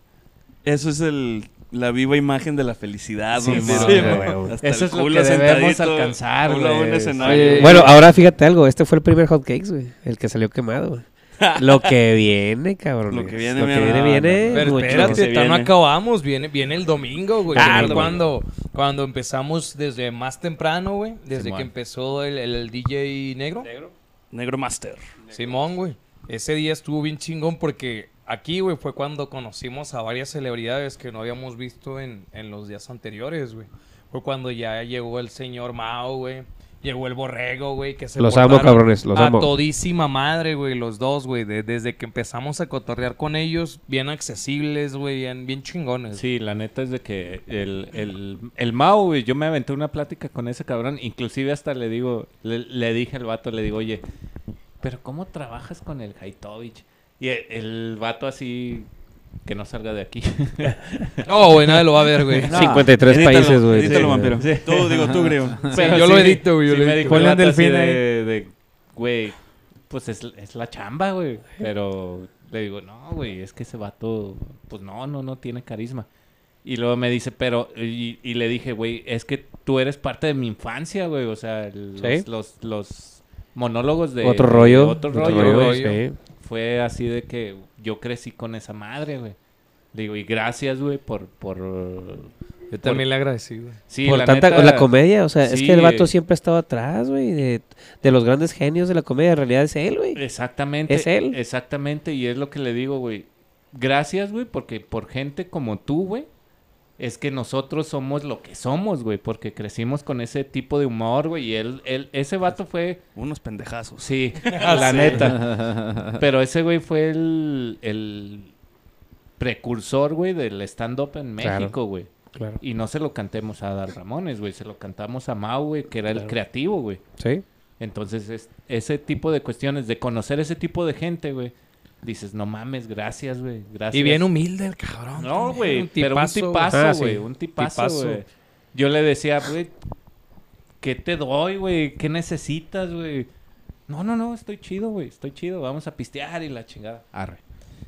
Speaker 3: Eso es el, la viva imagen de la felicidad.
Speaker 4: Sí,
Speaker 3: güey.
Speaker 4: sí,
Speaker 3: Sí,
Speaker 4: güey.
Speaker 3: güey. Hasta
Speaker 4: Eso
Speaker 3: el
Speaker 4: es lo
Speaker 3: culo
Speaker 4: que debemos
Speaker 3: sentadito,
Speaker 4: alcanzar,
Speaker 3: culo a un
Speaker 4: güey.
Speaker 3: escenario.
Speaker 1: Oye,
Speaker 5: Bueno, ahora fíjate algo. Este fue el primer hot cakes, güey. El que salió quemado, güey. Lo que viene, cabrón.
Speaker 3: Lo que viene,
Speaker 5: Lo que
Speaker 3: mira,
Speaker 5: viene,
Speaker 3: no,
Speaker 5: viene
Speaker 3: no,
Speaker 2: Pero
Speaker 5: mucho.
Speaker 2: espérate,
Speaker 3: Se
Speaker 2: todavía no
Speaker 3: viene.
Speaker 2: acabamos. Viene, viene el domingo, güey.
Speaker 5: Ah,
Speaker 2: que es
Speaker 5: el
Speaker 2: cuando, cuando empezamos desde más temprano, güey. Desde
Speaker 4: Simón.
Speaker 2: que empezó el, el DJ negro.
Speaker 3: Negro Master.
Speaker 2: Simón, güey. Ese día estuvo bien chingón porque aquí, güey, fue cuando conocimos a varias celebridades que no habíamos visto en, en los días anteriores, güey. Fue cuando ya llegó el señor Mao, güey. Llegó el borrego, güey, que se
Speaker 5: Los amo,
Speaker 2: portaron
Speaker 5: cabrones, los
Speaker 2: a
Speaker 5: amo.
Speaker 2: todísima madre, güey, los dos, güey. de- desde que empezamos a cotorrear con ellos, bien accesibles, güey, bien, bien chingones.
Speaker 4: Sí, la neta es de que el, el, el Mao, güey, yo me aventé una plática con ese cabrón. Inclusive hasta le digo, le, le dije al vato, le digo, oye, pero ¿cómo trabajas con el Haitovich? Y el, el vato así, que no salga de aquí.
Speaker 2: No, Oh, güey, nadie lo va a ver, güey.
Speaker 4: Ah,
Speaker 1: No.
Speaker 5: 53
Speaker 3: Edítalo,
Speaker 5: países, güey.
Speaker 3: edítalo,
Speaker 5: Sí,
Speaker 3: vampiro.
Speaker 5: güey.
Speaker 3: Tú, digo, tú, griego.
Speaker 4: Pero
Speaker 2: yo
Speaker 4: sí
Speaker 2: lo
Speaker 4: me-
Speaker 2: edito, güey, yo
Speaker 4: sí
Speaker 2: lo
Speaker 4: me
Speaker 2: edito.
Speaker 4: dijo
Speaker 1: Ponle
Speaker 4: el
Speaker 1: un
Speaker 4: vato así
Speaker 1: delfín ahí.
Speaker 4: de, de, güey, pues es, es la chamba, güey. Pero le digo, no, güey, es que ese vato, pues no, no, no tiene carisma. Y luego me dice, pero, y, y le dije, güey, es que tú eres parte de mi infancia, güey. O sea, los,
Speaker 5: Sí.
Speaker 4: los, los monólogos de...
Speaker 5: Otro
Speaker 4: de
Speaker 5: rollo.
Speaker 4: otro
Speaker 5: otro
Speaker 4: rollo,
Speaker 5: rollo,
Speaker 4: güey.
Speaker 5: sí.
Speaker 4: Fue así de que yo crecí con esa madre, güey. Le digo, y gracias, güey, por, por...
Speaker 2: Yo también le agradecí, güey.
Speaker 4: Sí,
Speaker 5: Por
Speaker 4: la
Speaker 5: tanta
Speaker 4: neta-
Speaker 5: la comedia, o sea, es
Speaker 4: sí,
Speaker 5: que el vato
Speaker 4: güey.
Speaker 5: siempre ha estado atrás, güey, de, de los grandes genios de la comedia. En realidad es él, güey.
Speaker 4: Exactamente.
Speaker 5: ¿Es él?
Speaker 4: Exactamente, y es lo que le digo, güey. Gracias, güey, porque por gente como tú, güey, es que nosotros somos lo que somos, güey, porque crecimos con ese tipo de humor, güey, y él, él, ese vato fue,
Speaker 3: Unos pendejazos.
Speaker 4: sí, la neta. Pero ese güey fue el, el precursor, güey, del stand-up en
Speaker 5: Claro.
Speaker 4: México, güey.
Speaker 5: Claro.
Speaker 4: Y no se lo cantemos a Dal Ramones, güey, se lo cantamos a Mau, güey, que era el
Speaker 5: Claro.
Speaker 4: creativo, güey.
Speaker 5: Sí.
Speaker 4: Entonces, es- ese tipo de cuestiones, de conocer ese tipo de gente, güey, dices, no mames, gracias, güey, gracias.
Speaker 2: Y bien humilde el cabrón.
Speaker 4: No,
Speaker 2: también,
Speaker 4: güey,
Speaker 2: Ah, un
Speaker 4: pero un
Speaker 2: tipazo,
Speaker 5: Ah,
Speaker 4: tipazo,
Speaker 5: sí.
Speaker 4: güey, un tipazo,
Speaker 2: Tipazo.
Speaker 4: güey. Yo le decía, güey, ¿qué te doy, güey? ¿Qué necesitas, güey? No, no, no, estoy chido, güey, estoy chido, vamos a pistear y la chingada. Arre.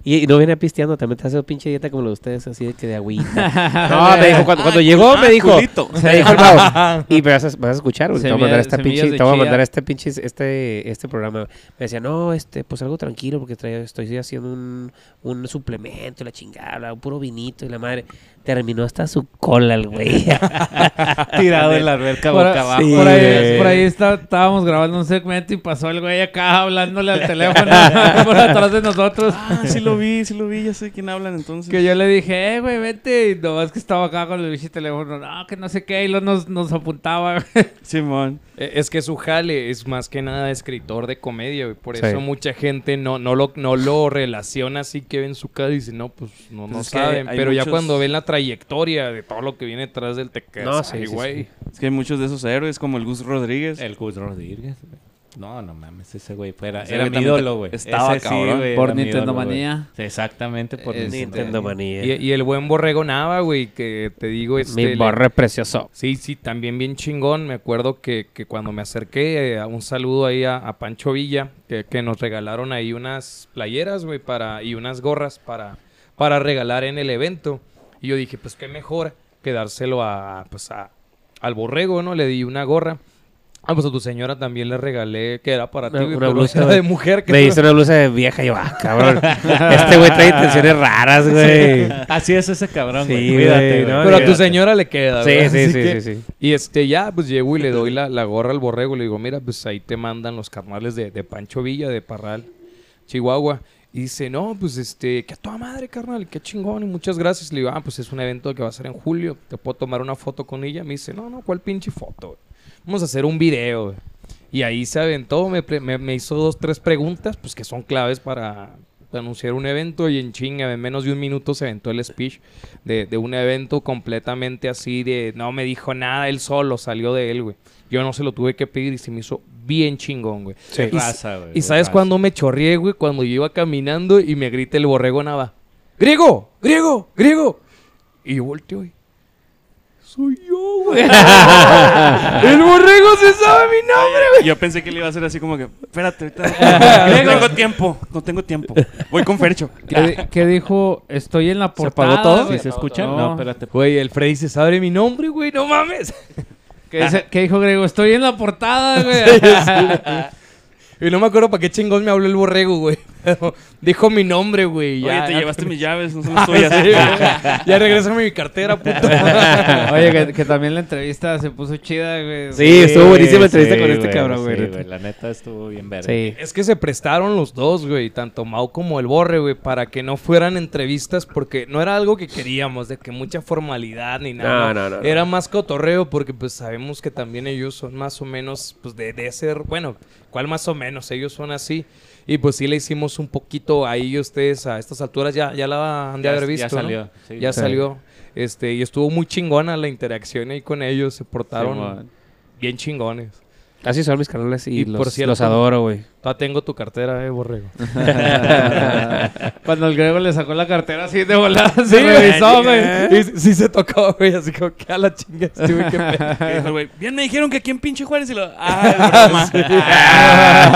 Speaker 5: Y, y no viene pisteando, también te hace pinche dieta como la de ustedes, así de que de agüita. no,
Speaker 1: Ándale.
Speaker 5: me dijo, cuando, cuando
Speaker 3: Ay,
Speaker 5: llegó, me
Speaker 3: ah,
Speaker 5: dijo,
Speaker 3: culito.
Speaker 5: me dijo el vago, y me vas a, vas a escuchar, güey, te voy a mandar
Speaker 1: Semillas-
Speaker 5: esta
Speaker 1: semillas
Speaker 5: pinche,
Speaker 1: de
Speaker 5: te voy a
Speaker 1: chía.
Speaker 5: mandar este pinche, este, este programa. Me decía, no, este, pues algo tranquilo, porque traigo- estoy haciendo un, un suplemento, y la chingada, un puro vinito y la madre. Terminó hasta su cola el güey.
Speaker 4: Tirado en la alberca
Speaker 1: Por,
Speaker 4: boca abajo.
Speaker 1: por ahí,
Speaker 5: güey.
Speaker 1: por ahí está- estábamos grabando un segmento y pasó el güey acá hablándole al teléfono por atrás de nosotros.
Speaker 3: Ah, sí lo vi, sí lo vi, ya sé de quién hablan entonces.
Speaker 1: Que yo le dije, eh, güey, vete. Y nomás que estaba acá con el bicho teléfono. No, que no sé qué. Y luego nos, nos apuntaba. güey.
Speaker 3: Simón.
Speaker 2: Eh, Es que su jale es más que nada escritor de comedia, güey. Por
Speaker 5: Sí.
Speaker 2: eso mucha gente no, no, lo, no lo relaciona así que ven su cara y dice, no, pues no, no
Speaker 3: Pues es que
Speaker 2: saben.
Speaker 3: hay
Speaker 2: Pero ya
Speaker 3: muchos-
Speaker 2: cuando ven la trayectoria de todo lo que viene detrás del Tecas,
Speaker 5: No, sí,
Speaker 2: ay,
Speaker 5: sí, sí.
Speaker 2: güey.
Speaker 3: Es que hay muchos de esos héroes, como el Gus Rodríguez.
Speaker 4: El Gus Rodríguez, güey. No, no mames, ese güey fuera.
Speaker 3: Ese
Speaker 4: era
Speaker 3: güey
Speaker 4: mi
Speaker 3: también
Speaker 4: ídolo, güey.
Speaker 3: estaba
Speaker 4: Ese
Speaker 3: cabrón.
Speaker 4: güey,
Speaker 1: Por
Speaker 4: era mi
Speaker 1: Nintendo
Speaker 4: ídolo, güey.
Speaker 1: Manía.
Speaker 4: Sí, Exactamente, por
Speaker 1: Es-
Speaker 4: Nintendo.
Speaker 5: Nintendo manía.
Speaker 2: Y, y el buen borrego Nava, güey, que te digo, este...
Speaker 5: Mi
Speaker 2: le-
Speaker 5: borre precioso.
Speaker 2: Sí, sí, también bien chingón. Me acuerdo que, que cuando me acerqué, eh, a un saludo ahí a, a Pancho Villa, que, que nos regalaron ahí unas playeras, güey, para, y unas gorras para, para regalar en el evento. Y yo dije, pues qué mejor que dárselo a, pues, a, al borrego, ¿no? Le di una gorra. Ah, pues a tu señora también le regalé, que era para ti,
Speaker 5: Una-
Speaker 2: güey,
Speaker 5: una
Speaker 2: pero
Speaker 5: blusa,
Speaker 2: era
Speaker 5: güey.
Speaker 2: de mujer. Que
Speaker 5: Me hizo una blusa de vieja y yo, ah, cabrón. Este güey trae intenciones raras, güey.
Speaker 4: Así es ese cabrón, güey.
Speaker 5: Sí,
Speaker 4: Cuídate,
Speaker 5: güey,
Speaker 4: güey.
Speaker 5: no,
Speaker 2: Pero a tu
Speaker 5: Olvídate.
Speaker 2: señora le queda,
Speaker 5: Sí,
Speaker 2: ¿verdad?
Speaker 5: sí, sí,
Speaker 2: Así que-
Speaker 5: sí, sí.
Speaker 2: Y este, ya, pues llego y le doy la, la gorra al borrego. Le digo, mira, pues ahí te mandan los carnales de, de Pancho Villa, de Parral, Chihuahua. Y dice, no, pues este, que a toda madre, carnal, qué chingón y muchas gracias. Le digo, ah, pues es un evento que va a ser en julio, te puedo tomar una foto con ella. Me dice, no, no, ¿cuál pinche foto? Vamos a hacer un video. güey". Y ahí se aventó, me, pre- me- me hizo dos, tres preguntas, pues que son claves para anunciar un evento y en chinga, en menos de un minuto se aventó el speech de, de un evento completamente así de no me dijo nada, él solo salió de él, güey. Yo no se lo tuve que pedir y se me hizo bien chingón, güey.
Speaker 5: Sí.
Speaker 2: Y,
Speaker 4: Raza, güey,
Speaker 2: y sabes
Speaker 4: raza.
Speaker 2: cuando me chorrié, güey, cuando yo iba caminando y me grita el borrego nava. ¡Griego! ¡Griego! ¡Griego! Y yo volteo, güey. Soy yo, güey. el borrego se sabe mi nombre, güey.
Speaker 3: Yo pensé que le iba a hacer así como que, espérate, ahorita. no tengo tiempo, no tengo tiempo. Voy con Fercho.
Speaker 1: ¿Qué, qué dijo? Estoy en la
Speaker 4: ¿Se
Speaker 1: portada.
Speaker 4: apagó todo?
Speaker 1: güey.
Speaker 4: ¿Sí se escucha?
Speaker 1: No.
Speaker 4: No, espérate.
Speaker 2: Güey, el Freddy se sabe mi nombre, güey, no mames.
Speaker 1: ¿Qué, dice- qué dijo Grego? Estoy en la portada, güey.
Speaker 2: Y no me acuerdo para qué chingón me habló el borrego, güey. Pero dijo mi nombre, güey.
Speaker 3: Oye,
Speaker 2: Ya,
Speaker 3: te
Speaker 2: ya-
Speaker 3: llevaste mis llaves, no son
Speaker 4: Ah,
Speaker 3: las
Speaker 2: Sí, güey.
Speaker 3: tuyas.
Speaker 2: ya regresame mi cartera, puto.
Speaker 1: Oye, que, que también la entrevista se puso chida, güey.
Speaker 5: Sí, estuvo buenísima la entrevista
Speaker 4: sí,
Speaker 5: con este
Speaker 4: güey,
Speaker 5: cabrón, güey.
Speaker 4: Sí,
Speaker 5: neta.
Speaker 4: güey, la neta estuvo bien verde.
Speaker 5: Sí.
Speaker 2: Es que se prestaron los dos, güey, tanto Mau como el Borre, güey, para que no fueran entrevistas porque no era algo que queríamos, de que mucha formalidad ni nada.
Speaker 5: No, no, no,
Speaker 2: Era más cotorreo porque pues sabemos que también ellos son más o menos, pues de, de ser, bueno, ¿cuál más o menos? Ellos son así. Y pues sí le hicimos un poquito ahí ustedes a estas alturas, ya, ya la han de
Speaker 4: Ya-
Speaker 2: haber
Speaker 4: ya
Speaker 2: visto. ¿no?
Speaker 4: salió, sí.
Speaker 2: ya
Speaker 5: Sí.
Speaker 2: salió. Este, y estuvo muy chingona la interacción ahí con ellos, se portaron
Speaker 1: Simón.
Speaker 2: bien chingones.
Speaker 5: Así son mis canales y,
Speaker 2: Y
Speaker 5: los,
Speaker 2: por cierto-
Speaker 5: los adoro, güey.
Speaker 2: Todavía tengo tu cartera, eh, borrego.
Speaker 1: Cuando el Grego le sacó la cartera así de volada,
Speaker 2: Sí,
Speaker 1: se revisó,
Speaker 2: güey.
Speaker 1: güey.
Speaker 2: Y sí- sí se tocó, güey. Así como que a la chinga estuve que pe-
Speaker 3: Y dijo el güey, bien me dijeron que aquí en pinche Juárez y lo. Ah, es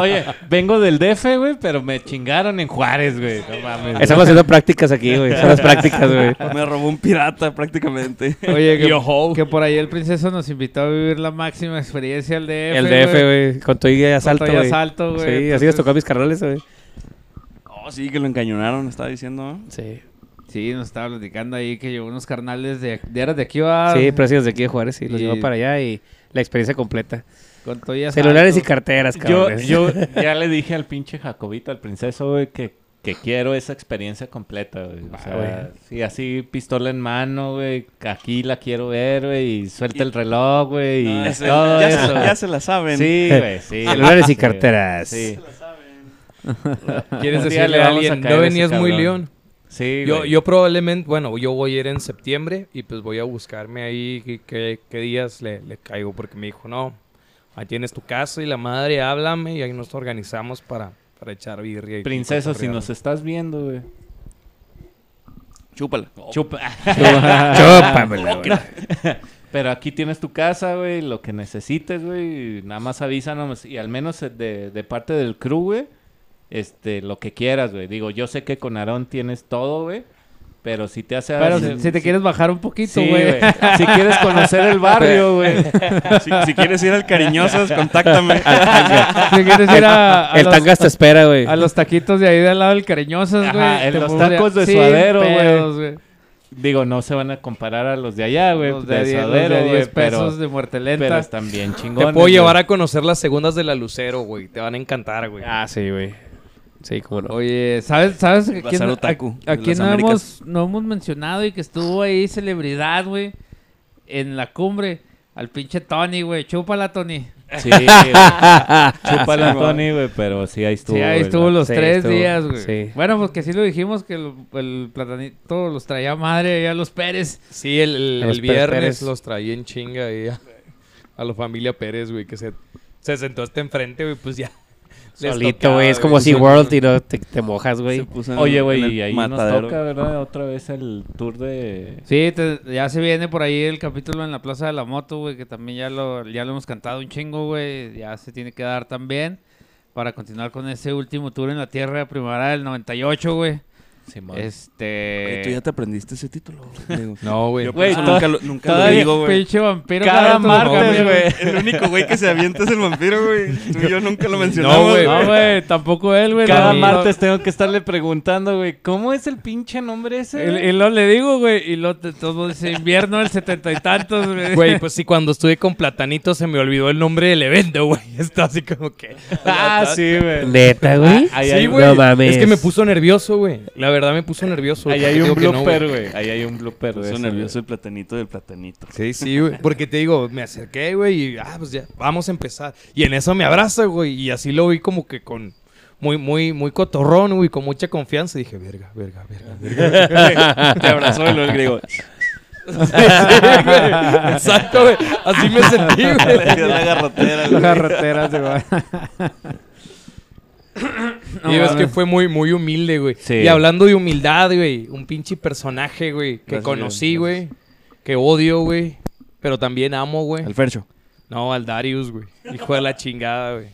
Speaker 4: Oye, vengo del DF, güey, pero me chingaron en Juárez, güey. No mames.
Speaker 5: Estamos haciendo prácticas aquí, güey. Son las prácticas, güey.
Speaker 3: broma. Me robó un pirata prácticamente.
Speaker 1: Oye,
Speaker 2: Yo
Speaker 1: que,
Speaker 2: ho.
Speaker 1: que por ahí el princeso nos invitó a vivir la máxima experiencia al DF.
Speaker 5: El DF, güey. Con todo y asalto,
Speaker 1: todo y
Speaker 5: güey.
Speaker 1: asalto, güey.
Speaker 5: Sí, así
Speaker 1: Entonces-
Speaker 5: les tocó a mis carnales, güey.
Speaker 3: Oh, sí, que lo encañonaron, estaba diciendo. ¿no?
Speaker 5: Sí.
Speaker 1: Sí, nos estaba platicando ahí que llevó unos carnales de, de eras de aquí va.
Speaker 5: Sí, pues, precios de aquí de Juárez y los
Speaker 1: Y-
Speaker 5: llevó para allá y la experiencia completa.
Speaker 1: Con todo y asalto.
Speaker 5: Celulares y carteras,
Speaker 4: Yo,
Speaker 5: cabrón.
Speaker 4: yo ya le dije al pinche Jacobito, al princeso, güey, que, que quiero esa experiencia completa, güey.
Speaker 2: Ah,
Speaker 4: O sea, sí, así pistola en mano, güey. Aquí la quiero ver, güey. Y suelta el reloj, güey. Y
Speaker 3: Ah, ese-
Speaker 4: todo
Speaker 3: ya,
Speaker 4: eso.
Speaker 3: se,
Speaker 4: güey.
Speaker 3: ya se la saben.
Speaker 4: Sí, güey, sí.
Speaker 5: Celulares y
Speaker 4: Sí,
Speaker 5: carteras.
Speaker 4: Sí.
Speaker 2: ¿Quieres
Speaker 4: Un día
Speaker 2: decirle
Speaker 4: le
Speaker 2: a
Speaker 4: vamos a
Speaker 2: alguien?
Speaker 4: caer
Speaker 2: no
Speaker 4: a
Speaker 2: venías
Speaker 4: ese
Speaker 2: muy
Speaker 4: cabrón.
Speaker 2: león.
Speaker 4: Sí,
Speaker 2: Yo,
Speaker 4: güey.
Speaker 2: yo probablemente, bueno, yo voy a ir en septiembre y pues voy a buscarme ahí qué- qué qué días le, le caigo. Porque me dijo, no, ahí tienes tu casa y la madre, háblame y ahí nos organizamos para, para echar birria. y- y
Speaker 4: Princeso, si
Speaker 2: cotorrear.
Speaker 4: nos estás viendo, güey.
Speaker 3: Chúpala.
Speaker 4: Chupa.
Speaker 5: Chúpamela, güey.
Speaker 4: Pero aquí tienes tu casa, güey, lo que necesites, güey. y Nada más avísanos. Y al menos eh, de, de parte del crew, güey, este, lo que quieras, güey. Digo, yo sé que con Aarón tienes todo, güey, pero si te hace...
Speaker 1: Pero
Speaker 4: hace-
Speaker 1: si, si te quieres bajar un poquito,
Speaker 4: Sí,
Speaker 1: güey.
Speaker 4: güey. Si quieres conocer el barrio, güey.
Speaker 3: Si, si quieres ir al Cariñosas, contáctame.
Speaker 1: si quieres ir a, a
Speaker 5: El
Speaker 1: los,
Speaker 5: tangas te espera, güey.
Speaker 1: a los taquitos de ahí de al lado del Cariñosas,
Speaker 4: Ajá,
Speaker 1: güey.
Speaker 4: en
Speaker 1: te
Speaker 4: los
Speaker 1: podría-
Speaker 4: tacos de
Speaker 1: sin
Speaker 4: suadero, güey.
Speaker 1: pedos, güey.
Speaker 4: Digo, no se van a comparar a los de allá, Ah, güey.
Speaker 1: Los
Speaker 4: de
Speaker 1: de 10
Speaker 4: Suadero, güey,
Speaker 1: pesos
Speaker 4: pero,
Speaker 1: de muerte lenta.
Speaker 4: pero están bien
Speaker 2: Te
Speaker 4: chingones.
Speaker 2: puedo llevar
Speaker 4: güey.
Speaker 2: a conocer las segundas de la Lucero, güey. Te van a encantar, güey.
Speaker 5: Ah, sí, güey. Sí, cómo no.
Speaker 1: Oye, ¿sabes, sabes a
Speaker 3: Lazaro
Speaker 1: quién, a-
Speaker 3: Otaku,
Speaker 1: a
Speaker 3: de las
Speaker 1: quién no,
Speaker 3: Américas.
Speaker 1: hemos, no hemos mencionado y que estuvo ahí celebridad, güey? En la cumbre. Al pinche Tony, güey. Chúpala, Tony.
Speaker 4: Sí, güey. Chúpala, Tony, güey, pero sí, ahí estuvo.
Speaker 1: sí, ahí
Speaker 4: güey,
Speaker 1: estuvo
Speaker 4: la-
Speaker 1: los
Speaker 5: sí,
Speaker 1: tres
Speaker 5: estuvo-
Speaker 1: días, güey.
Speaker 5: sí.
Speaker 1: Bueno, porque sí lo dijimos que el, el platanito los traía madre allá a los Pérez.
Speaker 2: Sí, el, el-
Speaker 5: A los
Speaker 2: el
Speaker 5: Pérez
Speaker 2: viernes
Speaker 5: Pérez.
Speaker 2: los traí en chinga ahí a, a la familia Pérez, güey, que se, se sentó hasta enfrente, güey, pues ya. les
Speaker 5: Solito,
Speaker 2: tocaba,
Speaker 5: güey. Es como si
Speaker 2: Sí,
Speaker 5: World y no te, te mojas,
Speaker 3: Se
Speaker 5: güey.
Speaker 3: puso en-
Speaker 4: Oye,
Speaker 3: en
Speaker 4: güey,
Speaker 3: el
Speaker 4: y ahí
Speaker 3: matadero.
Speaker 4: nos toca, ¿verdad? Otra vez el tour de...
Speaker 1: Sí, te- ya se viene por ahí el capítulo en la Plaza de la Moto, güey, que también ya lo, ya lo hemos cantado un chingo, güey. Ya se tiene que dar también para continuar con ese último tour en la Tierra de Primavera del 98, güey.
Speaker 4: Simón.
Speaker 1: Este...
Speaker 3: Oye, tú ya te aprendiste ese título. güey. Digo,
Speaker 2: No, güey.
Speaker 3: Yo por eso
Speaker 4: to-
Speaker 3: nunca lo, nunca lo
Speaker 4: todavía-
Speaker 3: digo, güey.
Speaker 1: Pinche vampiro.
Speaker 4: Cada martes,
Speaker 1: martes,
Speaker 4: güey.
Speaker 3: El único güey que se avienta es el vampiro, güey. Tú y yo nunca lo mencionamos.
Speaker 2: No, güey.
Speaker 1: No, güey, tampoco él, güey.
Speaker 4: Cada
Speaker 1: No,
Speaker 4: martes tengo que estarle preguntando, güey, ¿cómo es el pinche nombre
Speaker 1: no.
Speaker 4: ese? güey?
Speaker 1: Y, y lo le digo, güey, y lo de todos modos dice invierno del setenta y tantos, güey.
Speaker 2: Güey, pues sí, cuando estuve con Platanito se me olvidó el nombre del evento, güey. Está así como que...
Speaker 4: Ah, sí, güey.
Speaker 5: Neta, güey.
Speaker 4: Ahí
Speaker 2: sí,
Speaker 4: hay,
Speaker 2: güey.
Speaker 5: No mames.
Speaker 2: Es que me puso nervioso, güey. La verdad me puso nervioso.
Speaker 4: ahí
Speaker 2: porque
Speaker 4: hay
Speaker 2: te
Speaker 4: un
Speaker 2: digo que no,
Speaker 4: blooper, güey. ahí hay un blooper de
Speaker 3: Soy
Speaker 4: ese,
Speaker 3: Pues, nervioso el platanito del platanito.
Speaker 2: Sí, sí, güey. Porque te digo, me acerqué, güey, y ah, pues ya, vamos a empezar. Y en eso me abraza, güey. Y así lo vi como que con muy, muy, muy cotorrón, güey, con mucha confianza. Y dije, verga, verga, verga, verga.
Speaker 3: Te abrazó y luego el griego.
Speaker 2: Sí, güey. Exacto, güey. Así me sentí, güey.
Speaker 3: Le dio la garrotera, güey.
Speaker 1: carreteras, güey.
Speaker 2: Y ves que fue muy, muy humilde, güey.
Speaker 4: Sí.
Speaker 2: Y hablando de humildad, güey, un pinche personaje, güey, que
Speaker 3: Gracias,
Speaker 2: conocí,
Speaker 3: Dios,
Speaker 2: güey, que odio, güey, pero también amo, güey.
Speaker 3: Al Fercho.
Speaker 2: No, al Darius, güey. Hijo de la chingada, güey.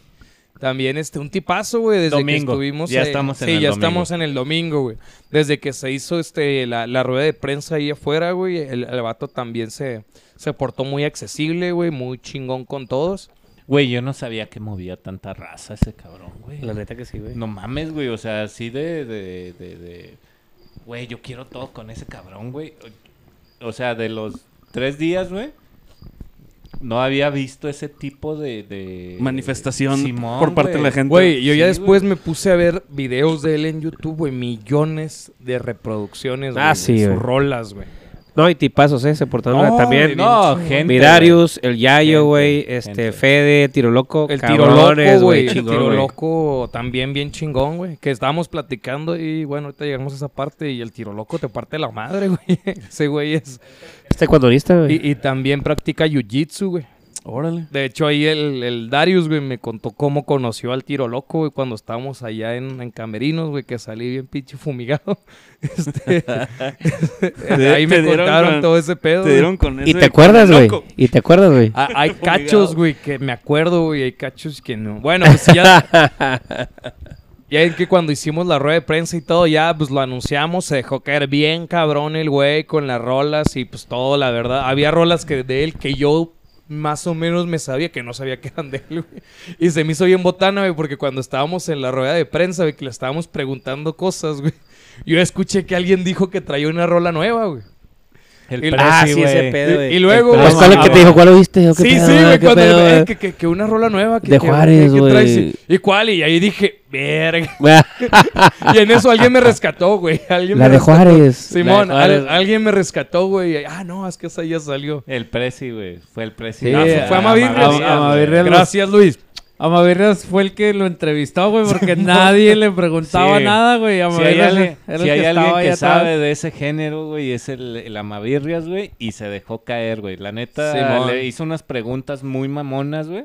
Speaker 2: También este, un tipazo, güey, desde
Speaker 4: Domingo.
Speaker 2: que estuvimos.
Speaker 4: Ya estamos en
Speaker 2: sí,
Speaker 4: el
Speaker 2: ya
Speaker 4: domingo.
Speaker 2: estamos en el domingo, güey. Desde que se hizo este, la, la rueda de prensa ahí afuera, güey. El, el vato también se, se portó muy accesible, güey. Muy chingón con todos.
Speaker 4: Güey, yo no sabía que movía tanta raza ese cabrón, güey.
Speaker 5: La neta que sí, güey.
Speaker 4: No mames, güey, o sea, así de, de, de, de- Güey, yo quiero todo con ese cabrón, güey. O sea, de los tres días, güey, no había visto ese tipo de... de-
Speaker 3: Manifestación
Speaker 4: Simón,
Speaker 3: por parte
Speaker 4: güey.
Speaker 3: de la gente.
Speaker 2: Güey, yo ya
Speaker 4: sí,
Speaker 2: después
Speaker 4: güey.
Speaker 2: me puse a ver videos de él en YouTube, güey. Millones de reproducciones,
Speaker 5: Ah,
Speaker 2: güey,
Speaker 5: sí,
Speaker 2: de sus
Speaker 5: güey.
Speaker 2: rolas, güey.
Speaker 5: No, y tipazos, ¿eh? Se portaron
Speaker 2: No,
Speaker 5: también.
Speaker 4: No, gente.
Speaker 5: Mirarius, el
Speaker 4: Gente,
Speaker 5: Yayo, güey. Este,
Speaker 4: gente.
Speaker 5: Fede, Tiro Loco.
Speaker 2: El tiro
Speaker 5: cabrones,
Speaker 2: loco, güey. El
Speaker 5: chingón,
Speaker 2: tiro
Speaker 5: güey.
Speaker 2: loco también bien chingón, güey. Que estábamos platicando y bueno, ahorita llegamos a esa parte y el tiro loco te parte la madre, güey. Ese güey es.
Speaker 5: Este cuandonista, güey.
Speaker 2: Y, y también practica jiu-jitsu, güey.
Speaker 3: Órale.
Speaker 2: De hecho, ahí el, el Darius, güey, me contó cómo conoció al tiro loco, güey, cuando estábamos allá en, en Camerinos, güey, que salí bien pinche fumigado. Este, ahí
Speaker 3: Te
Speaker 2: me
Speaker 3: dieron
Speaker 2: contaron
Speaker 3: con-
Speaker 2: todo ese pedo.
Speaker 3: Te
Speaker 2: güey.
Speaker 3: dieron con eso.
Speaker 5: ¿Y
Speaker 3: de
Speaker 5: te acuerdas, güey?
Speaker 3: loco.
Speaker 5: ¿Y te acuerdas, güey?
Speaker 2: Ah, hay
Speaker 3: Fumigado.
Speaker 2: cachos, güey, que me acuerdo, güey. Hay cachos que no. Bueno, pues ya. ya es que cuando hicimos la rueda de prensa y todo, ya pues lo anunciamos. Se dejó caer bien cabrón el güey con las rolas y pues todo, la verdad. Había rolas que de él que yo más o menos me sabía que no sabía que eran de él, güey. Y se me hizo bien botana, güey, porque cuando estábamos en la rueda de prensa, güey, que le estábamos preguntando cosas, güey. Yo escuché que alguien dijo que traía una rola nueva, güey.
Speaker 4: El
Speaker 2: El-
Speaker 5: Ah,
Speaker 4: Prezi,
Speaker 5: sí, ese
Speaker 4: güey.
Speaker 5: pedo,
Speaker 2: Y-
Speaker 5: güey.
Speaker 2: y luego,
Speaker 5: El-
Speaker 2: güey,
Speaker 5: ¿Cuál es que te dijo? ¿Cuál oíste? ¿O qué
Speaker 2: Sí,
Speaker 5: pedo,
Speaker 2: sí,
Speaker 5: güey?
Speaker 2: güey,
Speaker 5: ¿Qué
Speaker 2: cuando
Speaker 5: pedo,
Speaker 2: eh,
Speaker 5: güey?
Speaker 2: que, que- que una rola nueva. Que,
Speaker 5: De
Speaker 2: que-
Speaker 5: Juárez,
Speaker 2: que traes,
Speaker 5: güey.
Speaker 2: y- ¿Y cuál? Y ahí dije, verga.
Speaker 5: Ah.
Speaker 2: Y en eso alguien me rescató, güey. Alguien
Speaker 7: La
Speaker 2: me
Speaker 7: de
Speaker 2: rescató.
Speaker 7: Juárez.
Speaker 2: Simón,
Speaker 5: La de Juárez.
Speaker 2: al- alguien me rescató, güey. Y, Ah, no, es que esa ya salió.
Speaker 4: El Prezi, güey. Fue el Prezi.
Speaker 1: Sí,
Speaker 2: Ah, fue- fue
Speaker 1: a-
Speaker 2: Amavirres.
Speaker 1: a- a- Amavirres.
Speaker 2: Gracias, Luis.
Speaker 1: Amavirres fue el que lo entrevistó, güey, porque nadie le preguntaba
Speaker 4: Sí.
Speaker 1: nada, güey.
Speaker 4: Si hay,
Speaker 1: Amavirres
Speaker 4: alguien
Speaker 1: era el
Speaker 4: si hay alguien
Speaker 1: estaba ahí
Speaker 4: que
Speaker 1: atrás.
Speaker 4: sabe de ese género, güey, es el, el Amavirrias, güey, y se dejó caer, güey. La neta,
Speaker 2: Simón.
Speaker 4: le hizo unas preguntas muy mamonas, güey,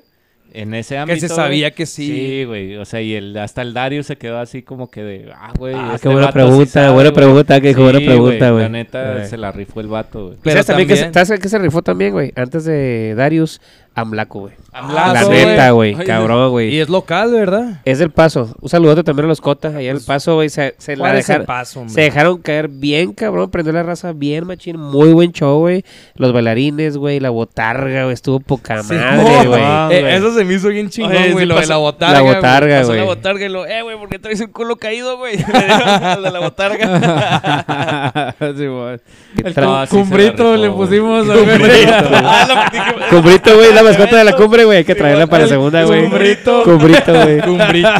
Speaker 4: en ese ámbito.
Speaker 2: Que se sabía
Speaker 4: güey.
Speaker 2: que sí.
Speaker 4: Sí, güey, o sea, y el, hasta el Dario se quedó así como que de, ah, güey.
Speaker 5: Ah,
Speaker 4: este
Speaker 5: qué buena
Speaker 4: vato sí
Speaker 5: pregunta,
Speaker 4: sabe,
Speaker 5: buena
Speaker 4: güey".
Speaker 5: pregunta, qué buena
Speaker 4: Sí,
Speaker 5: pregunta, güey.
Speaker 4: La neta,
Speaker 5: Eh.
Speaker 4: se la rifó el vato, güey.
Speaker 2: Pero
Speaker 5: ¿Sabes también que se,
Speaker 2: también-
Speaker 5: ¿sabes qué se rifó también, güey? Antes de Darius, Amlaco, güey.
Speaker 2: Amlaco,
Speaker 5: La
Speaker 2: Ah, güey.
Speaker 5: neta, güey.
Speaker 2: Ay,
Speaker 5: Cabrón, güey.
Speaker 2: Y es local, ¿verdad?
Speaker 5: Es del paso. Un saludote también a los cotas. Allá en el paso, güey. Se, se la
Speaker 2: Pues, ¿Cuál es el
Speaker 5: dejaron,
Speaker 2: paso, hombre?
Speaker 5: se dejaron caer bien, cabrón. Prendió la raza bien, machín. Muy buen show, güey. Los bailarines, güey. La botarga, güey. Estuvo poca
Speaker 2: Sí.
Speaker 5: madre, güey.
Speaker 2: Eh, eso se me hizo bien chingón,
Speaker 3: Oye,
Speaker 2: güey,
Speaker 3: sí
Speaker 2: lo de
Speaker 3: pasó-
Speaker 2: la botarga.
Speaker 5: la
Speaker 2: güey.
Speaker 5: botarga,
Speaker 3: Pasó la
Speaker 5: güey.
Speaker 3: botarga y lo, eh, güey, ¿por qué traes el culo caído, güey? Al de la botarga.
Speaker 1: Sí, güey.
Speaker 5: Que
Speaker 1: El
Speaker 5: tra-
Speaker 1: cum-
Speaker 3: No, sí se la
Speaker 1: cumbrito
Speaker 3: rifó,
Speaker 1: le
Speaker 3: güey.
Speaker 1: pusimos. güey.
Speaker 3: Ah, lo que dije,
Speaker 5: Cumbrito, güey. La mascota de la cumbre, güey. Hay que traerla para la segunda, güey.
Speaker 1: Cumbrito.
Speaker 5: Cumbrito, güey.
Speaker 2: Cumbrito,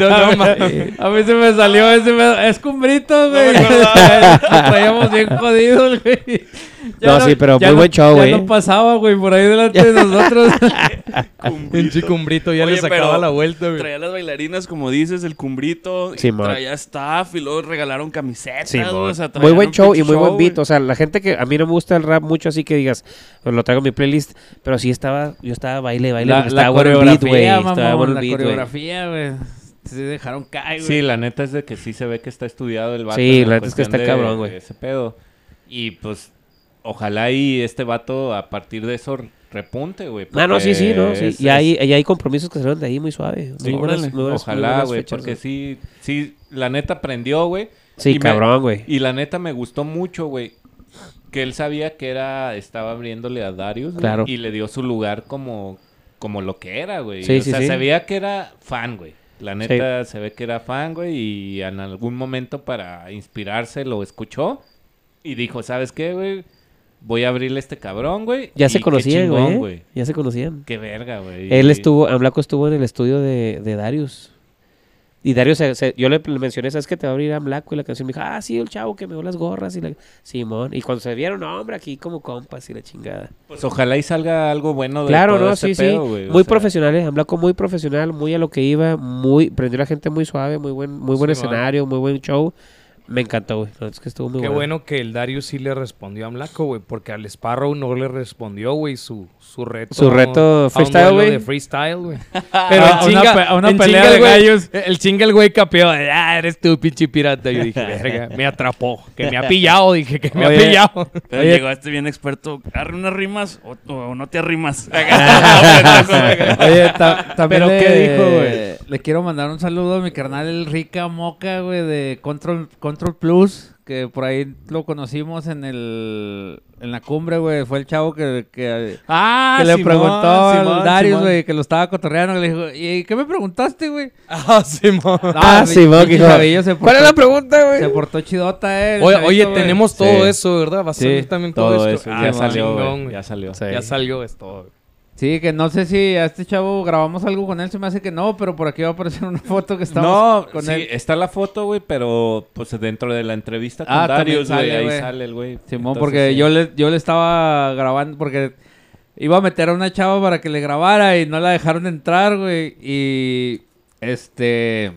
Speaker 2: no mames.
Speaker 1: A mí se me salió ese pedo. Es cumbrito, güey.
Speaker 3: No me acordaba.
Speaker 1: Lo traíamos bien jodidos, güey.
Speaker 5: No, sí, pero
Speaker 1: ya
Speaker 5: muy buen show,
Speaker 1: ya
Speaker 5: güey.
Speaker 1: no pasaba, güey, por ahí delante de nosotros.
Speaker 2: En chicumbrito ya
Speaker 3: Oye,
Speaker 2: le sacaba
Speaker 3: pero
Speaker 2: la vuelta, güey.
Speaker 3: Traía las bailarinas, como dices, el cumbrito. y
Speaker 5: Simón.
Speaker 3: traía staff y luego regalaron camisetas.
Speaker 5: Sí,
Speaker 3: güey, o
Speaker 5: mon.
Speaker 3: sea,
Speaker 5: muy
Speaker 3: traían
Speaker 5: buen
Speaker 3: un
Speaker 5: show y
Speaker 3: pinche
Speaker 5: muy buen beat.
Speaker 3: güey.
Speaker 5: O sea, la gente que a mí no me gusta el rap mucho, así que digas, lo traigo en mi playlist. Pero sí estaba, yo estaba baile, baile. porque estaba bueno el beat, güey. Estaba
Speaker 1: mamón,
Speaker 5: bueno el
Speaker 1: la
Speaker 5: beat, güey.
Speaker 1: coreografía, güey. Se dejaron caer, güey.
Speaker 4: Sí, la neta es de que sí se ve que está estudiado el vato.
Speaker 5: Sí,
Speaker 4: en
Speaker 5: la neta es que
Speaker 4: cuestión
Speaker 5: está
Speaker 4: de-
Speaker 5: cabrón, güey.
Speaker 4: de Ese pedo. Y pues, ojalá y este vato a partir de eso repunte, güey.
Speaker 5: Ah, no, sí, sí, no.
Speaker 4: porque
Speaker 5: Sí.
Speaker 4: es-
Speaker 5: Y, hay, y hay compromisos que salieron de ahí muy suave.
Speaker 3: Sí,
Speaker 5: muy buenas-
Speaker 3: órale.
Speaker 5: muy buenas- muy
Speaker 4: Ojalá,
Speaker 5: buenas
Speaker 4: güey,
Speaker 5: fechas,
Speaker 4: porque
Speaker 5: güey.
Speaker 4: sí, sí, la neta prendió, güey.
Speaker 5: Sí,
Speaker 4: y me-
Speaker 5: cabrón, güey.
Speaker 4: Y la neta me gustó mucho, güey. Que él sabía que era, estaba abriéndole a Darius. güey,
Speaker 5: Claro.
Speaker 4: Y le dio su lugar como, como lo que era, güey.
Speaker 5: Sí,
Speaker 4: o
Speaker 5: sí,
Speaker 4: sea,
Speaker 5: sí.
Speaker 4: se veía que era fan, güey. La neta se ve que era fan, güey. Y en algún momento para inspirarse lo escuchó. Y dijo, ¿sabes qué, güey? Voy a abrirle a este cabrón, güey.
Speaker 5: Ya
Speaker 4: y
Speaker 5: se
Speaker 4: qué
Speaker 5: conocían,
Speaker 4: chingón,
Speaker 5: güey. ¿eh? Ya se conocían.
Speaker 4: Qué verga, güey.
Speaker 5: Él
Speaker 4: Y-
Speaker 5: estuvo, Amlaco estuvo en el estudio de, de Darius. Y Darius, se- se- yo le, le mencioné, ¿sabes que te va a abrir Amlaco? Y la canción me dijo, ah, sí, el chavo que me dio las gorras. Y la... Simón. Y cuando se vieron, no, hombre, aquí como compas y la chingada.
Speaker 4: Pues ojalá y salga algo bueno de
Speaker 5: claro,
Speaker 4: todo
Speaker 5: no,
Speaker 4: este
Speaker 5: sí,
Speaker 4: pedo,
Speaker 5: sí.
Speaker 4: güey, o
Speaker 5: muy
Speaker 4: sea,
Speaker 5: profesionales, Amlaco muy profesional, muy a lo que iba, muy, prendió la gente muy suave, muy buen, muy buen
Speaker 2: Simón.
Speaker 5: escenario, muy buen show. Me encantó, güey. La verdad Es que estuvo muy
Speaker 2: Qué bueno que el Darius sí le respondió a Amlaco, güey, porque al Sparrow no le respondió, güey, su, su reto.
Speaker 5: Su reto
Speaker 2: a un
Speaker 5: freestyle,
Speaker 2: duelo
Speaker 5: güey.
Speaker 2: de freestyle, güey. Ah,
Speaker 1: Pero a una pe- a una
Speaker 2: en
Speaker 1: pelea
Speaker 2: chinga el
Speaker 1: de
Speaker 2: güey-
Speaker 1: gallos.
Speaker 2: El chinga el güey capeó. de, Ah, eres tú, pinche pirata. Yo dije, verga, me atrapó. Que me ha pillado, dije, que me
Speaker 1: Oye.
Speaker 2: ha pillado.
Speaker 3: Pero
Speaker 1: Oye.
Speaker 3: llegó este bien experto. Agarra unas rimas o, o no te arrimas.
Speaker 1: Oye, ta- también
Speaker 4: ¿Pero
Speaker 1: le,
Speaker 4: qué dijo, güey?
Speaker 1: le quiero mandar un saludo a mi carnal el Rica Moca, güey, de Control, Control Plus, que por ahí lo conocimos en el en la cumbre, güey. Fue el chavo que, que,
Speaker 4: Ah,
Speaker 1: que le
Speaker 4: Simón,
Speaker 1: preguntó al
Speaker 4: Simón,
Speaker 1: Darius,
Speaker 4: Simón.
Speaker 1: güey, que lo estaba cotorreando, que le dijo, ¿y qué me preguntaste, güey?
Speaker 2: Ah, Simón.
Speaker 5: Ah,
Speaker 1: güey,
Speaker 5: sí, mo, que
Speaker 1: pinche
Speaker 5: dijo,
Speaker 1: chavillo se
Speaker 5: ¿Cuál es la
Speaker 1: portó-
Speaker 5: pregunta,
Speaker 1: Se
Speaker 5: güey?
Speaker 1: portó chidota, eh. el
Speaker 2: Oye,
Speaker 1: chavito,
Speaker 2: oye,
Speaker 1: güey.
Speaker 2: tenemos todo
Speaker 4: Sí.
Speaker 2: eso, ¿verdad? Va a salir
Speaker 4: Sí,
Speaker 2: también todo,
Speaker 4: todo,
Speaker 2: esto.
Speaker 4: eso. ya,
Speaker 2: Ah,
Speaker 4: salió, güey,
Speaker 2: chingón, güey.
Speaker 4: ya salió,
Speaker 5: Sí.
Speaker 2: Ya salió esto. güey.
Speaker 1: Sí, que no sé si a este chavo grabamos algo con él, se me hace que no, pero por aquí va a aparecer una foto que estamos
Speaker 4: No,
Speaker 1: con
Speaker 4: sí,
Speaker 1: él.
Speaker 4: está la foto, güey, pero pues dentro de la entrevista con
Speaker 1: Ah, también
Speaker 4: Darius,
Speaker 1: sale,
Speaker 4: güey, ahí
Speaker 1: güey.
Speaker 4: sale el güey.
Speaker 1: Simón,
Speaker 4: Entonces,
Speaker 1: porque
Speaker 4: sí.
Speaker 1: yo le yo le estaba grabando porque iba a meter a una chava para que le grabara y no la dejaron entrar, güey, y este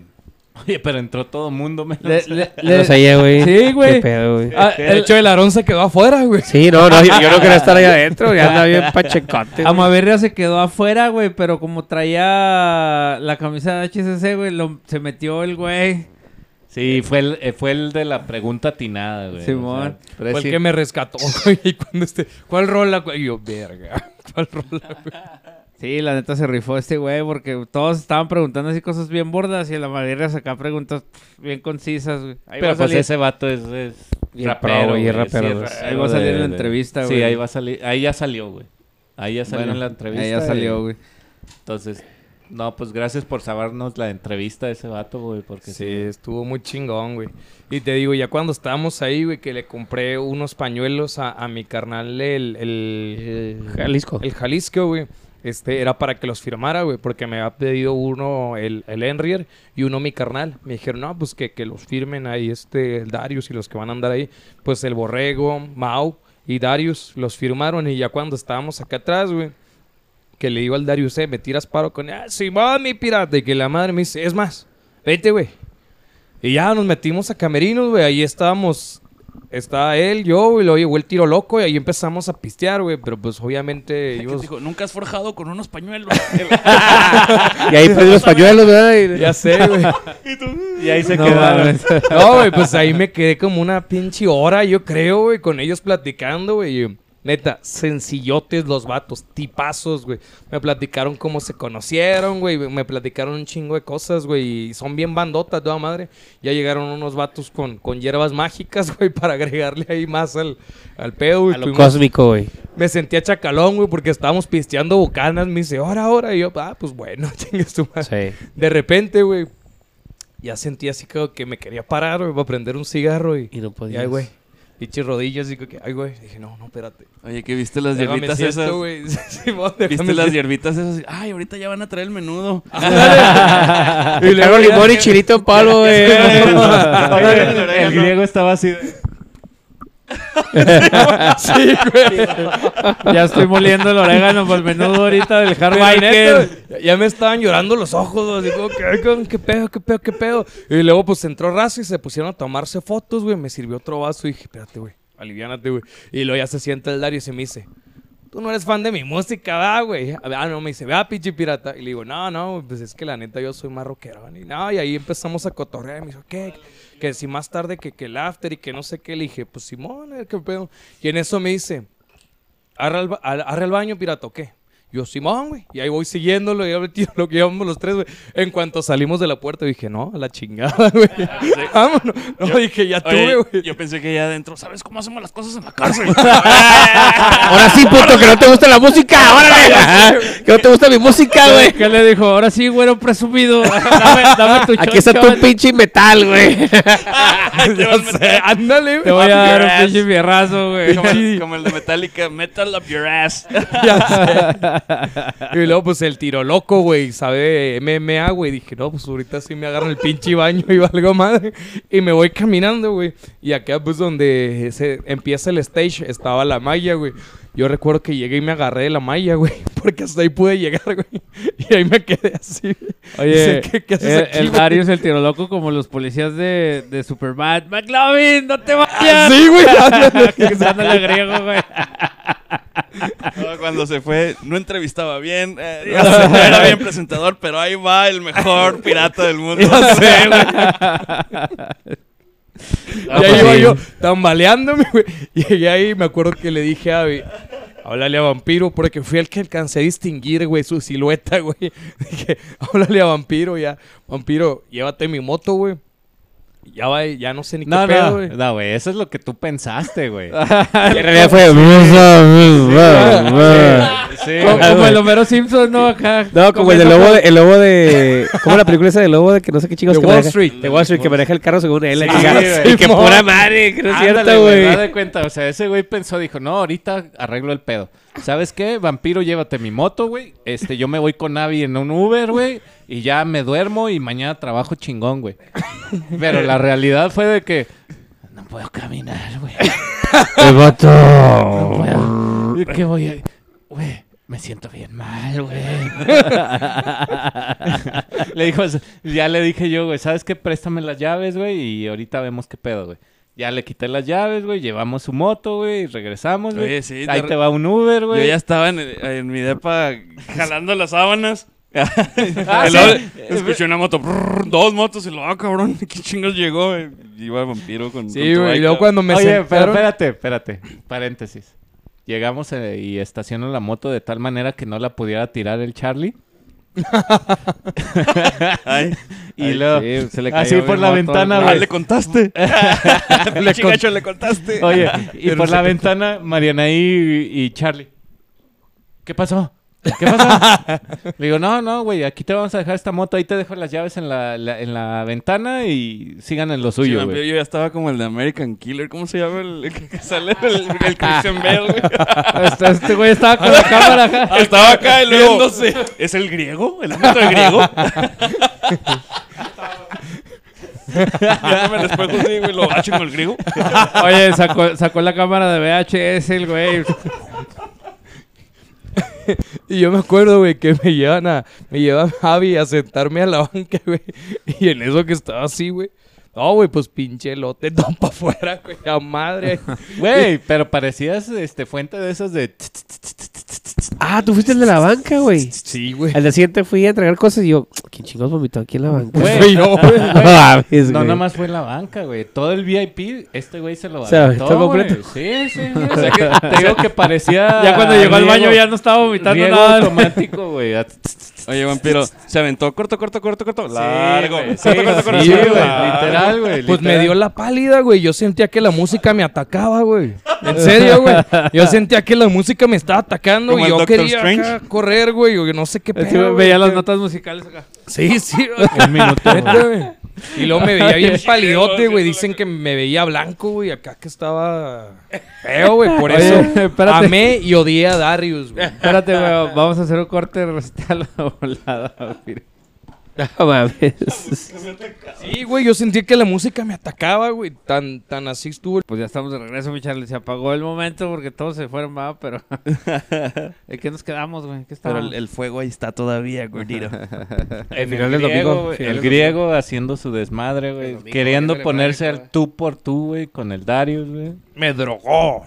Speaker 4: Oye, pero entró todo mundo, menos...
Speaker 1: le- le- le-
Speaker 5: No sabía, güey.
Speaker 1: Sí, güey.
Speaker 5: Qué pedo, güey.
Speaker 1: Ah,
Speaker 2: De
Speaker 1: el,
Speaker 2: hecho, el Aarón se quedó afuera, güey.
Speaker 5: Sí, no, no, yo, yo no quería estar allá adentro, ya anda bien pachecote. güey.
Speaker 1: Amaberria se quedó afuera, güey, pero como traía la camisa de HCC, güey, lo- se metió el güey.
Speaker 4: Sí, fue el, eh, fue el de la pregunta atinada, güey. o
Speaker 1: Simón.
Speaker 4: sea, pues
Speaker 1: Pero
Speaker 2: Fue el
Speaker 1: sí-
Speaker 2: que me rescató, güey. Y cuando este, ¿cuál rola? güey? Y yo, verga. ¿Cuál rola?
Speaker 1: Sí, la neta se rifó este güey porque todos estaban preguntando así cosas bien bordas y la mayoría acá preguntas pff, bien concisas, güey. Ahí va
Speaker 4: pero
Speaker 1: a
Speaker 4: pues
Speaker 1: salir-
Speaker 4: ese vato es, es
Speaker 5: Bien pro,
Speaker 4: rapero,
Speaker 5: güey,
Speaker 4: güey.
Speaker 5: es rapero,
Speaker 4: sí,
Speaker 5: güey.
Speaker 4: rapero
Speaker 1: Ahí va a salir en la
Speaker 4: de-
Speaker 1: entrevista,
Speaker 4: Sí,
Speaker 1: güey.
Speaker 4: ahí va a salir... Ahí ya salió, güey. Ahí ya salió
Speaker 1: Bueno,
Speaker 4: en la entrevista.
Speaker 1: Ahí ya salió,
Speaker 4: y-
Speaker 1: güey.
Speaker 4: Entonces, no, pues gracias por sabernos la entrevista de ese vato, güey, porque
Speaker 2: Sí, estuvo muy chingón, güey. Y te digo, ya cuando estábamos ahí, güey, que le compré unos pañuelos a, a mi carnal, el, el,
Speaker 5: Jalisco.
Speaker 2: el Jalisco, güey. Este, era para que los firmara, güey, porque me había pedido uno el, el Enrier y uno mi carnal. Me dijeron, no, pues que, que los firmen ahí este, el Darius y los que van a andar ahí. Pues el Borrego, Mau y Darius los firmaron y ya cuando estábamos acá atrás, güey, que le digo al Darius, eh, me tiras paro con, ah, sí, mi pirata. Y que la madre me dice, es más, vete, güey. Y ya nos metimos a camerinos, güey. Ahí estábamos. Estaba él, yo, y luego llegó el tiro loco. Y ahí empezamos a pistear, güey. Pero pues obviamente.
Speaker 3: Que te
Speaker 2: íbamos-
Speaker 3: dijo, Nunca has forjado con unos pañuelos.
Speaker 5: Y ahí perdí los pañuelos, ¿verdad? Y-
Speaker 2: Ya sé, güey.
Speaker 4: Y ahí se
Speaker 1: No
Speaker 4: quedaron.
Speaker 1: mames.
Speaker 2: No, güey, pues ahí me quedé como una pinche hora, yo creo, güey, con ellos platicando, güey. Neta, sencillotes los vatos, tipazos, güey. Me platicaron cómo se conocieron, güey. Me platicaron un chingo de cosas, güey. Y son bien bandotas, toda madre. Ya llegaron unos vatos con, con hierbas mágicas, güey, para agregarle ahí más al, al pedo, güey.
Speaker 5: A lo
Speaker 2: Fuimos-
Speaker 5: cósmico, güey.
Speaker 2: me sentía chacalón, güey, porque estábamos pisteando bucanas. Me dice, ahora, ahora. Y yo, ah, pues bueno, chingue su madre.
Speaker 5: Sí.
Speaker 2: De repente, güey, ya sentí así como que me quería parar, güey, para prender un cigarro. Y,
Speaker 5: Y no
Speaker 2: y
Speaker 5: podías.
Speaker 2: ay, güey, pinche rodillas. Y como que, ay, güey. Dije, no, no, espérate.
Speaker 3: Oye, que viste las
Speaker 2: Déjame
Speaker 3: hierbitas
Speaker 2: siento,
Speaker 3: esas.
Speaker 2: güey. Simón, déjame
Speaker 3: Viste las
Speaker 2: siento.
Speaker 3: hierbitas esas. Ay, ahorita ya van a traer el menudo.
Speaker 2: Ah,
Speaker 5: Y luego limón y chilito en polvo, güey.
Speaker 1: Ah, El griego estaba así.
Speaker 2: Sí, güey.
Speaker 1: Ya estoy moliendo el orégano por el menudo ahorita del Hard
Speaker 2: Pero neta,
Speaker 1: Biker.
Speaker 2: ya- ya me estaban llorando los ojos, güey, así como, ¿qué, qué- qué pedo, qué pedo, qué pedo? Y luego, pues, entró Raza y se pusieron a tomarse fotos, güey. Me sirvió otro vaso y dije, espérate, güey, aliviánate, güey. Y luego ya se sienta el Dario y se me dice, tú no eres fan de mi música, ¿verdad, güey? Ah, no, me dice, vea, pinche pirata. Y le digo, no, no, güey, pues es que la neta yo soy más rockero. Y, no, y ahí empezamos a cotorrear. Y me dijo, ¿qué? Que si más tarde que, que el after y que no sé qué. Le dije, pues Simón, eh, qué pedo. Y en eso me dice, arre al, ba- al- arre al baño, pirata, ¿o qué? Yo, Simón, güey. Y ahí voy siguiéndolo. Y ahora, tío, lo que llevamos los tres, güey. En cuanto salimos de la puerta, dije, no, a la chingada, güey. Vámonos. No,
Speaker 3: Yo-
Speaker 2: dije, ya
Speaker 3: Oye,
Speaker 2: tuve, güey.
Speaker 3: Ah, yo pensé que ya adentro, ¿sabes cómo hacemos las cosas en la cárcel?
Speaker 5: Ahora sí, puto, que no te gusta la música. Órale. Ajá, Que no te gusta mi música, güey.
Speaker 1: ¿Qué le dijo? Ahora sí, güero presumido. Dame, dame tu
Speaker 5: Aquí está
Speaker 1: choncho,
Speaker 5: tu pinche metal, güey.
Speaker 2: Ya sé, ándale, güey.
Speaker 1: Te voy a dar un
Speaker 3: ass.
Speaker 1: pinche fierrazo, güey.
Speaker 3: como, el, como el de Metallica, metal up your ass.
Speaker 2: Y luego, pues el tiro loco, güey, sabe MMA, güey. Dije, no, pues ahorita sí me agarro el pinche baño y valgo madre. Y me voy caminando, güey. Y acá, pues donde se empieza el stage, estaba la malla, güey. Yo recuerdo que llegué y me agarré de la malla, güey. Porque hasta ahí pude llegar, güey. Y ahí me quedé así. güey.
Speaker 1: Oye,
Speaker 2: Dice, "¿Qué- qué haces
Speaker 1: el,
Speaker 2: aquí,
Speaker 1: el
Speaker 2: güey?"
Speaker 1: Darius, el tiro loco, como los policías de, de Superman. ¡McLovin, no te vayas!
Speaker 2: Ah, Sí, güey.
Speaker 1: Que se anda el griego, güey.
Speaker 3: No, Cuando se fue, no entrevistaba bien, eh, no era bien presentador, pero ahí va el mejor pirata del mundo. Ah,
Speaker 2: Y
Speaker 3: pues
Speaker 2: ahí iba yo tambaleándome, güey. Llegué ahí y me acuerdo que le dije a Abby, háblale a Vampiro, porque fui el que alcancé a distinguir, güey, su silueta, güey. Dije, háblale a Vampiro ya. Vampiro, llévate mi moto, güey. Ya va, ya no sé ni
Speaker 4: No,
Speaker 2: qué pedo, güey.
Speaker 4: no, no, güey, eso es lo que tú pensaste, güey.
Speaker 5: En realidad fue.
Speaker 4: Sí,
Speaker 1: Como,
Speaker 4: güey.
Speaker 1: como el Homero Simpson, ¿no? Acá.
Speaker 5: No, como el de lobo de, el lobo de. ¿Cómo la película esa de lobo de que no sé qué chicos
Speaker 2: De
Speaker 5: que
Speaker 2: Wall
Speaker 5: maneja?
Speaker 2: Street.
Speaker 5: De Wall Street que maneja el carro según él.
Speaker 4: Sí,
Speaker 5: acá.
Speaker 4: güey.
Speaker 5: y que pura madre, que no es
Speaker 4: Ándale,
Speaker 5: cierto,
Speaker 4: güey. da
Speaker 5: güey.
Speaker 4: de cuenta, o sea, ese güey pensó, dijo, no, ahorita arreglo el pedo. ¿Sabes qué? Vampiro, llévate mi moto, güey. Este, yo me voy con Abby en un Uber, güey. Y ya me duermo y mañana trabajo chingón, güey. Pero la realidad fue de que no puedo caminar, güey. No puedo. ¿Y ¿Qué voy a...? Güey, me siento bien mal, güey. le dijo, ya le dije yo, güey, ¿sabes qué? Préstame las llaves, güey, y ahorita vemos qué pedo, güey. Ya le quité las llaves, güey, llevamos su moto, güey, y regresamos, güey.
Speaker 3: Oye, sí,
Speaker 4: Ahí
Speaker 3: te-
Speaker 4: te va un Uber,
Speaker 3: Yo
Speaker 4: güey.
Speaker 3: ya estaba en, en mi depa jalando las sábanas.
Speaker 4: Ah,
Speaker 3: Y
Speaker 4: sí.
Speaker 3: luego Escuché una moto, brrr, dos motos y lo, ah, cabrón, qué chingos llegó. güey? Iba el vampiro con. con
Speaker 2: Sí,
Speaker 3: tu
Speaker 2: güey. Y
Speaker 3: bike,
Speaker 2: luego
Speaker 3: cabrón.
Speaker 2: cuando me
Speaker 4: Oye, pero
Speaker 2: sentaron...
Speaker 4: espérate, espérate. Paréntesis. Llegamos eh, y estaciono la moto de tal manera que no la pudiera tirar el Charlie.
Speaker 3: Ay,
Speaker 4: Y luego,
Speaker 1: Sí, se le cayó
Speaker 4: así
Speaker 1: mi
Speaker 4: por la
Speaker 1: moto,
Speaker 4: ventana,
Speaker 1: güey.
Speaker 3: ah,
Speaker 4: güey.
Speaker 3: le contaste. le le contaste.
Speaker 4: Oye, y por la ventana, Mariana y, y Charlie. ¿Qué pasó? ¿Qué pasó? Le digo, no, no, güey, aquí te vamos a dejar esta moto. Ahí te dejo las llaves en la, la- en la ventana y sigan en lo
Speaker 3: Sí,
Speaker 4: suyo,
Speaker 3: vampiro,
Speaker 4: güey.
Speaker 3: yo ya estaba como el de American Killer. ¿Cómo se llama el el que sale el, el Christian Bell, güey?
Speaker 1: Este, este güey estaba con la cámara acá.
Speaker 3: Estaba acá y luego. ¿Es el griego? ¿El otro griego? ya no me les puedo sí, güey, lo gacho con el griego.
Speaker 1: Oye, sacó, sacó la cámara de VHS el güey.
Speaker 2: Y yo me acuerdo, güey, que me llevan a... Me llevan Javi a sentarme a la banca, güey. Y en eso que estaba así, güey. No, güey, pues pinche lote, para afuera, güey. La madre.
Speaker 4: Güey, pero parecías este, fuente de esas de...
Speaker 5: Ah, tú fuiste el de la banca, güey.
Speaker 2: Sí, güey.
Speaker 5: Al día siguiente fui a entregar cosas y yo, ¿quién chingados vomitó aquí en la banca?
Speaker 4: Güey,
Speaker 2: Soy yo.
Speaker 5: No mames,
Speaker 4: No,
Speaker 5: güey.
Speaker 4: nada más fue en la banca, güey. Todo el VIP, este güey se lo
Speaker 5: Se
Speaker 4: aventó,
Speaker 5: aventó
Speaker 4: güey.
Speaker 5: completo.
Speaker 4: Sí, sí, sí. O sea, que te digo que parecía...
Speaker 1: Ya cuando llegó al baño
Speaker 4: riego-
Speaker 1: ya no estaba vomitando
Speaker 4: riego
Speaker 1: nada.
Speaker 4: automático, güey.
Speaker 3: Oye, vampiro, se aventó corto, corto, corto, corto. Largo.
Speaker 4: güey.
Speaker 3: corto, corto, corto,
Speaker 2: sí,
Speaker 3: corto,
Speaker 2: güey.
Speaker 3: largo.
Speaker 4: Literal, güey.
Speaker 2: Pues me
Speaker 4: literal.
Speaker 2: dio la pálida, güey. Yo sentía que la música me atacaba, güey. En serio, güey. Yo sentía que la música me estaba atacando
Speaker 3: Como
Speaker 2: y
Speaker 3: el
Speaker 2: yo
Speaker 3: Doctor
Speaker 2: quería
Speaker 3: Strange.
Speaker 2: acá correr, güey. Yo no sé qué
Speaker 1: Es que
Speaker 2: pedo. güey.
Speaker 1: veía las notas musicales acá.
Speaker 2: Sí, sí, güey. Neta, güey. Y luego me veía bien palidote, güey. Dicen que me veía blanco, güey. Acá que estaba feo, güey. Por
Speaker 1: Oye,
Speaker 2: eso
Speaker 1: espérate.
Speaker 2: amé y odié a Darius, güey.
Speaker 1: Espérate, güey. Vamos a hacer un corte de receta a la volada. vampiro.
Speaker 5: No mames.
Speaker 2: Sí, güey. Yo sentía que la música me atacaba, güey. Tan, tan así estuvo.
Speaker 1: Pues ya estamos de regreso, mi Charlie. Se apagó el momento porque todos se fueron, va, pero. ¿En qué nos quedamos, güey? ¿En ¿Qué
Speaker 3: Pero
Speaker 1: estábamos?
Speaker 3: el, el fuego ahí está todavía, gordito.
Speaker 4: En
Speaker 5: Final
Speaker 4: el
Speaker 5: del
Speaker 4: griego,
Speaker 5: domingo,
Speaker 4: güey,
Speaker 5: final
Speaker 4: el
Speaker 5: del
Speaker 4: griego haciendo su desmadre, güey. Queriendo ponerse al tú por tú, güey, con el Darius, güey.
Speaker 2: Me drogó.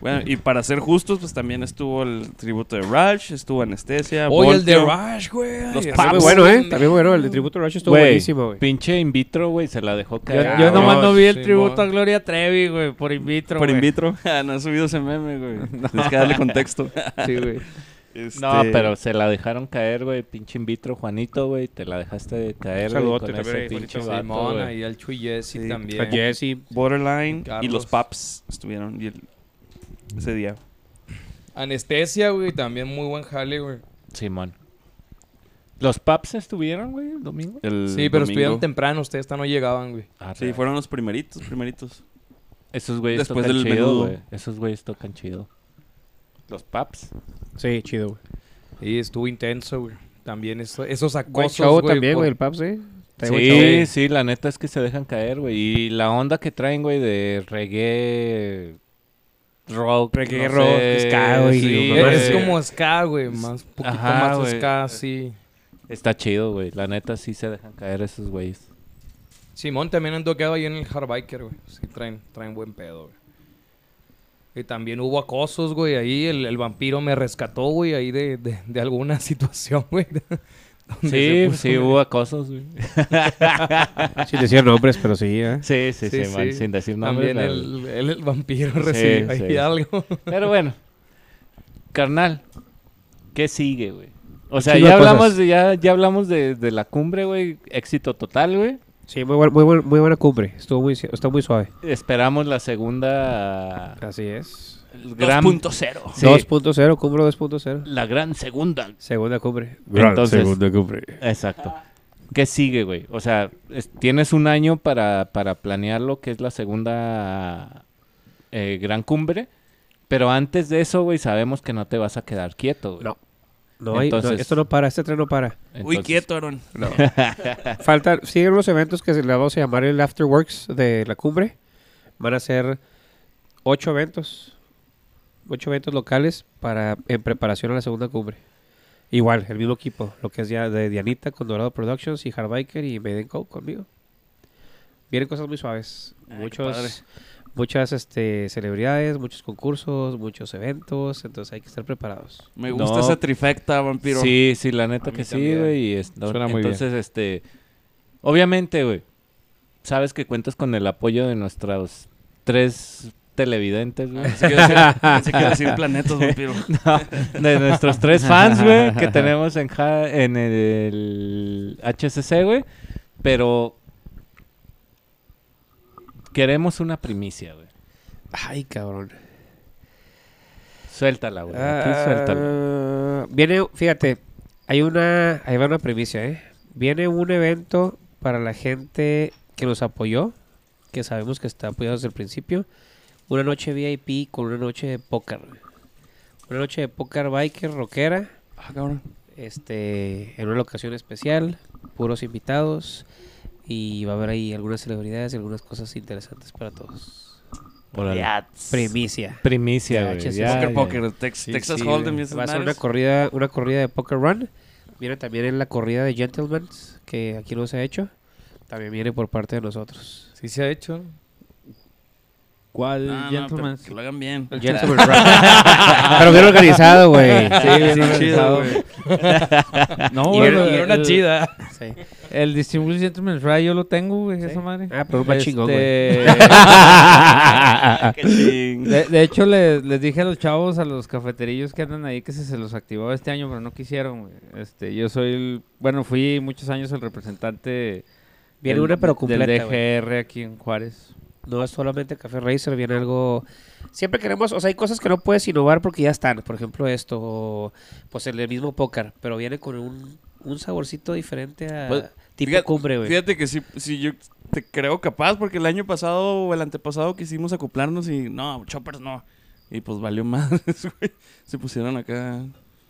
Speaker 3: bueno, y para ser justos, pues también estuvo el tributo de Rush, estuvo
Speaker 4: Ah,
Speaker 3: Anestesia.
Speaker 2: Oye, el de
Speaker 3: Voltio.
Speaker 2: Rush, güey.
Speaker 3: Los
Speaker 2: Ese
Speaker 3: Paps.
Speaker 5: Muy
Speaker 2: güey,
Speaker 5: bueno, ¿eh?
Speaker 2: güey.
Speaker 5: También bueno. El de Tributo Rush estuvo
Speaker 4: Güey,
Speaker 5: buenísimo, güey.
Speaker 4: Pinche in vitro, güey, se la dejó
Speaker 1: Yo,
Speaker 4: caer.
Speaker 1: yo nomás
Speaker 2: Cabrón,
Speaker 1: no vi el
Speaker 2: sí,
Speaker 1: tributo
Speaker 2: mo-
Speaker 1: a Gloria Trevi, güey, por invitro.
Speaker 3: Por
Speaker 1: güey.
Speaker 3: invitro. Ah, no ha subido ese meme, güey. Tienes que darle contexto.
Speaker 1: Sí, güey.
Speaker 4: No,
Speaker 3: Este,
Speaker 4: pero se la dejaron caer, güey. Pinche in vitro, Juanito, güey. Te la dejaste caer, güey.
Speaker 5: Saludote
Speaker 4: con
Speaker 5: también
Speaker 4: ese
Speaker 5: ahí,
Speaker 4: pinche
Speaker 5: Juanito.
Speaker 4: vato,
Speaker 2: Simón,
Speaker 4: güey.
Speaker 2: ahí el Chuy Jesse
Speaker 3: Sí.
Speaker 2: también.
Speaker 5: A Jesse.
Speaker 3: Borderline y
Speaker 2: Carlos.
Speaker 3: los Paps estuvieron y el- ese día.
Speaker 2: Anestesia, güey. También muy buen jale, güey.
Speaker 4: Simón. ¿Los paps estuvieron, güey, el domingo?
Speaker 3: el
Speaker 2: Sí, pero
Speaker 3: domingo.
Speaker 2: estuvieron temprano. Ustedes hasta no llegaban, güey.
Speaker 3: Sí, fueron los primeritos, primeritos.
Speaker 4: Esos güeyes
Speaker 3: Después
Speaker 4: tocan
Speaker 3: del
Speaker 4: chido,
Speaker 3: menudo.
Speaker 4: güey. Esos güeyes tocan chido. Los paps.
Speaker 5: Sí, chido, güey.
Speaker 2: Sí, estuvo intenso, güey. También eso- esos
Speaker 5: Buen
Speaker 2: acosos,
Speaker 5: show
Speaker 2: güey,
Speaker 5: también,
Speaker 2: por-
Speaker 5: güey. El Paps, ¿eh? Trae buen show,
Speaker 4: Sí,
Speaker 5: güey.
Speaker 4: sí, la neta es que se dejan caer, güey. Y la onda que traen, güey, de reggae, rock,
Speaker 5: Reggae, rock, ska, güey,
Speaker 4: sí,
Speaker 5: güey.
Speaker 2: Es
Speaker 4: güey.
Speaker 2: como ska, güey. Más, poquito
Speaker 4: Ajá,
Speaker 2: más
Speaker 4: güey.
Speaker 2: ska, sí.
Speaker 4: Está chido, güey. La neta sí se dejan caer esos güeyes.
Speaker 2: Simón también han tocado ahí en el Hardbiker, güey. Sí, traen, traen buen pedo, güey. Y también hubo acosos, güey. Ahí el, el vampiro me rescató, güey, ahí de, de, de alguna situación, güey. Donde se
Speaker 4: Sí,
Speaker 2: puso,
Speaker 4: sí,
Speaker 2: güey.
Speaker 4: hubo acosos, güey.
Speaker 5: Sin decir nombres, pero sí, ¿eh?
Speaker 4: Sí, sí, sí,
Speaker 2: Sí,
Speaker 4: man,
Speaker 2: sí.
Speaker 4: sin decir nombres.
Speaker 2: También
Speaker 4: la-
Speaker 2: el, el, el vampiro
Speaker 4: Sí,
Speaker 2: recibió ahí
Speaker 4: sí.
Speaker 2: algo.
Speaker 4: Pero bueno, carnal, ¿qué sigue, güey? O sea,
Speaker 5: chingo de
Speaker 4: ya hablamos,
Speaker 5: cosas.
Speaker 4: de, ya, ya hablamos de, de la cumbre, güey. Éxito total, güey.
Speaker 5: Sí, muy, buen- muy, buen- muy buena cumbre. Estuvo muy, está muy suave.
Speaker 4: Esperamos la segunda
Speaker 5: Así es.
Speaker 4: gran...
Speaker 3: 2.0.
Speaker 4: Sí.
Speaker 5: 2.0, cumbre 2.0.
Speaker 4: La gran segunda.
Speaker 5: Segunda cumbre.
Speaker 4: Entonces, Exacto. ¿Qué sigue, güey? O sea, es- tienes un año para, para planear lo que es la segunda eh, gran cumbre, pero antes de eso, güey, sabemos que no te vas a quedar quieto, güey.
Speaker 5: No. No hay, no,
Speaker 4: Entonces-
Speaker 5: esto no para, este tren no para.
Speaker 3: Uy,
Speaker 4: Entonces,
Speaker 3: quieto, Aaron.
Speaker 5: Faltan, siguen unos eventos que se le vamos a llamar el Afterworks de la cumbre. Van a ser ocho eventos, ocho eventos locales para en preparación a la segunda cumbre. Igual, el mismo equipo, lo que es ya de Dianita con Dorado Productions y Hardbiker y Made in Co conmigo. Vienen cosas muy suaves.
Speaker 3: padre.
Speaker 5: Muchos, muchas este, celebridades, muchos concursos, muchos eventos, entonces hay que estar preparados.
Speaker 3: Me gusta
Speaker 4: No.
Speaker 3: esa trifecta, vampiro.
Speaker 4: Sí, sí, la neta
Speaker 2: A
Speaker 4: que
Speaker 2: mí
Speaker 4: sí,
Speaker 2: también.
Speaker 4: güey. y es- no,
Speaker 2: Suena muy bien.
Speaker 4: entonces, este, obviamente, güey, sabes que cuentas con el apoyo de nuestros tres televidentes, güey.
Speaker 3: Pensé que iba a decir- pensé que iba a decir planetas, vampiro.
Speaker 4: No, de nuestros tres fans, güey, que tenemos en, ja- en el HCC, güey. Pero queremos una primicia, güey.
Speaker 5: Ay, cabrón.
Speaker 4: Suéltala, güey. a ti suéltala.
Speaker 5: Ah, Viene, fíjate, hay una, ahí va una primicia, ¿eh? Viene un evento para la gente que nos apoyó, que sabemos que está apoyado desde el principio. Una noche VIP con una noche de póker. güey. Una noche de póker biker, rockera,
Speaker 3: Ah, cabrón.
Speaker 5: este, en una locación especial, puros invitados. Y va a haber ahí algunas celebridades y algunas cosas interesantes para todos.
Speaker 4: Órale.
Speaker 5: Primicia.
Speaker 4: Primicia,
Speaker 5: Ya,
Speaker 4: güey.
Speaker 5: HCC.
Speaker 4: ya,
Speaker 5: Poker,
Speaker 4: ya.
Speaker 3: Poker, Tex- Texas
Speaker 2: sí,
Speaker 3: Hold'em
Speaker 2: güey.
Speaker 3: y esas
Speaker 5: Va a ser una
Speaker 3: madres.
Speaker 5: corrida, una corrida de Poker Run. Viene también en la corrida de Gentlemen, que aquí no se ha hecho. También viene por parte de nosotros.
Speaker 2: Sí se ha hecho.
Speaker 1: ¿Cuál
Speaker 3: No, no, pero
Speaker 1: gentleman?
Speaker 3: que lo hagan bien.
Speaker 2: El
Speaker 3: Ya-
Speaker 2: Gentleman Rap.
Speaker 3: Ah,
Speaker 5: Pero bien organizado, güey.
Speaker 1: Sí, bien organizado. No,
Speaker 2: Y
Speaker 1: güey,
Speaker 2: era- y
Speaker 1: el-
Speaker 2: era una chida.
Speaker 5: Sí.
Speaker 1: El Distinguished Gentleman's Ride yo lo tengo, güey, esa madre.
Speaker 5: Ah, pero más chingón, güey.
Speaker 3: Ah,
Speaker 1: Este-
Speaker 3: Qué ching.
Speaker 1: De, de hecho, le- les dije a los chavos, a los cafeterillos que andan ahí, que se, se los activaba este año, pero no quisieron. güey. Este, yo soy, el, bueno, fui muchos años el representante
Speaker 5: Viene
Speaker 1: del-
Speaker 5: una, pero
Speaker 1: del
Speaker 5: completa, güey.
Speaker 1: DGR aquí en Juárez.
Speaker 5: No es solamente Café Racer, viene algo... Siempre queremos, o sea, hay cosas que no puedes innovar porque ya están. Por ejemplo, esto, o, pues el mismo póker, pero viene con un, un saborcito diferente a
Speaker 3: Pues,
Speaker 5: tipo
Speaker 3: fíjate-
Speaker 5: cumbre, güey.
Speaker 3: Fíjate que sí, sí, yo te creo capaz porque el año pasado o el antepasado quisimos acoplarnos y no, choppers no. Y pues valió más, güey. Se pusieron acá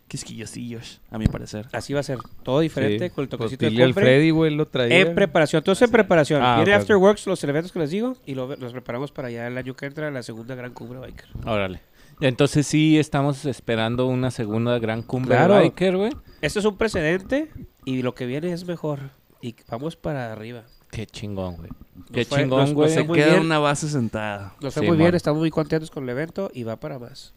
Speaker 3: quisquillosillos, a mi parecer.
Speaker 5: Así va a ser, todo diferente, con el toquecito
Speaker 2: Pues,
Speaker 5: de
Speaker 2: dile al
Speaker 5: cumbre.
Speaker 2: Freddy, güey, lo traía.
Speaker 5: En preparación, todo es en preparación.
Speaker 2: Ah,
Speaker 5: Viene
Speaker 2: ok, ok.
Speaker 5: Afterworks, los eventos que les digo, y lo- los preparamos para ya el año que entra, la segunda gran cumbre biker.
Speaker 4: Órale. Entonces sí estamos esperando una segunda gran cumbre
Speaker 5: Claro.
Speaker 4: de biker, güey.
Speaker 5: Esto es un precedente, y lo que viene es mejor. Y vamos para arriba.
Speaker 4: Qué chingón, güey. Qué
Speaker 5: fue- nos-
Speaker 4: chingón,
Speaker 5: nos
Speaker 4: güey.
Speaker 5: fue
Speaker 3: Se
Speaker 5: muy
Speaker 3: queda
Speaker 5: bien.
Speaker 3: una base sentada.
Speaker 5: Nos fue
Speaker 4: Sí,
Speaker 5: muy bien,
Speaker 4: man.
Speaker 5: estamos muy contentos con el evento y va para más.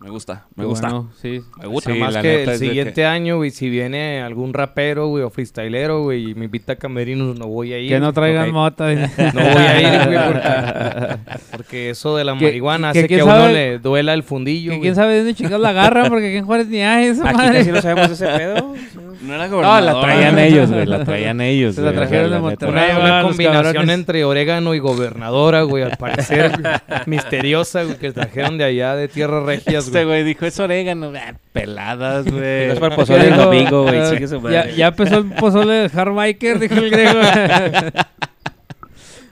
Speaker 3: Me gusta, me
Speaker 1: Qué
Speaker 3: gusta.
Speaker 1: bueno, sí.
Speaker 3: Me gusta.
Speaker 2: Sí,
Speaker 4: más
Speaker 2: más
Speaker 4: la
Speaker 2: que
Speaker 4: neta
Speaker 2: el
Speaker 4: es de que-
Speaker 2: siguiente año, güey, si viene algún rapero, güey, o freestylero, güey, y me invita a camerinos, no voy a ir.
Speaker 1: Que no traigan
Speaker 2: Ok.
Speaker 1: mota. dile.
Speaker 2: No voy a ir, güey, porque, porque eso de la
Speaker 1: Que-
Speaker 2: marihuana
Speaker 1: que
Speaker 2: hace que,
Speaker 1: quién
Speaker 2: a uno
Speaker 1: sabe-
Speaker 2: le duela el fundillo,
Speaker 1: Que
Speaker 2: güey.
Speaker 1: quién sabe de dónde chingados la agarran, porque aquí en Juárez ni hay esa
Speaker 5: Aquí
Speaker 1: madre.
Speaker 5: casi no sabemos ese pedo.
Speaker 3: No era
Speaker 4: No,
Speaker 3: gobernador.
Speaker 4: la traían ellos, güey. La traían ellos.
Speaker 1: Se la
Speaker 4: güey, o sea,
Speaker 1: trajeron de
Speaker 4: neta.
Speaker 2: Una,
Speaker 1: Monterrey.
Speaker 2: una
Speaker 1: Prueba, los
Speaker 2: combinación
Speaker 1: cabrones.
Speaker 2: entre orégano y gobernadora, güey, al parecer güey, misteriosa, güey, que trajeron de allá, de tierras regias,
Speaker 4: Este
Speaker 2: güey.
Speaker 4: güey dijo, es orégano. Ah, peladas, güey.
Speaker 5: No es para el pozole pues, el domingo, güey. Sigue su
Speaker 1: ya,
Speaker 5: madre.
Speaker 1: ya empezó el pozole del hard biker, dijo el griego.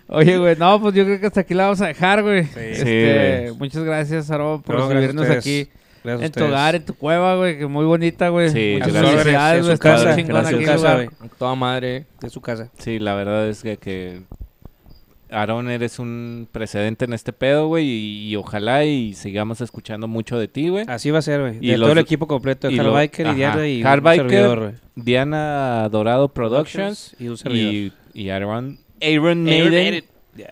Speaker 1: Oye, güey, no, pues yo creo que hasta aquí la vamos a dejar, güey. Este,
Speaker 4: Sí,
Speaker 1: Muchas gracias, Aro, por
Speaker 5: No, gracias a
Speaker 1: recibirnos
Speaker 5: ustedes.
Speaker 1: aquí.
Speaker 5: Gracias a
Speaker 1: En tu
Speaker 5: ustedes.
Speaker 1: hogar, en tu cueva, güey, que muy bonita, güey.
Speaker 4: Sí,
Speaker 1: Muchas
Speaker 4: gracias.
Speaker 1: felicidades,
Speaker 5: De
Speaker 1: güey.
Speaker 5: su
Speaker 1: Está
Speaker 5: casa,
Speaker 1: muy
Speaker 4: padre,
Speaker 1: chingón
Speaker 4: gracias.
Speaker 1: aquí el
Speaker 5: Casa,
Speaker 1: lugar.
Speaker 5: güey.
Speaker 2: Toda madre.
Speaker 5: de su casa.
Speaker 4: Sí, la verdad es que, que Aaron eres un precedente en este pedo, güey, y, y ojalá y sigamos escuchando mucho de ti, güey.
Speaker 5: Así va a ser, güey.
Speaker 4: ¿Eh? Y
Speaker 5: De
Speaker 4: los-
Speaker 5: todo el equipo completo.
Speaker 4: y
Speaker 5: Carl
Speaker 4: lo-
Speaker 5: Biker y
Speaker 4: ajá.
Speaker 5: Diana y
Speaker 4: Carl
Speaker 5: un
Speaker 4: Biker,
Speaker 5: servidor, güey.
Speaker 4: Diana Dorado Productions
Speaker 5: y un servidor.
Speaker 4: y, y Aaron, Aaron Maiden.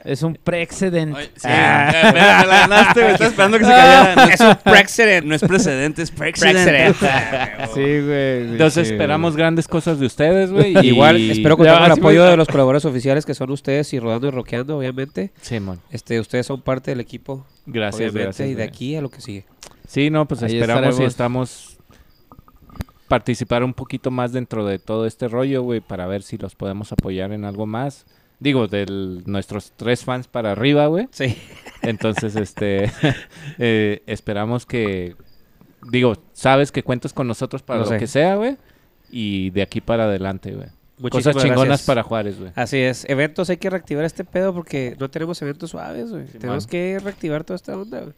Speaker 1: Es un precedente.
Speaker 3: Oye, sí, ya, me la- me la ganaste, güey. Estaba esperando que se cayera. No es, no es precedente, es precedente.
Speaker 1: Sí, güey.
Speaker 4: Entonces esperamos grandes cosas de ustedes, güey. y-
Speaker 5: Igual espero contar
Speaker 1: Ya,
Speaker 5: con el
Speaker 1: así voy-
Speaker 5: apoyo de los colaboradores oficiales que son ustedes y Rodando y Roqueando, obviamente.
Speaker 4: Simón,
Speaker 5: Este, ustedes son parte del equipo,
Speaker 4: gracias,
Speaker 5: obviamente,
Speaker 4: gracias.
Speaker 5: y de
Speaker 4: güey.
Speaker 5: aquí a lo que sigue.
Speaker 4: Sí, no, pues
Speaker 1: Ahí
Speaker 4: esperamos y
Speaker 1: estaremos.
Speaker 4: estamos participar un poquito más dentro de todo este rollo, güey, para ver si los podemos apoyar en algo más. Digo, de nuestros tres fans para arriba, güey.
Speaker 5: Sí.
Speaker 4: Entonces, este, eh, esperamos que, digo, sabes que cuentas con nosotros para
Speaker 5: Lo
Speaker 4: lo
Speaker 5: sé.
Speaker 4: que sea, güey. Y de aquí para adelante, güey.
Speaker 5: Muchísimas
Speaker 4: Cosas chingonas
Speaker 5: gracias. Ah,
Speaker 4: para Juárez, güey.
Speaker 5: Así es, eventos hay que reactivar este pedo porque no tenemos eventos suaves, güey. tenemos que reactivar toda esta onda, güey.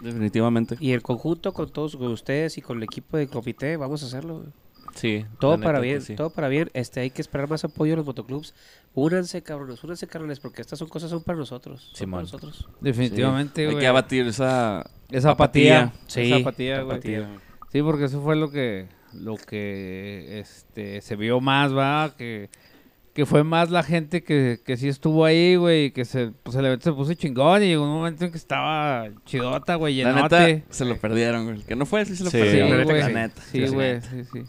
Speaker 3: Definitivamente.
Speaker 5: Y en conjunto con todos con ustedes y con el equipo de comité vamos a hacerlo. güey.
Speaker 4: Sí. la
Speaker 5: Todo
Speaker 4: neta
Speaker 5: para
Speaker 4: que
Speaker 5: bien,
Speaker 4: sí.
Speaker 5: todo para bien. Este hay que esperar más apoyo de los motoclubs. Únanse, cabrones, únanse, cabrones, porque estas son cosas son para nosotros, son
Speaker 4: Simón.
Speaker 5: para nosotros.
Speaker 1: Definitivamente,
Speaker 3: Hay
Speaker 1: güey.
Speaker 3: que abatir esa.
Speaker 1: Esa apatía.
Speaker 3: apatía.
Speaker 5: Sí,
Speaker 1: Esa apatía, güey.
Speaker 5: apatía.
Speaker 1: Sí, porque eso fue lo que lo que este se vio más, va, que, que fue más la gente que, que sí estuvo ahí, güey, y que se pues el evento se puso chingón y llegó un momento en que estaba chidota, güey,
Speaker 3: La
Speaker 1: llenote.
Speaker 3: neta, se lo perdieron, güey. El Que no fue, sí se lo
Speaker 4: Sí,
Speaker 1: sí,
Speaker 3: perdieron.
Speaker 1: güey.
Speaker 3: La neta.
Speaker 1: Sí, güey, sí, sí.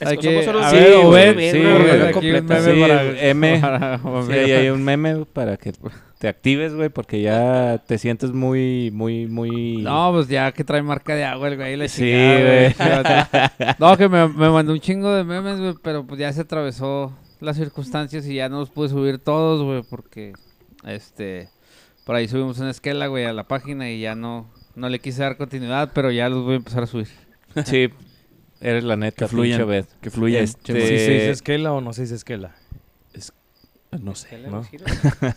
Speaker 5: Es
Speaker 1: Hay
Speaker 5: que
Speaker 1: que,
Speaker 5: somos unos-
Speaker 1: a
Speaker 5: sí,
Speaker 1: ver,
Speaker 5: güey,
Speaker 1: Obed,
Speaker 5: bien,
Speaker 1: sí,
Speaker 5: una
Speaker 1: güey,
Speaker 5: reunión
Speaker 1: aquí un
Speaker 5: completa.
Speaker 1: meme
Speaker 4: Sí,
Speaker 1: para-
Speaker 4: M.
Speaker 1: para-
Speaker 4: Sí, ahí hay un meme para que te actives, güey, porque ya te sientes muy, muy, muy...
Speaker 1: No, pues ya que trae marca de agua el güey. la
Speaker 4: Sí,
Speaker 1: chingada,
Speaker 4: güey.
Speaker 1: Fíjate. No, que me, me mandó un chingo de memes, güey, pero pues ya se atravesó las circunstancias y ya no los pude subir todos, güey, porque este por ahí subimos una esquela, güey, a la página y ya no no le quise dar continuidad, pero ya los voy a empezar a subir.
Speaker 4: Sí, eres la neta,
Speaker 3: Que fluyan,
Speaker 4: pinche Beth.
Speaker 3: que fluyan.
Speaker 2: ¿Sí se dice
Speaker 4: Este,
Speaker 2: esquela o no se dice esquela?
Speaker 3: No sé.
Speaker 1: Sí,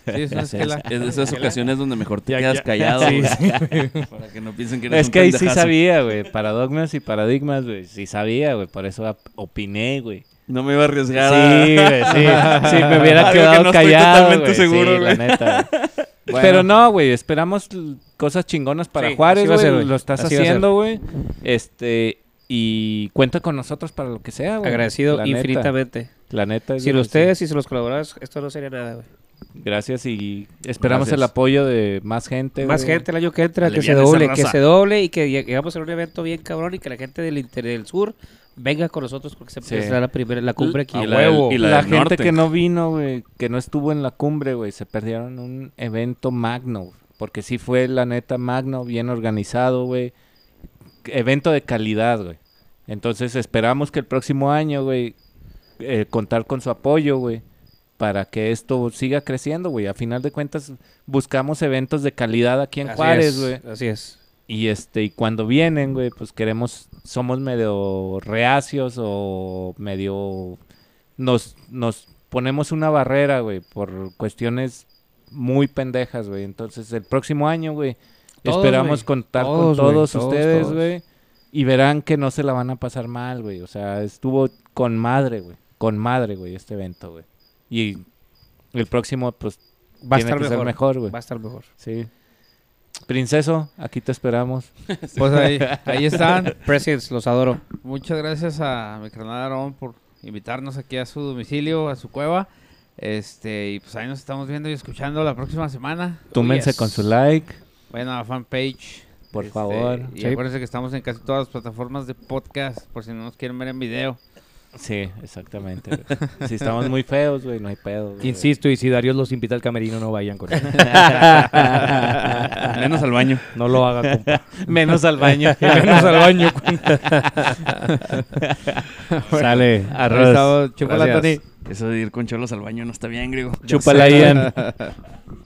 Speaker 1: es una esquela.
Speaker 3: Es de esas ocasiones donde mejor te
Speaker 2: Ya,
Speaker 3: quedas
Speaker 2: ya.
Speaker 3: callado.
Speaker 2: Sí,
Speaker 3: güey, Para que no piensen que eres
Speaker 4: es
Speaker 3: un
Speaker 4: que ahí sí
Speaker 3: pendejazo.
Speaker 4: sabía, güey. Paradigmas y paradigmas, güey. Sí sabía, güey. Por eso ap- opiné, güey.
Speaker 3: No me iba a
Speaker 4: Sí,
Speaker 3: arriesgar. a-
Speaker 4: güey, sí. Sí, me
Speaker 3: Algo
Speaker 4: hubiera
Speaker 3: que
Speaker 4: quedado
Speaker 3: no estoy
Speaker 4: callado.
Speaker 3: totalmente
Speaker 4: güey, sí,
Speaker 3: seguro,
Speaker 4: la
Speaker 3: güey.
Speaker 4: neta, güey. Pero no, güey. Esperamos l- cosas chingonas para
Speaker 5: Sí,
Speaker 4: Juárez,
Speaker 5: así va a
Speaker 4: güey.
Speaker 5: ser, güey.
Speaker 4: Lo estás
Speaker 5: Así va a
Speaker 4: haciendo, güey. Este. Y cuenta con nosotros para lo que sea, güey.
Speaker 5: Agradecido
Speaker 4: La neta,
Speaker 5: infinitamente.
Speaker 4: La neta. es lo
Speaker 5: Sin
Speaker 4: que sí.
Speaker 5: ustedes y sin los colaboradores, esto no sería nada, güey.
Speaker 4: Gracias y esperamos
Speaker 3: Gracias.
Speaker 4: el apoyo de más gente.
Speaker 5: Más
Speaker 4: güey.
Speaker 5: gente el año que entra,
Speaker 3: Le
Speaker 5: que se
Speaker 3: viene esa
Speaker 5: doble,
Speaker 3: raza.
Speaker 5: que se doble y que llegamos a un evento bien cabrón y que la gente del interior del sur venga con nosotros porque se
Speaker 4: Sí.
Speaker 5: será la primera la cumbre aquí.
Speaker 3: Y
Speaker 5: güey.
Speaker 3: la, del- y la,
Speaker 4: la
Speaker 3: del
Speaker 4: gente
Speaker 3: norte.
Speaker 4: que no vino, güey, que no estuvo en la cumbre, güey, se perdieron un evento magno, güey, porque sí fue la neta magno, bien organizado, güey. Evento de calidad, güey. Entonces esperamos que el próximo año, güey, eh, contar con su apoyo, güey, para que esto siga creciendo, güey. A final de cuentas buscamos eventos de calidad aquí en
Speaker 5: Así
Speaker 4: Juárez,
Speaker 5: es,
Speaker 4: güey.
Speaker 5: Así es.
Speaker 4: Y este, y cuando vienen, güey, pues queremos, somos medio reacios o medio nos, nos ponemos una barrera, güey, por cuestiones muy pendejas, güey. Entonces, el próximo año, güey,
Speaker 5: Todos,
Speaker 4: esperamos
Speaker 5: güey.
Speaker 4: contar
Speaker 5: Todos,
Speaker 4: con
Speaker 5: güey,
Speaker 4: todos
Speaker 5: todos,
Speaker 4: ustedes,
Speaker 5: todos.
Speaker 4: güey. Y verán que no se la van a pasar mal, güey. O sea, estuvo con madre, güey. Con madre, güey, este evento, güey. Y el próximo, pues,
Speaker 5: Va a
Speaker 4: tiene
Speaker 5: estar
Speaker 4: que ser
Speaker 5: mejor.
Speaker 4: mejor, güey.
Speaker 5: Va a estar mejor.
Speaker 4: Sí. Princeso, aquí te esperamos.
Speaker 1: Pues ahí, ahí están.
Speaker 5: Presidents, los adoro.
Speaker 1: Muchas gracias a mi carnal Aarón por invitarnos aquí a su domicilio, a su cueva. Este, y pues ahí nos estamos viendo y escuchando la próxima semana.
Speaker 4: Túmense
Speaker 5: yes.
Speaker 4: con su like,
Speaker 1: Vayan a la fanpage.
Speaker 4: por
Speaker 1: este,
Speaker 4: favor.
Speaker 1: Y
Speaker 5: Sí.
Speaker 1: acuérdense que estamos en casi todas las plataformas de podcast, por si no nos quieren ver en video.
Speaker 4: Sí, exactamente. güey. si estamos muy feos, güey, no hay pedo. güey.
Speaker 2: Insisto, y si Darius los invita al camerino, no vayan con él.
Speaker 3: Menos al baño.
Speaker 2: No lo hagan, compa.
Speaker 4: Menos al baño.
Speaker 2: Menos al baño.
Speaker 4: Sale.
Speaker 1: Ahí está, chúpala,
Speaker 5: Gracias.
Speaker 1: Tony.
Speaker 3: Eso de ir con cholos al baño no está bien, griego.
Speaker 4: Chúpala, Ian.